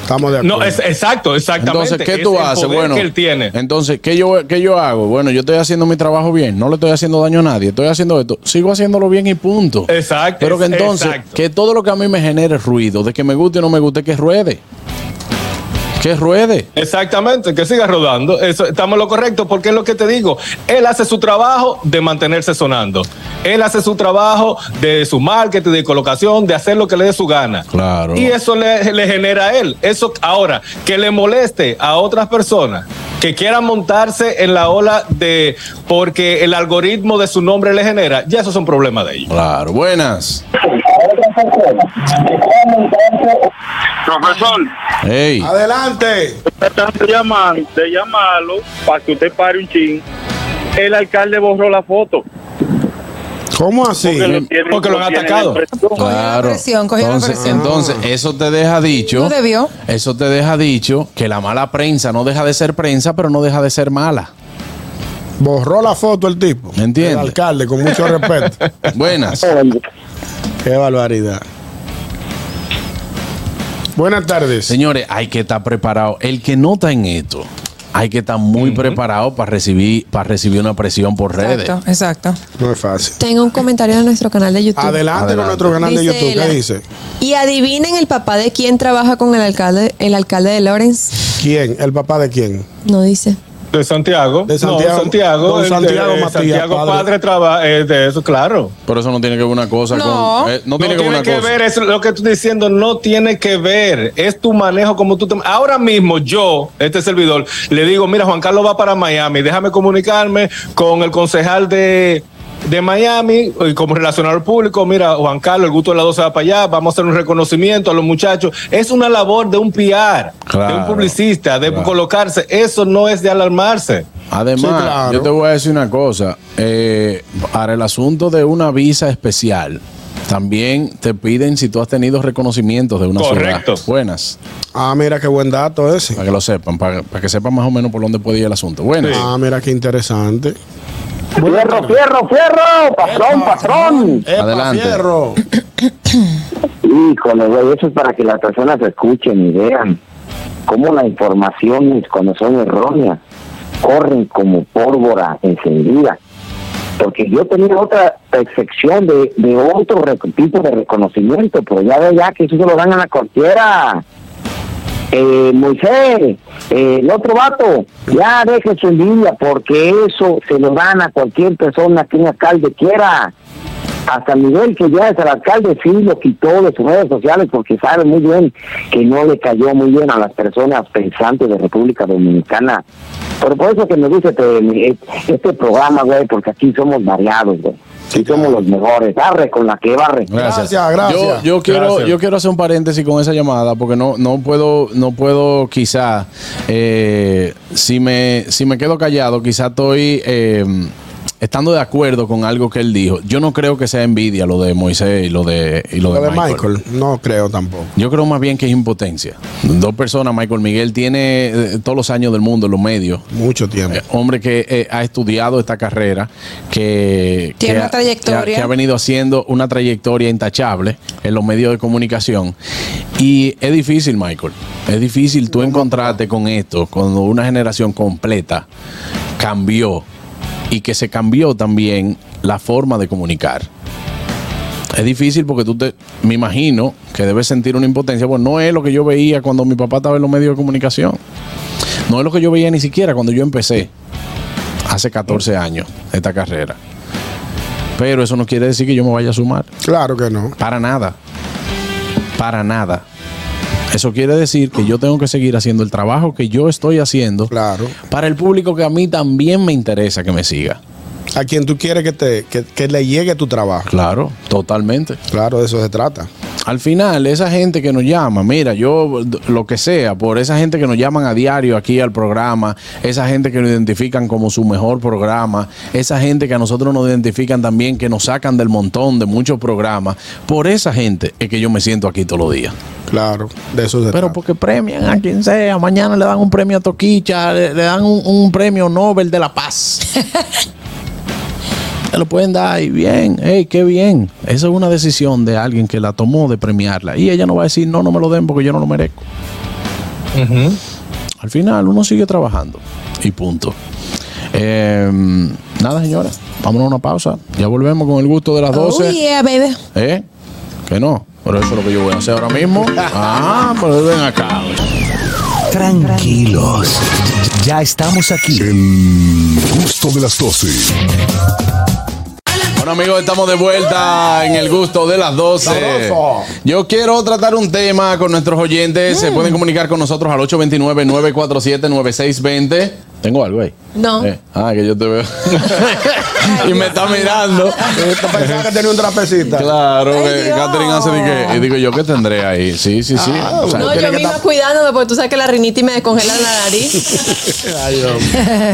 [SPEAKER 5] Estamos de
[SPEAKER 7] Ah, No, es, exacto, exactamente.
[SPEAKER 4] Entonces, ¿qué
[SPEAKER 7] Es
[SPEAKER 4] tú
[SPEAKER 7] el
[SPEAKER 4] haces?
[SPEAKER 7] poder
[SPEAKER 4] Bueno,
[SPEAKER 7] que él tiene.
[SPEAKER 4] entonces, ¿qué yo, ¿qué yo hago? Bueno, yo estoy haciendo mi trabajo bien, no le estoy haciendo daño a nadie, estoy haciendo esto, sigo haciéndolo bien y punto.
[SPEAKER 7] Exacto.
[SPEAKER 4] Pero que
[SPEAKER 7] Eh, es-
[SPEAKER 4] entonces,
[SPEAKER 7] exacto.
[SPEAKER 4] que todo lo que a mí me genere ruido, de que me guste o no me guste, que ruede. Que ruede.
[SPEAKER 7] Exactamente, que siga rodando. Eso, estamos en lo correcto, porque es lo que te digo. Él hace su trabajo de mantenerse sonando. Él hace su trabajo de su marketing, de colocación, de hacer lo que le dé su gana.
[SPEAKER 4] Claro.
[SPEAKER 7] Y eso le, le genera a él. Eso ahora, que le moleste a otras personas que quieran montarse en la ola de porque el algoritmo de su nombre le genera, ya esos son problemas de ellos.
[SPEAKER 4] Claro, buenas.
[SPEAKER 12] Profesor.
[SPEAKER 4] Hey.
[SPEAKER 5] Adelante.
[SPEAKER 12] Tanto llaman, de llamarlo para que usted pare un chin. El alcalde borró la foto.
[SPEAKER 5] ¿Cómo así?
[SPEAKER 12] tienen-
[SPEAKER 7] Porque lo han
[SPEAKER 12] tienen
[SPEAKER 7] atacado.
[SPEAKER 4] Claro.
[SPEAKER 6] presión, cogió la
[SPEAKER 4] entonces,
[SPEAKER 6] presión.
[SPEAKER 4] entonces,
[SPEAKER 5] Ah.
[SPEAKER 4] eso te deja dicho.
[SPEAKER 6] No debió.
[SPEAKER 4] Eso te deja dicho que la mala prensa no deja de ser prensa, pero no deja de ser mala.
[SPEAKER 5] Borró la foto el tipo.
[SPEAKER 4] ¿Entiendes?
[SPEAKER 5] El alcalde, con mucho respeto.
[SPEAKER 4] (laughs) Buenas.
[SPEAKER 5] Qué barbaridad. Buenas tardes.
[SPEAKER 4] Señores, hay que estar preparado. El que no está en esto, hay que estar muy preparado para recibir, para recibir una presión por redes.
[SPEAKER 6] Exacto, exacto.
[SPEAKER 5] No es fácil.
[SPEAKER 8] Tengo un comentario de nuestro canal de YouTube.
[SPEAKER 5] Adelante con nuestro canal de YouTube. ¿Qué dice?
[SPEAKER 8] Y adivinen el papá de quién trabaja con el alcalde, el alcalde de Lawrence.
[SPEAKER 5] ¿Quién? ¿El papá de quién?
[SPEAKER 8] No dice.
[SPEAKER 7] De Santiago.
[SPEAKER 5] De
[SPEAKER 7] No,
[SPEAKER 5] Santiago.
[SPEAKER 7] Santiago.
[SPEAKER 5] Don
[SPEAKER 7] el de-
[SPEAKER 5] Santiago
[SPEAKER 7] eh,
[SPEAKER 5] Matías,
[SPEAKER 7] Santiago
[SPEAKER 5] padre.
[SPEAKER 7] padre, trabaja eh, de eso, claro.
[SPEAKER 4] Pero eso no tiene que ver una cosa
[SPEAKER 7] No,
[SPEAKER 4] con. eh, no tiene que ver una
[SPEAKER 7] que
[SPEAKER 4] cosa.
[SPEAKER 7] ver, es lo que estoy diciendo, no tiene que ver, es tu manejo como tú te... Ahora mismo yo, este servidor, le digo, mira, Juan Carlos va para Miami, déjame comunicarme con el concejal de, de Miami, eh, como relacionado al público, mira, Juan Carlos, el gusto de la 12 va para allá, vamos a hacer un reconocimiento a los muchachos, es una labor de un PR, de un
[SPEAKER 4] Claro,
[SPEAKER 7] publicista, de colocarse, eso no es de alarmarse.
[SPEAKER 4] Además,
[SPEAKER 7] Sí, claro.
[SPEAKER 4] yo te voy a decir una cosa. eh, para el asunto de una visa especial, también te piden si tú has tenido reconocimientos de una
[SPEAKER 5] Correcto.
[SPEAKER 4] ciudad. Buenas.
[SPEAKER 5] Ah, mira qué buen dato ese.
[SPEAKER 4] Para que lo sepan, para, para que sepan más o menos por dónde puede ir el asunto. Buenas.
[SPEAKER 5] Ah, mira qué interesante.
[SPEAKER 9] Fierro, fierro, fierro, patrón, patrón.
[SPEAKER 4] Adelante.
[SPEAKER 5] Fierro.
[SPEAKER 9] Híjole, güey, eso es para que las personas escuchen y vean cómo las informaciones, cuando son erróneas, corren como pólvora encendida. Porque yo tenía otra excepción de, de otro rec- tipo de reconocimiento, pero ya ve ya que eso se lo dan a la cortiera. Eh, Moisés, eh, el otro vato, ya deje su envidia porque eso se lo dan a cualquier persona que un alcalde quiera. Hasta Miguel, que ya es el alcalde, sí lo quitó de sus redes sociales porque sabe muy bien que no le cayó muy bien a las personas pensantes de República Dominicana. Pero por eso que me dice este, este programa, güey, porque aquí somos variados, güey. Y somos los mejores. Arre con la que barre.
[SPEAKER 4] Yo, yo quiero, yo quiero hacer un paréntesis con esa llamada porque no, no puedo, no puedo quizá, eh, si, me, si me quedo callado, quizá estoy eh, estando de acuerdo con algo que él dijo. Yo no creo que sea envidia lo de Moisés y lo de, y lo
[SPEAKER 5] Lo
[SPEAKER 4] de
[SPEAKER 5] de
[SPEAKER 4] Michael.
[SPEAKER 5] Michael, no creo tampoco.
[SPEAKER 4] Yo creo más bien que es impotencia. Dos personas, Michael Miguel tiene eh, todos los años del mundo en los medios.
[SPEAKER 5] Mucho tiempo.
[SPEAKER 4] hombre que eh, ha estudiado esta carrera, que
[SPEAKER 6] Tiene
[SPEAKER 4] que
[SPEAKER 6] una
[SPEAKER 4] ha-
[SPEAKER 6] trayectoria.
[SPEAKER 4] que ha- que ha venido haciendo una trayectoria intachable en los medios de comunicación. Y es difícil, Michael. Es difícil tú encontrarte con esto, cuando una generación completa cambió y que se cambió también la forma de comunicar. Es difícil porque tú te, me imagino que debes sentir una impotencia. Bueno, no es lo que yo veía cuando mi papá estaba en los medios de comunicación. No es lo que yo veía ni siquiera cuando yo empecé hace 14 años esta carrera. Pero eso no quiere decir que yo me vaya a sumar.
[SPEAKER 5] Claro que no.
[SPEAKER 4] Para nada. Para nada. Eso quiere decir que yo tengo que seguir haciendo el trabajo que yo estoy haciendo para el público que a mí también me interesa que me siga.
[SPEAKER 5] A quien tú quieres que, te, que, que le llegue tu trabajo.
[SPEAKER 4] Claro, totalmente.
[SPEAKER 5] Claro, de eso se trata.
[SPEAKER 4] Al final, esa gente que nos llama, mira, yo d- lo que sea, por esa gente que nos llaman a diario aquí al programa, esa gente que nos identifican como su mejor programa, esa gente que a nosotros nos identifican también, que nos sacan del montón de muchos programas, por esa gente es que yo me siento aquí todos los días.
[SPEAKER 5] Claro, de eso se
[SPEAKER 4] Pero
[SPEAKER 5] trata.
[SPEAKER 4] porque premian a quien sea, mañana le dan un premio a Toquicha, le, le dan un, un premio Nobel de la Paz. Te lo pueden dar y bien, hey, qué bien. Esa es una decisión de alguien que la tomó de premiarla. Y ella no va a decir, no, no me lo den porque yo no lo merezco. Al final uno sigue trabajando y punto. Eh, nada, señores, vámonos a una pausa. Ya volvemos con el gusto de las 12.
[SPEAKER 6] Oh, yeah, baby.
[SPEAKER 4] ¿Eh? Que no. Pero eso es lo que yo voy a hacer ahora mismo. Ah, pues ven acá.
[SPEAKER 1] Tranquilos, ya estamos aquí. El gusto de las 12.
[SPEAKER 4] Bueno, amigos, estamos de vuelta en el gusto de las 12.
[SPEAKER 5] Sabroso.
[SPEAKER 4] Yo quiero tratar un tema con nuestros oyentes. Se pueden comunicar con nosotros al 829-947-9620. Tengo algo ahí.
[SPEAKER 11] No.
[SPEAKER 4] Eh, ah, que yo te veo. (laughs) y me está mirando.
[SPEAKER 5] Pensaba que tenía un trapecita.
[SPEAKER 4] Claro, que Catherine hace de que. Y digo, ¿yo qué tendré ahí? Sí, sí, sí.
[SPEAKER 5] Ah,
[SPEAKER 4] O sea,
[SPEAKER 11] No, yo misma cuidándome porque tú sabes que la rinita y me descongela la
[SPEAKER 5] (laughs)
[SPEAKER 11] nariz.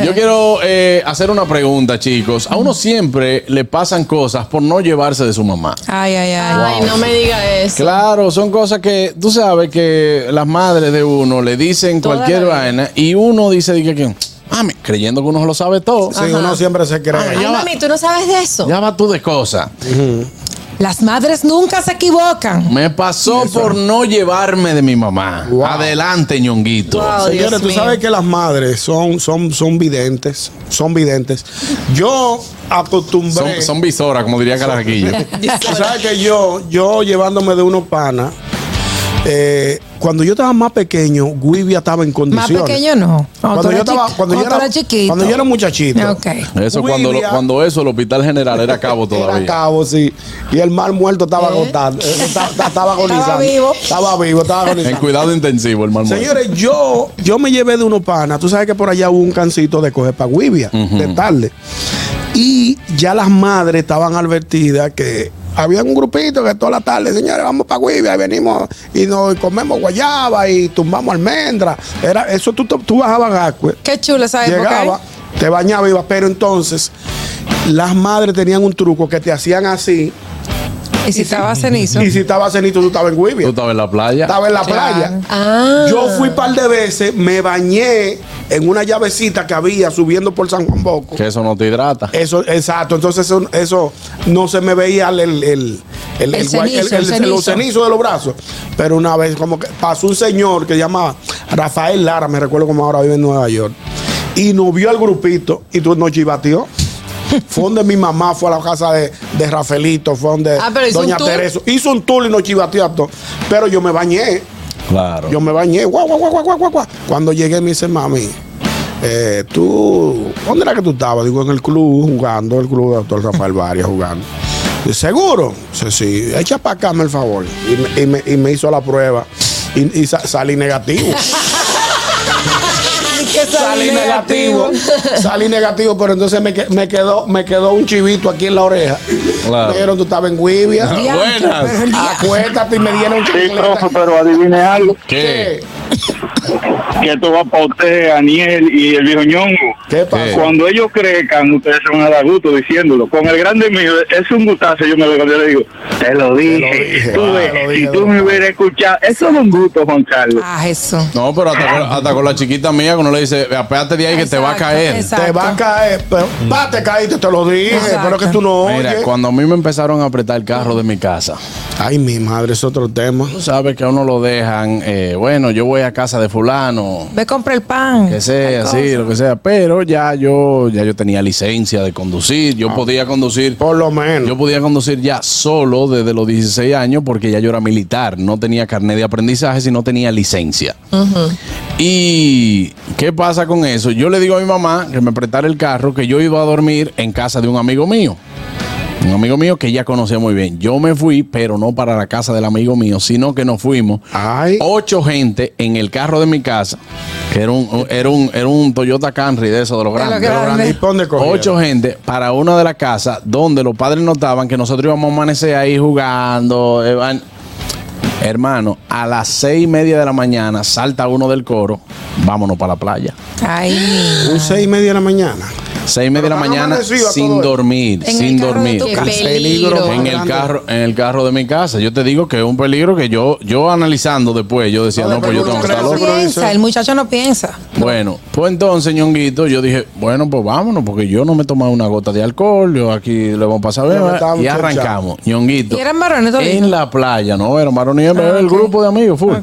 [SPEAKER 4] Yo quiero eh, hacer una pregunta, chicos. A uno siempre le pasan cosas por no llevarse de su mamá.
[SPEAKER 6] Ay, ay, ay.
[SPEAKER 11] Ay, no me diga eso.
[SPEAKER 4] Claro, son cosas que tú sabes que las madres de uno le dicen
[SPEAKER 11] Toda
[SPEAKER 4] cualquier
[SPEAKER 11] la vida.
[SPEAKER 4] vaina y uno dice dije, que mami, creyendo que uno lo sabe todo.
[SPEAKER 5] Sí, Ajá. uno siempre se cree.
[SPEAKER 11] Ay, mami, tú no sabes de eso.
[SPEAKER 4] Ya va tú de cosas.
[SPEAKER 6] Las madres nunca se equivocan.
[SPEAKER 4] Me pasó por no llevarme de mi mamá. Adelante, ñonguito.
[SPEAKER 6] Oh,
[SPEAKER 5] Señores, tú sabes que las madres son, son, son videntes, son videntes. Yo acostumbré.
[SPEAKER 4] Son, son visoras, como diría
[SPEAKER 11] (laughs)
[SPEAKER 4] Carajillo.
[SPEAKER 5] (laughs) Tú sabes que yo, yo llevándome de unos panas, eh, cuando yo estaba más pequeño, Wibia estaba en
[SPEAKER 6] Más
[SPEAKER 5] condiciones.
[SPEAKER 6] pequeño no. Cuando tú
[SPEAKER 5] Cuando yo
[SPEAKER 6] eras
[SPEAKER 5] estaba,
[SPEAKER 6] chi-
[SPEAKER 5] cuando yo
[SPEAKER 6] cuando tú
[SPEAKER 5] era,
[SPEAKER 6] eras chiquito.
[SPEAKER 5] cuando yo era muchachito.
[SPEAKER 6] Ok.
[SPEAKER 4] Eso cuando, lo-
[SPEAKER 5] William.
[SPEAKER 4] cuando eso, el hospital general era cabo
[SPEAKER 5] Era
[SPEAKER 4] todavía.
[SPEAKER 5] cabo, sí. Y el mal muerto estaba agotado. eh, Estaba, estaba agonizando.
[SPEAKER 4] Estaba
[SPEAKER 5] vivo. Estaba vivo, estaba
[SPEAKER 4] En
[SPEAKER 5] agonizando.
[SPEAKER 4] cuidado intensivo, el mal muerto.
[SPEAKER 5] Señores, yo, yo me llevé de unos panas. Tú sabes que por allá hubo un cancito de coger para Guivia de tarde. Y ya las madres estaban advertidas que había un grupito que toda la tarde, señores, vamos para Guivia y venimos y nos comemos guayaba y tumbamos almendra. Era, eso tú, tú bajabas a Gascue.
[SPEAKER 6] Qué chulo esa época, ¿eh?
[SPEAKER 5] Llegaba, te bañaba y iba. Pero entonces, las madres tenían un truco que te hacían así.
[SPEAKER 6] Y si estaba cenizo.
[SPEAKER 5] Y si estaba cenizo, tú estabas en Guivia.
[SPEAKER 4] Tú estabas en la playa.
[SPEAKER 5] Estaba en la
[SPEAKER 11] Ah.
[SPEAKER 6] Claro.
[SPEAKER 5] playa. Yo fui un par de veces, me bañé en una llavecita que había subiendo por San Juan Bosco.
[SPEAKER 4] Que eso no te hidrata.
[SPEAKER 5] Eso, exacto. Entonces eso, eso no se me veía el, el, el,
[SPEAKER 4] El
[SPEAKER 5] el- el guay-
[SPEAKER 4] cenizo, el
[SPEAKER 5] el- el-
[SPEAKER 4] cenizo.
[SPEAKER 5] los cenizos de los brazos. Pero una vez, como que pasó un señor que se llama Rafael Lara, me recuerdo como ahora vive en Nueva York, y nos vio al grupito y tú nos chivateó. Fue donde mi mamá fue a la casa de, de Rafaelito, fue donde
[SPEAKER 11] Ah, pero hizo un
[SPEAKER 5] Doña
[SPEAKER 11] tour.
[SPEAKER 5] Teresa. Hizo un tour y nos chivateó a todos. Pero yo me bañé.
[SPEAKER 4] Claro.
[SPEAKER 5] Yo me bañé, guau, guau, guau, guau, guau, guau, guau. Cuando llegué me dice, mami, eh, tú, ¿dónde era que tú estabas? Digo, en el club jugando, el club de doctor Rafael Varias jugando. Dice, ¿Seguro? Dice, sí, echa para acá, me el favor. Y me, y me- y me hizo la prueba y, y sa- (laughs) salí negativo. salí negativo. Salí negativo, pero entonces me, que- me quedó, me quedó un chivito aquí en la oreja.
[SPEAKER 4] Claro.
[SPEAKER 5] Me dijeron, tú estabas en Guivia.
[SPEAKER 4] Diantre, Buenas. pero el día-
[SPEAKER 5] Acuéstate y me dieron un
[SPEAKER 12] Sí, profe, pero adivine algo. ¿Qué? Que esto va para usted, Aniel y el viejo ñongo.
[SPEAKER 5] ¿Qué
[SPEAKER 12] pasa? Cuando ellos crezcan, ustedes se van a dar gusto diciéndolo. Con el grande mío, es un gustazo. Yo me lo yo le digo, te lo dije. ah, Tú ves, si tú me hubieras escuchado, eso es un gusto, Juan Carlos.
[SPEAKER 6] Ah, eso.
[SPEAKER 4] No, pero hasta con, hasta con la chiquita mía que uno le dice, apéate de ahí que te va a caer. Mm.
[SPEAKER 5] Te va a caer, pero pa, te caíste, te lo dije, pero que tú no
[SPEAKER 4] Mira,
[SPEAKER 5] oyes.
[SPEAKER 4] cuando a mí me empezaron a apretar el carro de mi casa.
[SPEAKER 5] Ay, mi madre, es otro tema.
[SPEAKER 4] Tú sabes que a uno lo dejan, eh, bueno, yo voy a casa de fulano,
[SPEAKER 6] Ve, compra el pan.
[SPEAKER 4] que sea,
[SPEAKER 6] Tal
[SPEAKER 4] sí,
[SPEAKER 6] cosa.
[SPEAKER 4] lo que sea. Pero ya yo, ya yo tenía licencia de conducir, yo podía conducir.
[SPEAKER 5] Ah. Por lo menos.
[SPEAKER 4] Yo podía conducir ya solo desde los 16 años porque ya yo era militar, no tenía carnet de aprendizaje, sino tenía licencia. ¿Y qué pasa con eso? Yo le digo a mi mamá que me prestara el carro, que yo iba a dormir en casa de un amigo mío. Un amigo mío que ya conocía muy bien. Yo me fui, pero no para la casa del amigo mío, sino que nos fuimos ocho gente en el carro de mi casa, que era un, era un, era un Toyota Camry de esos de los
[SPEAKER 5] De los
[SPEAKER 4] grandes.
[SPEAKER 5] grandes. ¿Y pa' dónde cogieron?
[SPEAKER 4] Ocho gente para una de las casas donde los padres notaban que nosotros íbamos a amanecer ahí jugando. eh, van- Hermano, a las seis y media de la mañana salta uno del coro, vámonos para la playa.
[SPEAKER 6] Ay.
[SPEAKER 5] Un seis y media de la mañana.
[SPEAKER 4] Seis y media de la
[SPEAKER 5] Pero han
[SPEAKER 4] mañana
[SPEAKER 5] amanecido a todo
[SPEAKER 4] sin
[SPEAKER 5] esto.
[SPEAKER 4] dormir,
[SPEAKER 5] En el
[SPEAKER 4] sin
[SPEAKER 5] carro de
[SPEAKER 4] dormir.
[SPEAKER 5] tu Qué casa. peligro más
[SPEAKER 4] En el
[SPEAKER 5] grande.
[SPEAKER 4] carro, en el carro de mi casa. Yo te digo que es un peligro que yo, yo analizando después, yo decía, no, pues yo tengo que estar
[SPEAKER 6] No
[SPEAKER 4] loco.
[SPEAKER 6] piensa, el muchacho no piensa.
[SPEAKER 4] Bueno, pues entonces, ñonguito, yo dije, bueno, pues vámonos, porque yo no me he tomado una gota de alcohol, yo aquí le vamos a pasar
[SPEAKER 6] Ya me
[SPEAKER 4] bien,
[SPEAKER 6] estaba
[SPEAKER 4] y
[SPEAKER 6] muchacha.
[SPEAKER 4] arrancamos, ñonguito.
[SPEAKER 6] ¿Y eran varones todavía? Ah,
[SPEAKER 4] En la playa, no, eran varones, era el grupo de amigos, fue.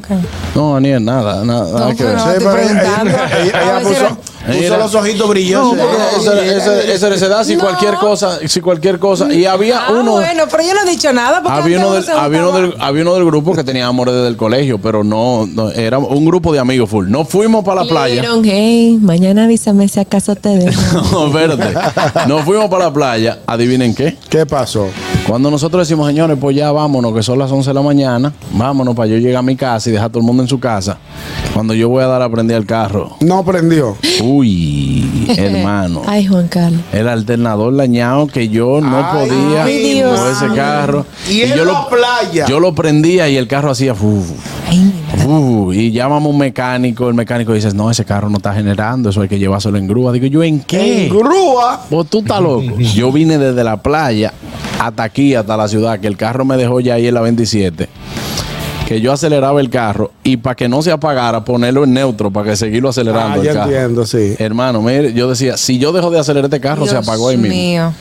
[SPEAKER 4] No, Daniel, nada, nada, nada que ver.
[SPEAKER 5] Sí, pero ella, ella- ella puso,
[SPEAKER 4] Ella
[SPEAKER 5] puso
[SPEAKER 4] era-
[SPEAKER 5] los ojitos brillosos.
[SPEAKER 4] No, porque eso era- eso era- eso era esa edad, si cualquier cosa, si cualquier cosa. Y había
[SPEAKER 6] Ah,
[SPEAKER 4] uno,
[SPEAKER 6] bueno, pero yo no he dicho nada porque
[SPEAKER 4] había
[SPEAKER 6] antes
[SPEAKER 4] uno,
[SPEAKER 6] uno
[SPEAKER 4] del,
[SPEAKER 6] se
[SPEAKER 4] había, uno
[SPEAKER 6] juntaba.
[SPEAKER 4] del, había uno del grupo que tenía amores desde el colegio, pero no, no, era un grupo de amigos full. No fuimos para la
[SPEAKER 11] Le
[SPEAKER 4] playa.
[SPEAKER 11] dijeron, hey, mañana avísame si acaso
[SPEAKER 4] (laughs)
[SPEAKER 11] te veo.
[SPEAKER 4] No, espérate. Nos fuimos para la playa. Adivinen qué.
[SPEAKER 5] ¿Qué pasó?
[SPEAKER 4] Cuando nosotros decimos, señores, pues ya vámonos, que son las 11 de la mañana. Vámonos para yo llegar a mi casa y dejar a todo el mundo en su casa. Cuando yo voy a dar a prender el carro.
[SPEAKER 5] No prendió.
[SPEAKER 4] Uy,
[SPEAKER 11] (laughs)
[SPEAKER 4] hermano.
[SPEAKER 11] Ay, Juan Carlos.
[SPEAKER 4] El alternador dañado que yo no
[SPEAKER 11] Ay,
[SPEAKER 4] podía
[SPEAKER 11] mi Dios.
[SPEAKER 4] con ese carro.
[SPEAKER 5] Y en
[SPEAKER 4] yo
[SPEAKER 5] la playa.
[SPEAKER 4] Yo lo prendía y el carro hacía fu, fu, fu, y llamamos a un mecánico, el mecánico dice, "No, ese carro no está generando, eso hay que llevárselo en grúa." Digo, "¿Yo en qué?"
[SPEAKER 5] ¿En grúa?
[SPEAKER 4] Vos tú estás
[SPEAKER 5] (laughs)
[SPEAKER 4] loco. yo vine desde la playa hasta aquí, hasta la ciudad, que el carro me dejó ya ahí en la 27. Que yo aceleraba el carro y para que no se apagara, ponerlo en neutro para que seguirlo acelerando.
[SPEAKER 5] Ah,
[SPEAKER 4] el
[SPEAKER 5] ya
[SPEAKER 4] carro.
[SPEAKER 5] entiendo, sí.
[SPEAKER 4] Hermano, mire, yo decía, si yo dejo de acelerar este carro, se
[SPEAKER 6] Dios
[SPEAKER 4] apagó ahí mismo.
[SPEAKER 6] mío.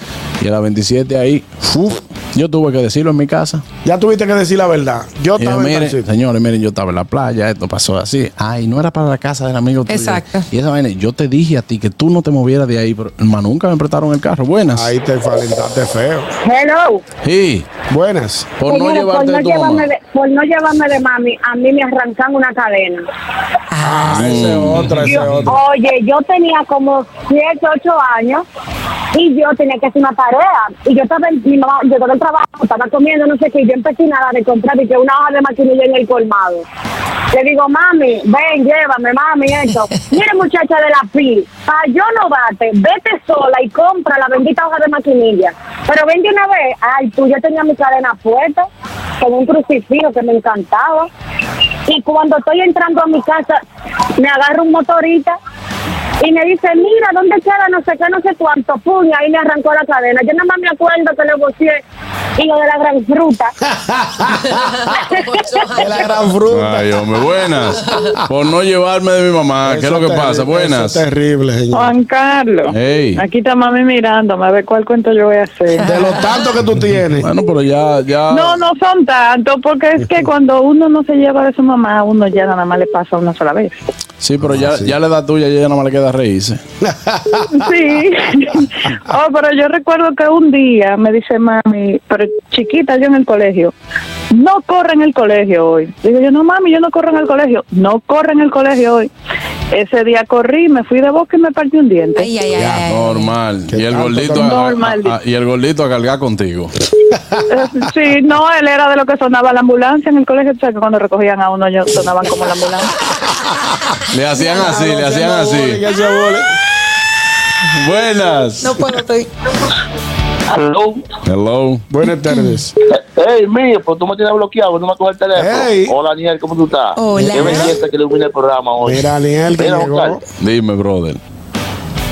[SPEAKER 4] Y a las 27 ahí, uf, yo tuve que decirlo en mi casa.
[SPEAKER 5] Ya tuviste que decir la verdad. Yo
[SPEAKER 4] Y yo,
[SPEAKER 5] estaba en
[SPEAKER 4] miren,
[SPEAKER 5] taxi.
[SPEAKER 4] señores, miren, yo estaba en la playa, esto pasó así. Ay, no era para la casa del amigo tuyo.
[SPEAKER 5] Exacto.
[SPEAKER 4] Y esa vaina, yo te dije a ti que tú no te movieras de ahí, pero hermano, nunca me prestaron el carro. Buenas. Ahí
[SPEAKER 5] te falentaste feo.
[SPEAKER 17] Hello.
[SPEAKER 4] Sí.
[SPEAKER 5] Buenas.
[SPEAKER 4] Por no
[SPEAKER 17] Señores,
[SPEAKER 4] llevarte de tu mamá.
[SPEAKER 17] llevarme de, por no llevarme de mami, a mí me arrancan una cadena.
[SPEAKER 5] Ah, ese otra, ese
[SPEAKER 17] Yo-
[SPEAKER 5] otra.
[SPEAKER 17] oye, yo tenía como 7, 8 años y yo tenía que hacer una tarea. Y yo estaba, en- mi mamá llegó del trabajo, estaba comiendo, no sé qué, y yo empecé nada de comprar y que una hoja de maquinilla en el colmado. Le digo, mami, ven, llévame, mami, esto. Mira, muchacha de la PI, para yo no bate, vete sola y compra la bendita hoja de maquinilla. Pero ven de una vez, ay, tú, yo tenía mi cadena puesta con un crucifijo que me encantaba. Y cuando estoy entrando a mi casa, me agarra un motorista y me dice, mira, ¿dónde queda no sé qué, no sé cuánto? Puña, y me arrancó la cadena. Yo nada más me acuerdo que le boceé, y lo de la
[SPEAKER 5] (laughs)
[SPEAKER 17] gran fruta.
[SPEAKER 5] De la gran fruta.
[SPEAKER 4] Ay, hombre, buenas. Por no llevarme de mi mamá. ¿Qué es
[SPEAKER 5] Eso
[SPEAKER 4] lo que
[SPEAKER 5] es
[SPEAKER 4] pasa?
[SPEAKER 5] terrible,
[SPEAKER 4] Buenas.
[SPEAKER 5] eso es terrible,
[SPEAKER 20] Juan Carlos,
[SPEAKER 4] Ey.
[SPEAKER 20] aquí está mami mirándome, a ver cuál cuento yo voy a hacer.
[SPEAKER 5] De lo tanto que tú tienes.
[SPEAKER 4] Bueno, pero ya, ya.
[SPEAKER 20] No, no son tantos, porque
[SPEAKER 5] (laughs)
[SPEAKER 20] es que cuando uno no se lleva de su mamá, uno ya nada más le pasa una sola vez.
[SPEAKER 4] Sí,
[SPEAKER 5] Ah,
[SPEAKER 4] pero ya, ya la edad tuya ya no me le queda
[SPEAKER 5] (laughs)
[SPEAKER 4] reírse.
[SPEAKER 20] Sí. Oh, pero yo recuerdo que un día me dice mami, pero chiquita yo en el colegio, no corre en el colegio hoy. Digo yo, no mami, yo no corro en el colegio. No corre en el colegio hoy. Ese día corrí, me fui de bosque y me partí un diente.
[SPEAKER 4] Ya, normal. Y el, gordito a,
[SPEAKER 20] Normal.
[SPEAKER 4] a- a- y el gordito a cargar contigo.
[SPEAKER 20] Eh, Sí, no, él era de lo que sonaba la ambulancia en el colegio, o sea, que cuando recogían a uno yo sonaban como la ambulancia.
[SPEAKER 4] Le hacían así, le hacían así. Buenas.
[SPEAKER 6] No puedo, estoy.
[SPEAKER 2] Hello.
[SPEAKER 4] Hello.
[SPEAKER 5] Buenas tardes.
[SPEAKER 2] Ey, mío, pues tú me tienes bloqueado, no me coges el teléfono. Hola, Niel, ¿cómo tú estás?
[SPEAKER 5] Hola.
[SPEAKER 2] Qué belleza que ilumina el programa hoy.
[SPEAKER 5] Mira, Niel, que
[SPEAKER 2] Mira,
[SPEAKER 5] llegó.
[SPEAKER 2] Oscar,
[SPEAKER 4] Dime, brother.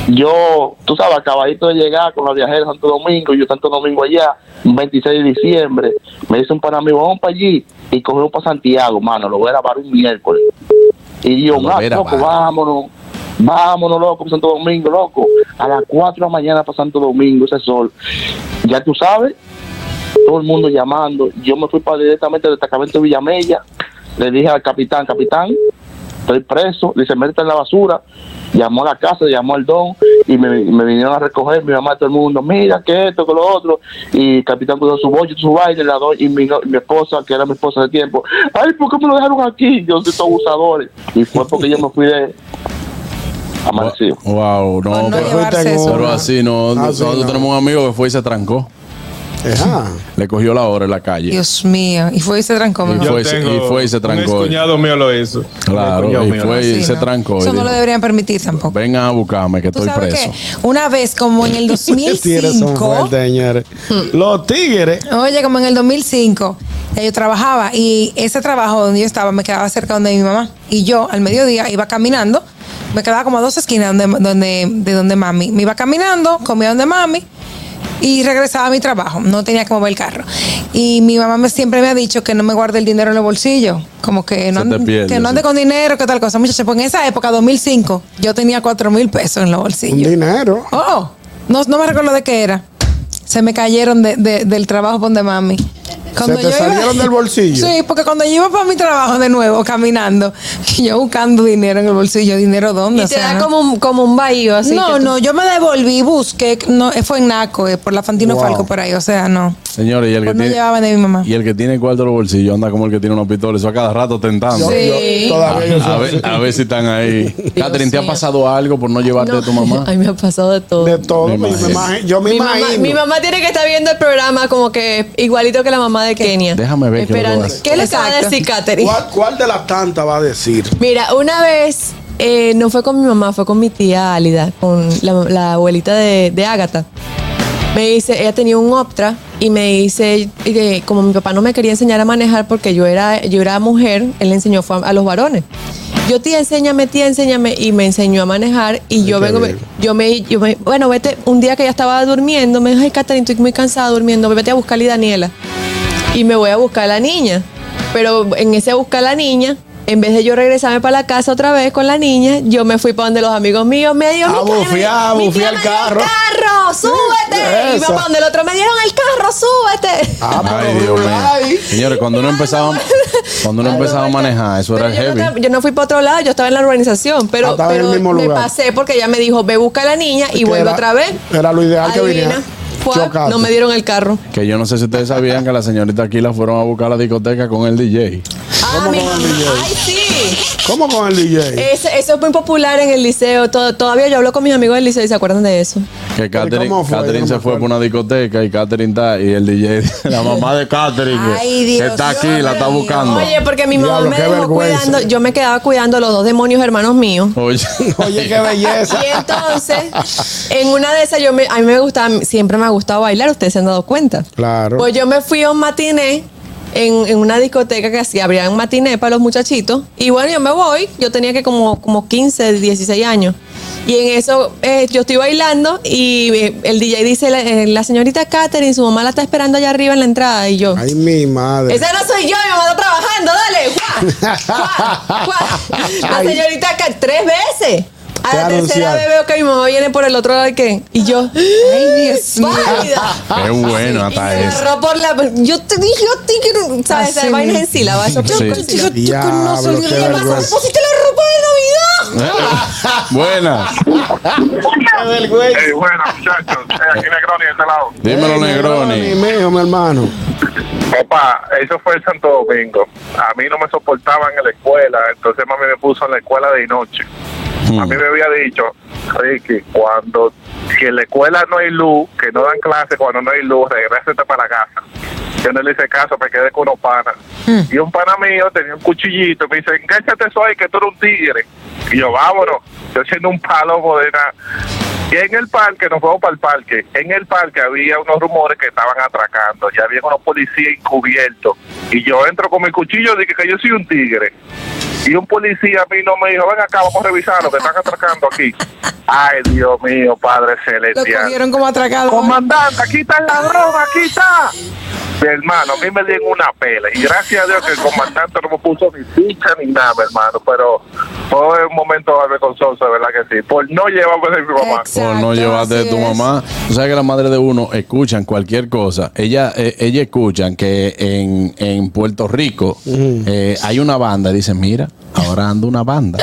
[SPEAKER 2] yo, tú sabes, acabadito de llegar con la viajera de Santo Domingo, yo Santo Domingo allá, 26 de diciembre, me dice un pana mío, vamos para allí y cogemos para Santiago, mano, lo voy a grabar un miércoles. Y yo,
[SPEAKER 22] Lo
[SPEAKER 2] ah,
[SPEAKER 22] voy a
[SPEAKER 2] loco,
[SPEAKER 22] grabar.
[SPEAKER 2] vámonos, vámonos, loco, para Santo Domingo, loco, a las 4 de la mañana para Santo Domingo, ese sol. Ya tú sabes, todo el mundo llamando, yo me fui para directamente del destacamento de Villamella, le dije al capitán, capitán, estoy preso, dice, métete en la basura, llamó a la casa, llamó al don y me, me vinieron a recoger, mi mamá, todo el mundo, mira que esto, que lo otro, y el capitán cuidó su bollo, su baile, la doy, y mi, no- mi esposa, que era mi esposa de tiempo, ay, ¿por qué me lo dejaron aquí? Yo soy estos abusadores, y fue porque yo me fui de... Amanecido.
[SPEAKER 4] Wow, no. pero,
[SPEAKER 2] llevarse eso,
[SPEAKER 4] pero
[SPEAKER 2] ¿no?
[SPEAKER 4] así
[SPEAKER 5] Ah,
[SPEAKER 4] no. Nosotros tenemos un amigo que fue y se trancó. Le cogió la hora en la calle.
[SPEAKER 6] Ah. Dios mío. Y fue y se trancó
[SPEAKER 4] Y
[SPEAKER 6] mejor.
[SPEAKER 4] fue, y se- y fue y se trancó.
[SPEAKER 7] Un cuñado mío lo hizo.
[SPEAKER 4] Claro, y fue y
[SPEAKER 6] Sí,
[SPEAKER 4] se
[SPEAKER 6] no.
[SPEAKER 4] trancó. y
[SPEAKER 6] Eso no
[SPEAKER 4] dijo,
[SPEAKER 6] lo deberían permitir tampoco.
[SPEAKER 4] Vengan a buscarme, que
[SPEAKER 6] ¿Tú
[SPEAKER 4] estoy
[SPEAKER 6] sabes
[SPEAKER 4] preso.
[SPEAKER 6] qué? Una vez, como en el
[SPEAKER 4] (laughs)
[SPEAKER 5] Los tigres son
[SPEAKER 6] 2005,
[SPEAKER 5] fuertes, señores.
[SPEAKER 11] Hmm.
[SPEAKER 5] Los tigres.
[SPEAKER 6] Oye, como en el 2005, ya yo trabajaba y ese trabajo donde yo estaba me quedaba cerca donde mi mamá. Y yo al mediodía iba caminando, me quedaba como a dos esquinas donde, donde, de donde mami. Me iba caminando, comía donde mami y regresaba a mi trabajo. No tenía que mover el carro. Y mi mamá me, siempre me ha dicho que no me guarde el dinero en el bolsillo. Como que no,
[SPEAKER 4] Se te
[SPEAKER 6] ande-
[SPEAKER 4] pierde,
[SPEAKER 6] que no ande
[SPEAKER 4] sí.
[SPEAKER 6] con dinero, que tal cosa. Muchachos, pues en esa época, 2005, yo tenía 4 mil pesos en los bolsillos.
[SPEAKER 5] Dinero.
[SPEAKER 6] Oh, no, no me recuerdo de qué era. Se me cayeron de- de- del trabajo con de mami.
[SPEAKER 5] te salieron
[SPEAKER 15] (laughs)
[SPEAKER 5] del bolsillo?
[SPEAKER 6] Sí, porque cuando yo iba para mi trabajo de nuevo, caminando, (laughs) y yo buscando dinero en el bolsillo, ¿dinero dónde?
[SPEAKER 11] Y te da
[SPEAKER 6] como un, como un bahío así. No, no, yo me devolví, busqué, no, eh, fue en Naco, eh, por la Fantino
[SPEAKER 4] Wow.
[SPEAKER 6] Falco, por ahí, o sea, no.
[SPEAKER 4] Señores, y el que
[SPEAKER 6] Pues no
[SPEAKER 4] tiene.
[SPEAKER 6] llevaba de mi mamá.
[SPEAKER 4] Y el que tiene cuarto en los bolsillos anda como el que tiene una pistola, eso a cada rato tentando.
[SPEAKER 6] Yo- Sí. yo-
[SPEAKER 4] a,
[SPEAKER 6] todavía yo soy
[SPEAKER 4] a ver, a ver si están ahí. Catherine, ¿te ha pasado algo por no llevarte a tu
[SPEAKER 11] (laughs)
[SPEAKER 4] mamá?
[SPEAKER 11] Ay, me ha pasado de todo.
[SPEAKER 5] De todo. Yo me
[SPEAKER 11] Mi mamá,
[SPEAKER 5] imagino.
[SPEAKER 11] mi mamá tiene que estar viendo el programa como que igualito que la mamá de Kenia.
[SPEAKER 4] Déjame ver qué es lo que
[SPEAKER 11] Esperando.
[SPEAKER 4] va a hacer.
[SPEAKER 11] ¿Qué le acaba de decir Katherine?
[SPEAKER 5] ¿Cuál, cuál de las tantas va a decir?
[SPEAKER 11] Mira, una vez, eh, no fue con mi mamá, fue con mi tía Álida, con la, la abuelita de, de Ágata. Me dice, ella tenía un Optra y me dice, y de- como mi papá no me quería enseñar a manejar porque yo era, yo era mujer, él le enseñó fue a, a los varones. Yo tía, enséñame, tía, enséñame y me enseñó a manejar y yo
[SPEAKER 23] qué
[SPEAKER 11] vengo,
[SPEAKER 23] bien.
[SPEAKER 11] yo me, yo me, bueno, vete, un día que ya estaba durmiendo, me dijo, ay, Catherine, estoy muy cansada durmiendo, vete a buscar a Daniela y me voy a buscar a la niña. Pero en ese buscar a la niña, en vez de yo regresarme para la casa otra vez con la niña, yo me fui para donde los amigos míos me dio
[SPEAKER 4] Ah,
[SPEAKER 11] mi
[SPEAKER 5] bufía, bufía el carro.
[SPEAKER 11] carro, súbete. Y
[SPEAKER 4] Eso.
[SPEAKER 11] me para donde el otro me dieron el carro, súbete.
[SPEAKER 5] Ah,
[SPEAKER 4] Ay, Dios mío. Señores, cuando uno empezaba, cuando uno empezaba a manejar, eso era
[SPEAKER 11] Yo,
[SPEAKER 4] heavy.
[SPEAKER 11] no- yo no fui para otro lado, yo estaba en la urbanización, pero,
[SPEAKER 4] Ah, estaba en el
[SPEAKER 11] pero
[SPEAKER 4] mismo
[SPEAKER 11] me
[SPEAKER 4] lugar.
[SPEAKER 11] pasé porque ella me dijo, ve busca a la niña y
[SPEAKER 5] Que
[SPEAKER 11] vuelve
[SPEAKER 5] era-
[SPEAKER 11] otra vez.
[SPEAKER 5] Era lo ideal que
[SPEAKER 11] Adivina,
[SPEAKER 5] venía.
[SPEAKER 11] fue, no me dieron el carro.
[SPEAKER 4] Que yo no sé si ustedes sabían que la señorita aquí la fueron a buscar a la discoteca con el DJ.
[SPEAKER 11] Ah, mi mamá. Ay, sí.
[SPEAKER 5] ¿Cómo con el DJ?
[SPEAKER 11] Ese- eso es muy popular en el liceo. To- todavía yo hablo con mis amigos del liceo y se acuerdan de eso.
[SPEAKER 4] Que Catherine,
[SPEAKER 5] ¿cómo fue?
[SPEAKER 4] Catherine
[SPEAKER 5] Yo no
[SPEAKER 4] se
[SPEAKER 5] me
[SPEAKER 4] fue para una discoteca y Catherine está, y el DJ, (laughs) la mamá de Catherine, que-
[SPEAKER 11] Ay,
[SPEAKER 4] que,
[SPEAKER 11] Dios
[SPEAKER 4] está aquí, la está buscando.
[SPEAKER 11] Oye, porque mi mamá
[SPEAKER 4] Diablo,
[SPEAKER 11] me
[SPEAKER 4] qué
[SPEAKER 11] dejó
[SPEAKER 4] vergüenza.
[SPEAKER 11] cuidando, yo me quedaba cuidando a los dos demonios hermanos míos.
[SPEAKER 4] Oye,
[SPEAKER 5] Oye, qué belleza.
[SPEAKER 11] Y entonces, en una de esas, yo me- a mí me gustaba, siempre me ha gustado bailar, ustedes se han dado cuenta.
[SPEAKER 5] (laughs) Claro.
[SPEAKER 11] Pues yo me fui a un matiné en, en una discoteca que hacía, abrían un matiné para los muchachitos. Y bueno, yo me voy, yo tenía que como, como 15, 16 años. Y en eso eh, yo estoy bailando y eh, el DJ dice, la, eh, la señorita Katherine, su mamá la está esperando allá arriba en la entrada. Y yo,
[SPEAKER 5] Ay, mi madre.
[SPEAKER 11] esa no soy yo, mi mamá está
[SPEAKER 5] (laughs)
[SPEAKER 11] trabajando, dale. ¡guau! ¡guau! ¡guau! La
[SPEAKER 5] Ay.
[SPEAKER 11] señorita Kat, tres veces. A
[SPEAKER 5] Te
[SPEAKER 11] la tercera
[SPEAKER 5] anunciaron.
[SPEAKER 11] vez veo que mi mamá viene por el otro lado que y yo, ay Dios (laughs) mío,
[SPEAKER 4] Qué bueno hasta eso.
[SPEAKER 11] agarró por la, yo te dije, yo te quiero, sabes,
[SPEAKER 4] Así
[SPEAKER 11] vainas en
[SPEAKER 4] mismo.
[SPEAKER 11] sílabas, yo,
[SPEAKER 4] Sí.
[SPEAKER 11] yo, yo, yo,
[SPEAKER 15] Pues,
[SPEAKER 5] Ah,
[SPEAKER 4] Diablo,
[SPEAKER 11] conozco,
[SPEAKER 4] qué
[SPEAKER 11] yo, ¿qué pasa?
[SPEAKER 4] vergüenza.
[SPEAKER 11] ¿Pusiste la ropa de
[SPEAKER 4] ¿Eh?
[SPEAKER 11] Navidad?
[SPEAKER 5] (laughs)
[SPEAKER 4] Buenas.
[SPEAKER 10] ¿Eh? Ey, bueno, muchachos, eh, aquí Negroni de este lado.
[SPEAKER 4] Dímelo, Negroni.
[SPEAKER 5] Mi hijo, mi hermano.
[SPEAKER 10] Papá, eso fue en Santo Domingo. A mí no me soportaban en la escuela, entonces mami me puso en la escuela de noche. A mí me había dicho, Ricky, cuando si en la escuela no hay luz, que no dan clase, cuando no hay luz, regrésate para casa. Yo no le hice caso, me quedé con unos panas. Y un pana mío tenía un cuchillito, me dice, engáchate eso ahí, que tú eres un tigre. Y yo, vámonos. Yo siendo un palo bodena. Y en el parque, nos fuimos para el parque, en el parque había unos rumores que estaban atracando, ya había unos policías encubiertos. Y yo entro con mi cuchillo, dije que yo soy un tigre. Y un policía a mí no me dijo, ven acá, vamos a revisar lo que están atracando aquí. Ay, Dios mío, Padre
[SPEAKER 6] Lo
[SPEAKER 10] Celestial.
[SPEAKER 6] cogieron como atracado.
[SPEAKER 10] Comandante, aquí está el ladrón, aquí está. Mi hermano, a mí me dieron una pela. Y gracias a Dios que el comandante no me puso ni ficha ni nada, mi hermano. Pero fue un momento vergonzoso, de verdad que sí. Por no llevarme de mi mamá.
[SPEAKER 4] Por no llevarte de tu mamá. Tú sabes que la madre de uno escuchan cualquier cosa. Ella, eh, ella escuchan que en, en Puerto Rico eh, hay una banda. Dicen, mira, ahora anda una (laughs) banda.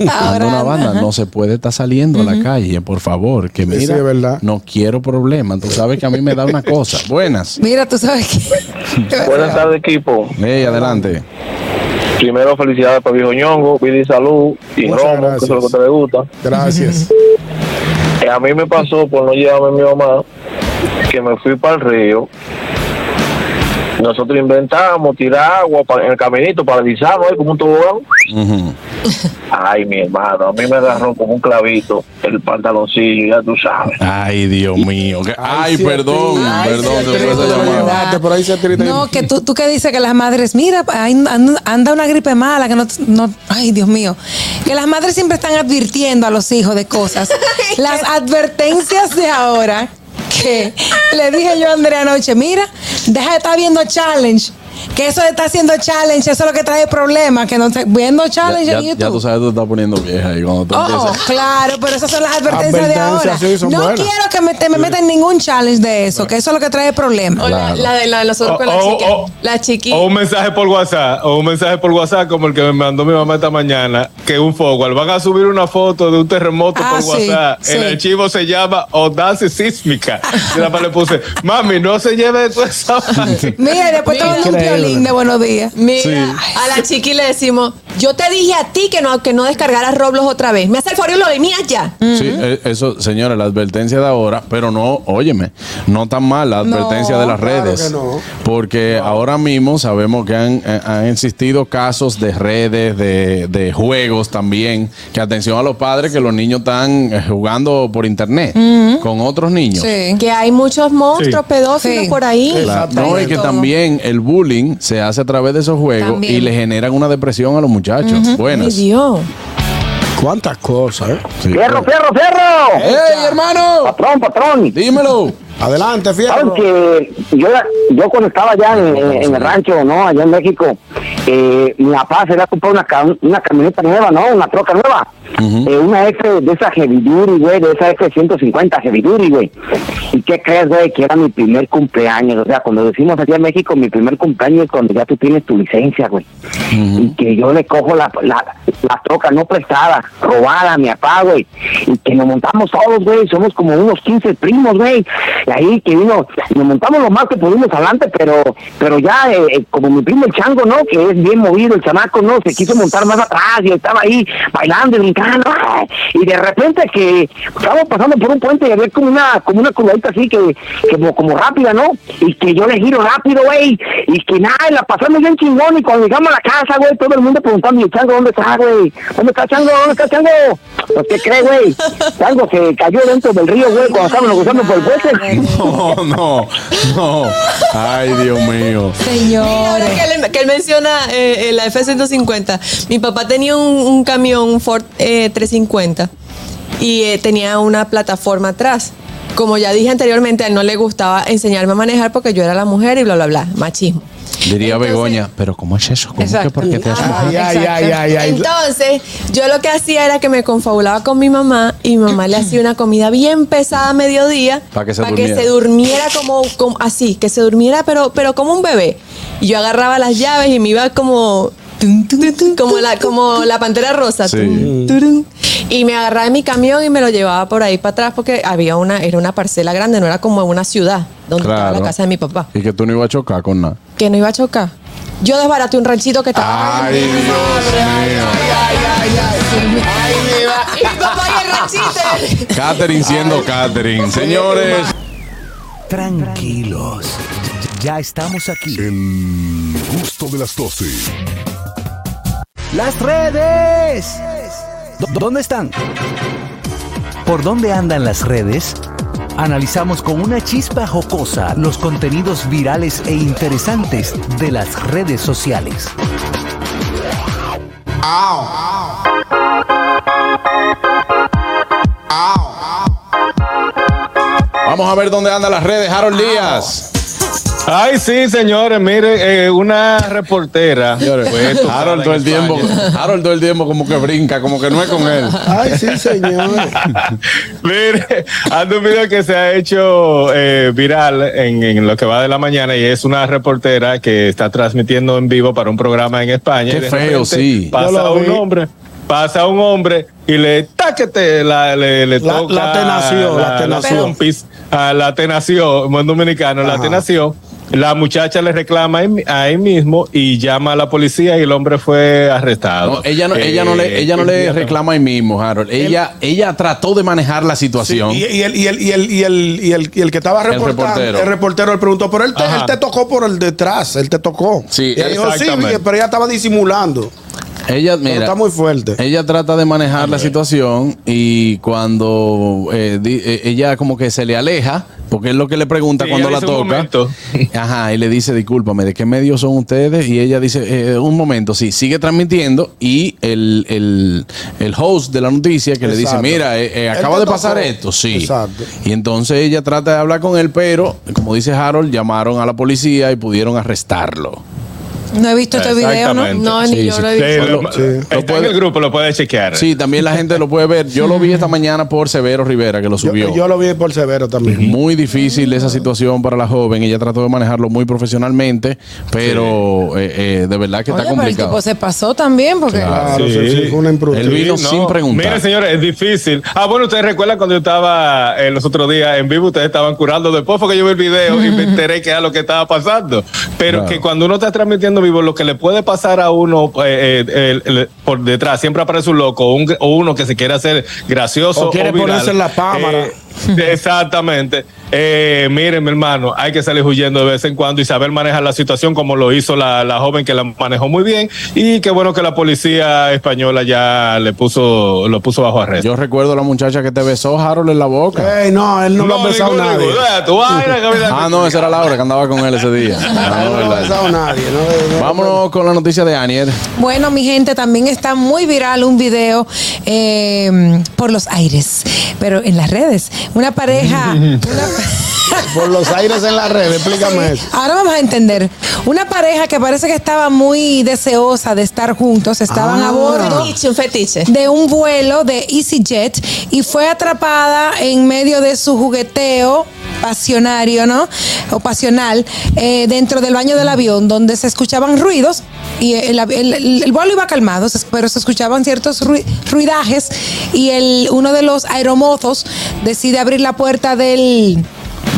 [SPEAKER 4] anda una banda. No se puede estar saliendo a la calle, por favor. Que mira,
[SPEAKER 5] sí, es verdad.
[SPEAKER 4] no quiero problemas. Tú sabes que a mí me da una cosa. Buenas.
[SPEAKER 6] Mira, tú sabes que.
[SPEAKER 2] Buenas tardes, equipo.
[SPEAKER 4] Hey, adelante.
[SPEAKER 2] Primero, felicidades para Viejo Ñongo, vida y salud, y
[SPEAKER 5] Muchas
[SPEAKER 2] romo, que
[SPEAKER 5] gracias.
[SPEAKER 2] eso es lo que te le gusta.
[SPEAKER 5] Gracias.
[SPEAKER 2] Eh, A mí me pasó por no llevarme a mi mamá, que me fui para el río. Nosotros inventamos tirar agua pa- en el caminito, paralizarnos ahí como un tobogán.
[SPEAKER 4] Mm.
[SPEAKER 2] Ay, mi hermano, a mí me agarró como un clavito el pantaloncillo, ya tú sabes.
[SPEAKER 4] Ay, Dios mío. Que- Ay, perdón. perdón. se fue esa llamada.
[SPEAKER 5] por ahí se
[SPEAKER 6] No, que tú, tú que dices que las madres, mira, ahí an- anda una gripe mala, que no, no, ay Dios mío, que las madres siempre están advirtiendo a los hijos de
[SPEAKER 11] (laughs)
[SPEAKER 6] cosas. las advertencias de ahora, que le dije yo a Andrea anoche, mira, deja de estar viendo challenge, que eso de estar haciendo challenge, eso es lo que trae problemas, que no está viendo
[SPEAKER 4] Ya,
[SPEAKER 6] challenge
[SPEAKER 4] ya-
[SPEAKER 6] en
[SPEAKER 4] ya
[SPEAKER 6] YouTube.
[SPEAKER 4] tú sabes, tú estás poniendo vieja ahí cuando tú
[SPEAKER 6] Oh,
[SPEAKER 4] empiezas.
[SPEAKER 6] claro, pero esas son las advertencias de ahora.
[SPEAKER 4] Advertencias, sí, son
[SPEAKER 6] no
[SPEAKER 4] buenas.
[SPEAKER 6] quiero que me, te- me metan ningún challenge de eso, que eso es lo que trae problemas.
[SPEAKER 11] O la, la de la de nosotros con la
[SPEAKER 7] Oh, oh,
[SPEAKER 11] chiquita.
[SPEAKER 7] oh.
[SPEAKER 11] La chiquita.
[SPEAKER 7] O un mensaje por WhatsApp, o un mensaje por WhatsApp como el que me mandó mi mamá esta mañana, que un forward. Van a subir una foto de un terremoto
[SPEAKER 11] Ah,
[SPEAKER 7] por
[SPEAKER 11] sí,
[SPEAKER 7] WhatsApp.
[SPEAKER 11] sí.
[SPEAKER 7] El archivo se llama Audacia Sísmica. Y la madre le puse, mami, no se lleve toda esa vaina".
[SPEAKER 6] Mira, y después te mandan un
[SPEAKER 7] Increíble.
[SPEAKER 6] violín de buenos días.
[SPEAKER 11] Mira,
[SPEAKER 7] Sí.
[SPEAKER 11] a la chiqui le decimos, yo te dije a ti que no, que no descargaras Roblox otra vez. Me hace el favor y lo eliminas ya.
[SPEAKER 4] Sí, eh, eso, señores, la advertencia de ahora, pero no, óyeme, no tan mal la
[SPEAKER 11] No,
[SPEAKER 4] advertencia de las
[SPEAKER 11] claro
[SPEAKER 4] redes.
[SPEAKER 11] que no.
[SPEAKER 4] Porque ahora mismo sabemos que han, eh, han existido casos de redes, de, de juegos también, que atención a los padres que los niños están eh, jugando por internet
[SPEAKER 11] Ujú.
[SPEAKER 4] con otros niños.
[SPEAKER 11] Que hay muchos monstruos
[SPEAKER 4] Sí.
[SPEAKER 11] pedófilos por ahí.
[SPEAKER 4] La- no, y que también el bullying se hace a través de esos juegos
[SPEAKER 11] También.
[SPEAKER 4] y le generan una depresión a los muchachos.
[SPEAKER 11] Ujú.
[SPEAKER 4] Buenas.
[SPEAKER 11] Ay, Dios.
[SPEAKER 4] ¿Cuántas cosas? Eh? Sí.
[SPEAKER 9] ¡Fierro, fierro, fierro!
[SPEAKER 4] ¡Ey, hermano!
[SPEAKER 9] Patrón, patrón.
[SPEAKER 4] Dímelo.
[SPEAKER 9] Adelante, fierro. que yo, era- yo cuando estaba allá en, en- en el rancho, ¿no? Allá en México, eh, mi papá se le a comprar una, cam- una camioneta nueva, ¿no? Una troca nueva. Eh, una F de esa Heavy Duty, güey, de esa F-150 Heavy Duty, güey. ¿Y qué crees, güey? Que era mi primer cumpleaños. O sea, cuando decimos allá en México, mi primer cumpleaños es cuando ya tú tienes tu licencia, güey. Y que yo le cojo la, la, la troca no prestada, robada a mi papá, güey. Y que nos montamos todos, güey. Somos como unos 15 primos, güey. Y ahí que vino, nos montamos lo más que pudimos adelante, pero pero ya, eh, eh, como mi primo el chango, ¿no? Que es bien movido el chamaco, ¿no? Se quiso montar más atrás y estaba ahí bailando y brincando. ¡ah! Y de repente que estábamos pasando por un puente y había como una, como una curvadita así que, que como, como rápida, ¿no? Y que yo le giro rápido, güey. Y que nada, la pasamos bien chingón. Y cuando llegamos a la casa, güey, todo el mundo preguntando, "¿Y el chango dónde está, güey? ¿Dónde está chango? ¿Dónde está chango? Pues, ¿qué cree, güey? Chango se cayó dentro del río, güey, cuando estábamos cruzando por el puente.
[SPEAKER 4] No, no, no. Ay, Dios mío.
[SPEAKER 11] Mira, ahora que, él, que él menciona eh, eh, la F-150, mi papá tenía un, un camión, un Ford eh, 350. y eh, tenía una plataforma atrás. Como ya dije anteriormente, a él no le gustaba enseñarme a manejar porque yo era la mujer y bla, bla, bla, machismo.
[SPEAKER 4] Diría Begoña, pero ¿cómo es eso? ¿Cómo que
[SPEAKER 11] Exacto.
[SPEAKER 4] porque te has
[SPEAKER 11] Ah,
[SPEAKER 4] mojado?
[SPEAKER 11] exacto. Entonces, yo lo que hacía era que me confabulaba con mi mamá y mi mamá le hacía una comida bien pesada a mediodía
[SPEAKER 4] Pa' que se
[SPEAKER 11] pa'
[SPEAKER 4] durmiera.
[SPEAKER 11] durmiera como, como- así, que se durmiera pero, pero como un bebé. Y yo agarraba las llaves y me iba como tun, tun, tun, como la como la pantera rosa. tun, turun. Y me agarraba en mi camión y me lo llevaba por ahí para atrás porque había una era una parcela grande, no era como una ciudad donde estaba
[SPEAKER 4] Claro.
[SPEAKER 11] la casa de mi papá,
[SPEAKER 4] Y que tú no ibas a chocar con nada.
[SPEAKER 11] que no iba a chocar. Yo desbaraté un ranchito que estaba
[SPEAKER 4] Ay, Dios mío.
[SPEAKER 11] Y mi papá y el ranchito.
[SPEAKER 4] Catherine siendo Catherine. Señores.
[SPEAKER 1] Tranquilos. Ya estamos aquí. El gusto de las 12. Las redes. ¿Dó- ¿Dónde están? ¿Por dónde andan las redes? Analizamos con una chispa jocosa los contenidos virales e interesantes de las redes sociales.
[SPEAKER 4] Vamos a ver dónde andan las redes, Harold Díaz.
[SPEAKER 7] Ay, sí, señores, mire, eh, una reportera. fue tocada
[SPEAKER 4] Harold todo
[SPEAKER 7] en
[SPEAKER 4] el tiempo,
[SPEAKER 7] España.
[SPEAKER 4] Harold todo el tiempo como que brinca, como que no es con él.
[SPEAKER 5] Ay, sí, señor.
[SPEAKER 4] (laughs)
[SPEAKER 7] Mire, (laughs) anda un video que se ha hecho eh, viral en, en lo que va de la mañana y es una reportera que está transmitiendo en vivo para un programa en España.
[SPEAKER 4] Qué
[SPEAKER 7] y de
[SPEAKER 4] feo,
[SPEAKER 7] repente
[SPEAKER 4] sí. Yo
[SPEAKER 7] Pasa
[SPEAKER 4] lo
[SPEAKER 7] un
[SPEAKER 4] vi.
[SPEAKER 7] hombre, pasa un hombre y le taquete, la, le, le
[SPEAKER 5] La-
[SPEAKER 7] toca
[SPEAKER 5] la tenació, la tenació.
[SPEAKER 7] pompis a la tenació, buen dominicano, la tenació. La muchacha le reclama ahí mi- ahí mismo y llama a la policía y el hombre fue arrestado. Eh,
[SPEAKER 4] No, ella no, ella no le, ella no le reclama ahí mismo, Harold. Ella,
[SPEAKER 11] Em.
[SPEAKER 4] ella trató de manejar la situación.
[SPEAKER 5] Y, y el, y, el, y, el, y, el, y el- y el que estaba
[SPEAKER 4] El
[SPEAKER 5] reportando, el reportero,
[SPEAKER 4] reportero.
[SPEAKER 5] le preguntó, pero él te,
[SPEAKER 4] Ajá.
[SPEAKER 5] él te tocó por el detrás, él te tocó.
[SPEAKER 4] Sí,
[SPEAKER 5] y él dijo, sí,
[SPEAKER 4] exactamente.
[SPEAKER 5] pero ella estaba disimulando.
[SPEAKER 4] Ella, mira,
[SPEAKER 5] está muy fuerte.
[SPEAKER 4] Ella trata de manejar la situación y cuando eh, di- eh, ella como que se le aleja, porque es lo que le pregunta
[SPEAKER 7] Sí,
[SPEAKER 4] cuando la
[SPEAKER 7] ella dice, "Un
[SPEAKER 4] toca.
[SPEAKER 7] momento".
[SPEAKER 4] (laughs) Ajá, y le dice, discúlpame, ¿de qué medio son ustedes? Y ella dice, "Eh, un momento, sí, sigue transmitiendo y el, el- el host de la noticia que le dice,
[SPEAKER 5] Exacto.
[SPEAKER 4] mira, eh, eh,
[SPEAKER 5] Él
[SPEAKER 4] acaba
[SPEAKER 5] te
[SPEAKER 4] de pasar
[SPEAKER 5] tocó.
[SPEAKER 4] esto, sí.
[SPEAKER 5] Exacto.
[SPEAKER 4] Y entonces ella trata de hablar con él, pero como dice Harold, llamaron a la policía y pudieron arrestarlo.
[SPEAKER 6] No he visto este video, ¿no?
[SPEAKER 4] Mm. Exactamente.
[SPEAKER 6] No,
[SPEAKER 4] Sí,
[SPEAKER 6] ni yo
[SPEAKER 4] sí.
[SPEAKER 6] lo he visto.
[SPEAKER 4] Lo- lo
[SPEAKER 7] Está en el grupo, lo puede chequear.
[SPEAKER 4] Sí, también la gente lo puede ver. Yo lo
[SPEAKER 6] (laughs)
[SPEAKER 4] vi esta mañana por Severo Rivera, que lo subió.
[SPEAKER 5] Yo lo vi por severo también.
[SPEAKER 4] Muy difícil esa situación para la joven. Ella trató de manejarlo muy profesionalmente, pero eh, eh, de verdad que
[SPEAKER 6] Oye,
[SPEAKER 4] está
[SPEAKER 6] pero el
[SPEAKER 4] complicado.
[SPEAKER 6] tipo se pasó también porque...
[SPEAKER 4] Claro, sí, sí, fue una imprudencia. Él vino sin preguntar.
[SPEAKER 7] Mire, señores, es difícil. Ah, bueno, ustedes recuerdan cuando yo estaba eh, los otros días en vivo, ustedes estaban curando. Después fue que yo vi el video y
[SPEAKER 5] (laughs)
[SPEAKER 7] me enteré que era lo que estaba pasando. Pero que cuando uno está transmitiendo en vivo, lo que le puede pasar a uno eh, eh, el- el- por detrás, siempre aparece un loco o un- o uno que se quiere hacer gracioso.
[SPEAKER 5] O quiere
[SPEAKER 7] viral.
[SPEAKER 5] ponerse en la cámara.
[SPEAKER 7] Eh, (laughs) Exactamente. Eh, miren, mi hermano, hay que salir huyendo de vez en cuando y saber manejar la situación como lo hizo la, la joven que la manejó muy bien. Y qué bueno que la policía española ya le puso, lo puso bajo arresto.
[SPEAKER 4] Yo recuerdo a la muchacha que te besó, Harold, en la boca.
[SPEAKER 5] Ey, no, él no, lo ha
[SPEAKER 7] No,
[SPEAKER 5] besado
[SPEAKER 7] ningún,
[SPEAKER 5] nadie.
[SPEAKER 7] ningún. Ah, tú vas a ir a caminar.
[SPEAKER 4] Ah, no, esa era Laura que andaba con él ese
[SPEAKER 6] (laughs)
[SPEAKER 4] día. Ah, no,
[SPEAKER 5] No lo ha
[SPEAKER 4] verdad.
[SPEAKER 5] besado nadie. no, no, no.
[SPEAKER 4] Vámonos con la noticia de Aniel.
[SPEAKER 6] Bueno, mi gente, también está muy viral un video eh, por los aires, pero en las redes. Ah, Una
[SPEAKER 4] Mm.
[SPEAKER 6] pareja,
[SPEAKER 5] (laughs) Por los aires en las redes, explícame eso.
[SPEAKER 6] ahora vamos a entender, una pareja que parece que estaba muy deseosa de estar juntos, estaban a bordo
[SPEAKER 11] Ah. un fetiche.
[SPEAKER 6] de un vuelo de EasyJet y fue atrapada en medio de su jugueteo pasionario, ¿no? O pasional, eh, dentro del baño del avión, donde se escuchaban ruidos y el, avi- el- el- el vuelo iba calmado, se- pero se escuchaban ciertos rui- ruidajes y el, uno de los aeromozos decide abrir la puerta del...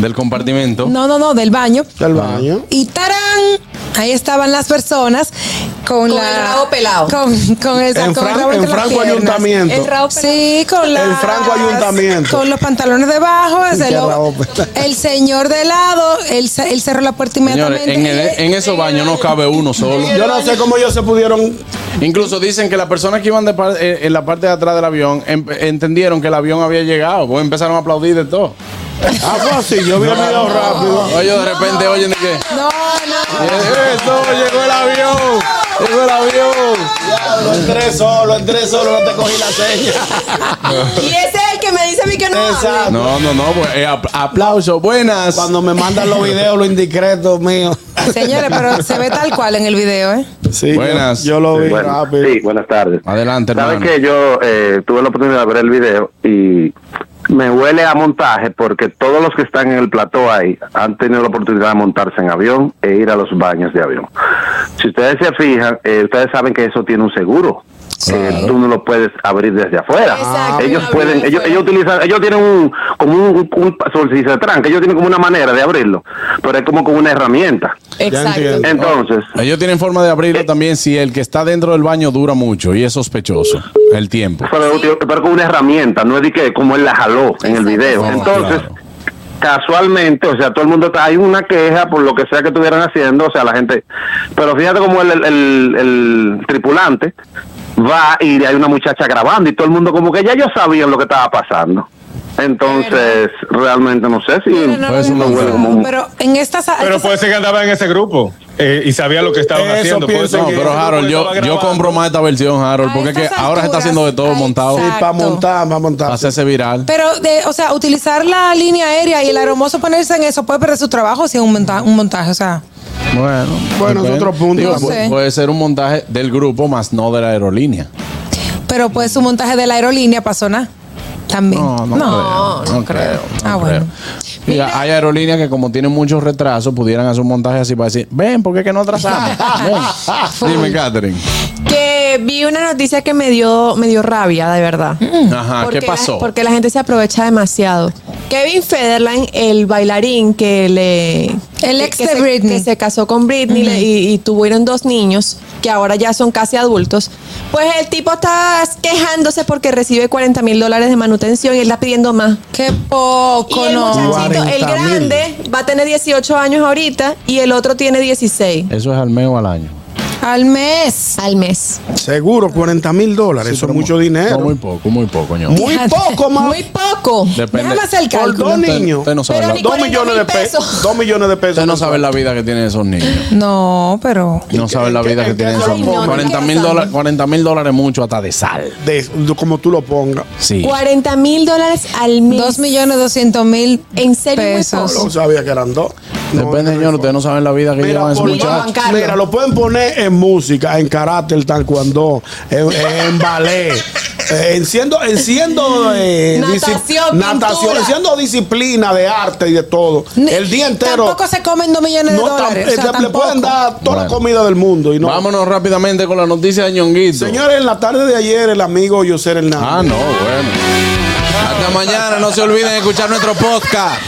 [SPEAKER 4] Del compartimento.
[SPEAKER 6] No, no, no, del baño.
[SPEAKER 5] Del baño.
[SPEAKER 6] Y tarán, ahí estaban las personas con,
[SPEAKER 11] Con
[SPEAKER 6] la
[SPEAKER 11] el rabo pelado.
[SPEAKER 6] Con, con esa-
[SPEAKER 5] En
[SPEAKER 6] con el
[SPEAKER 5] Fran-
[SPEAKER 6] rabo
[SPEAKER 5] en
[SPEAKER 6] entre las
[SPEAKER 5] Franco
[SPEAKER 6] piernas.
[SPEAKER 5] Ayuntamiento. El rabo
[SPEAKER 6] Sí, con la
[SPEAKER 5] En Franco Ayuntamiento.
[SPEAKER 6] Con los pantalones debajo,
[SPEAKER 5] Uy,
[SPEAKER 6] ese
[SPEAKER 5] qué
[SPEAKER 6] lo-
[SPEAKER 5] rabo
[SPEAKER 6] el señor de lado, él, ce- él cerró la puerta
[SPEAKER 4] Señores,
[SPEAKER 6] inmediatamente.
[SPEAKER 4] en, el- en esos baños no cabe uno solo.
[SPEAKER 5] Yo no sé cómo ellos se pudieron.
[SPEAKER 4] Incluso dicen que las personas que iban de par- eh, en la parte de atrás del avión em- entendieron que el avión había llegado, pues empezaron a aplaudir de todo.
[SPEAKER 5] Ah, fue así, yo vi el video rápido.
[SPEAKER 4] Oye, de repente oyen de qué.
[SPEAKER 6] No,
[SPEAKER 4] Eso, llegó el avión. Llegó el avión.
[SPEAKER 5] Diablo, entré solo, entré solo, no te cogí la seña.
[SPEAKER 11] Y ese es el
[SPEAKER 8] a mí que no hable.
[SPEAKER 4] No, no, no. pues, eh, apl- aplauso. Buenas.
[SPEAKER 5] Cuando me mandan los
[SPEAKER 4] (laughs)
[SPEAKER 5] videos, los indiscretos míos.
[SPEAKER 6] Señores, pero se ve tal cual en el video, ¿eh?
[SPEAKER 5] Sí,
[SPEAKER 4] Buenas.
[SPEAKER 5] Yo, yo lo vi
[SPEAKER 13] Bueno,
[SPEAKER 5] rápido.
[SPEAKER 13] Sí, buenas tardes.
[SPEAKER 4] Adelante,
[SPEAKER 13] Sabes
[SPEAKER 4] hermano.
[SPEAKER 13] que yo eh, tuve la oportunidad de ver el video y me huele a montaje porque todos los que están en el plató ahí han tenido la oportunidad de montarse en avión e ir a los baños de avión. Si ustedes se fijan, eh, ustedes saben que eso tiene un seguro. Eh, tú no lo puedes abrir desde afuera. ellos pueden, ellos, ellos utilizan, ellos tienen un, como un, un, un paso, si se tranca, ellos tienen como una manera de abrirlo, pero es como con una herramienta. Entonces,
[SPEAKER 4] Ellos tienen forma de abrirlo también si el que está dentro del baño dura mucho y es sospechoso el tiempo.
[SPEAKER 13] pero, pero con una herramienta, no es de que como él la jaló en el video. Entonces, casualmente, o sea, todo el mundo está, hay una queja por lo que sea que estuvieran haciendo, o sea, la gente, pero fíjate como el, el, el- el tripulante va y hay una muchacha grabando y todo el mundo como que ya ellos sabían lo que estaba pasando. Entonces, realmente no sé si pues, no huele como un-
[SPEAKER 6] Pero en estas.
[SPEAKER 7] Pero puede ser que andaba en ese grupo eh, y sabía lo que estaban
[SPEAKER 4] Eso
[SPEAKER 7] haciendo. puede
[SPEAKER 4] pienso
[SPEAKER 7] ser
[SPEAKER 4] No,
[SPEAKER 7] que
[SPEAKER 4] pero
[SPEAKER 7] ese
[SPEAKER 4] Harold,
[SPEAKER 7] grupo
[SPEAKER 4] yo,
[SPEAKER 7] estaba
[SPEAKER 4] yo
[SPEAKER 7] grabando.
[SPEAKER 4] compro más esta versión, Harold, porque es que ahora se está haciendo de todo montado.
[SPEAKER 6] exacto. Sí, pa' montar,
[SPEAKER 4] para montar. Para hacerse viral.
[SPEAKER 6] Pero, de, o sea, utilizar la línea aérea y el aeromoso ponerse en eso puede perder su trabajo si es un, monta- un montaje, o sea.
[SPEAKER 4] Bueno,
[SPEAKER 6] Bueno, es
[SPEAKER 4] depende.
[SPEAKER 6] otro punto
[SPEAKER 4] Digo,
[SPEAKER 6] también.
[SPEAKER 4] pu-
[SPEAKER 6] Sí.
[SPEAKER 4] puede ser un montaje del grupo, más no de la aerolínea.
[SPEAKER 6] Pero puede ser un montaje de la aerolínea pasó nada. También. No,
[SPEAKER 4] No, creo, no creo. no
[SPEAKER 6] Ah,
[SPEAKER 4] creo.
[SPEAKER 6] bueno.
[SPEAKER 4] Mira, hay aerolíneas que como tienen muchos retrasos, pudieran hacer un montaje así para decir, ven, ¿por qué que no atrasamos? (laughs)
[SPEAKER 11] (laughs)
[SPEAKER 4] Ven. Dime, Catherine.
[SPEAKER 11] Que vi una noticia que me dio, me dio rabia, de verdad.
[SPEAKER 4] Ajá,
[SPEAKER 11] Porque
[SPEAKER 4] ¿qué
[SPEAKER 11] la-
[SPEAKER 4] pasó?
[SPEAKER 11] porque la gente se aprovecha demasiado. Kevin Federline, el bailarín que le.
[SPEAKER 6] El
[SPEAKER 11] que-
[SPEAKER 6] ex
[SPEAKER 11] que
[SPEAKER 6] de
[SPEAKER 11] se,
[SPEAKER 6] Britney.
[SPEAKER 11] que se casó con Britney
[SPEAKER 6] Ujú.
[SPEAKER 11] le- y, y tuvieron dos niños que ahora ya son casi adultos. Pues el tipo está quejándose porque recibe 40 mil dólares de manutención y él está pidiendo más.
[SPEAKER 6] Qué poco,
[SPEAKER 11] y el
[SPEAKER 6] no.
[SPEAKER 11] muchachito, el
[SPEAKER 4] 40.000.
[SPEAKER 11] grande, va a tener 18 años ahorita y el otro tiene 16.
[SPEAKER 4] Eso es al mes o al año.
[SPEAKER 6] Al mes.
[SPEAKER 11] Al mes.
[SPEAKER 5] Seguro, 40 mil dólares. Eso es mucho dinero.
[SPEAKER 4] muy poco, muy poco, ño.
[SPEAKER 5] Muy poco, más.
[SPEAKER 6] Muy poco.
[SPEAKER 4] Depende.
[SPEAKER 6] Déjame hacer el
[SPEAKER 5] Por
[SPEAKER 6] cálculo.
[SPEAKER 5] dos niños.
[SPEAKER 4] Usted no sabe la-
[SPEAKER 5] dos millones de pesos. Dos millones de pesos.
[SPEAKER 4] Usted no sabe la vida que tienen esos niños.
[SPEAKER 6] No, pero.
[SPEAKER 4] No sabe la vida que tienen esos niños. 40 mil dólares, 40 mil dólares mucho hasta de sal.
[SPEAKER 5] como tú lo pongas.
[SPEAKER 4] Sí.
[SPEAKER 11] 40 mil dólares al mes.
[SPEAKER 6] 2 millones 200 mil
[SPEAKER 11] En serio, muy
[SPEAKER 6] Pues
[SPEAKER 5] No
[SPEAKER 11] poco.
[SPEAKER 5] sabía que eran dos.
[SPEAKER 4] Depende, señor. Ustedes no saben la vida que llevan esos
[SPEAKER 5] Por-
[SPEAKER 4] muchachos.
[SPEAKER 5] Mira, lo pueden poner en música, en karate, en taekwondo, en, en ballet. eh, Enciendo, enciendo eh,
[SPEAKER 6] Natación,
[SPEAKER 5] disci-
[SPEAKER 6] pintura.
[SPEAKER 5] enciendo disciplina de arte y de todo. El día entero.
[SPEAKER 6] Tampoco se comen 2 millones de
[SPEAKER 5] No, tam-
[SPEAKER 6] dólares.
[SPEAKER 5] eh,
[SPEAKER 6] o sea,
[SPEAKER 5] le pueden
[SPEAKER 6] tampoco.
[SPEAKER 5] dar toda la
[SPEAKER 4] Bueno.
[SPEAKER 5] comida del mundo. Y no.
[SPEAKER 4] Vámonos rápidamente con la noticia de Ñonguito.
[SPEAKER 5] Señores, en la tarde de ayer, el amigo Yoser Hernández.
[SPEAKER 4] Ah, no, bueno. Hasta mañana, no se olviden de escuchar nuestro podcast.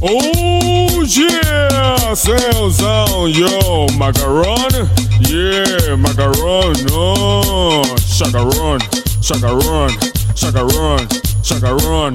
[SPEAKER 24] Oh yeah, sell sound, yo, macaron, yeah, macaron, no, chacaron, chacaron, chacaron, chacaron.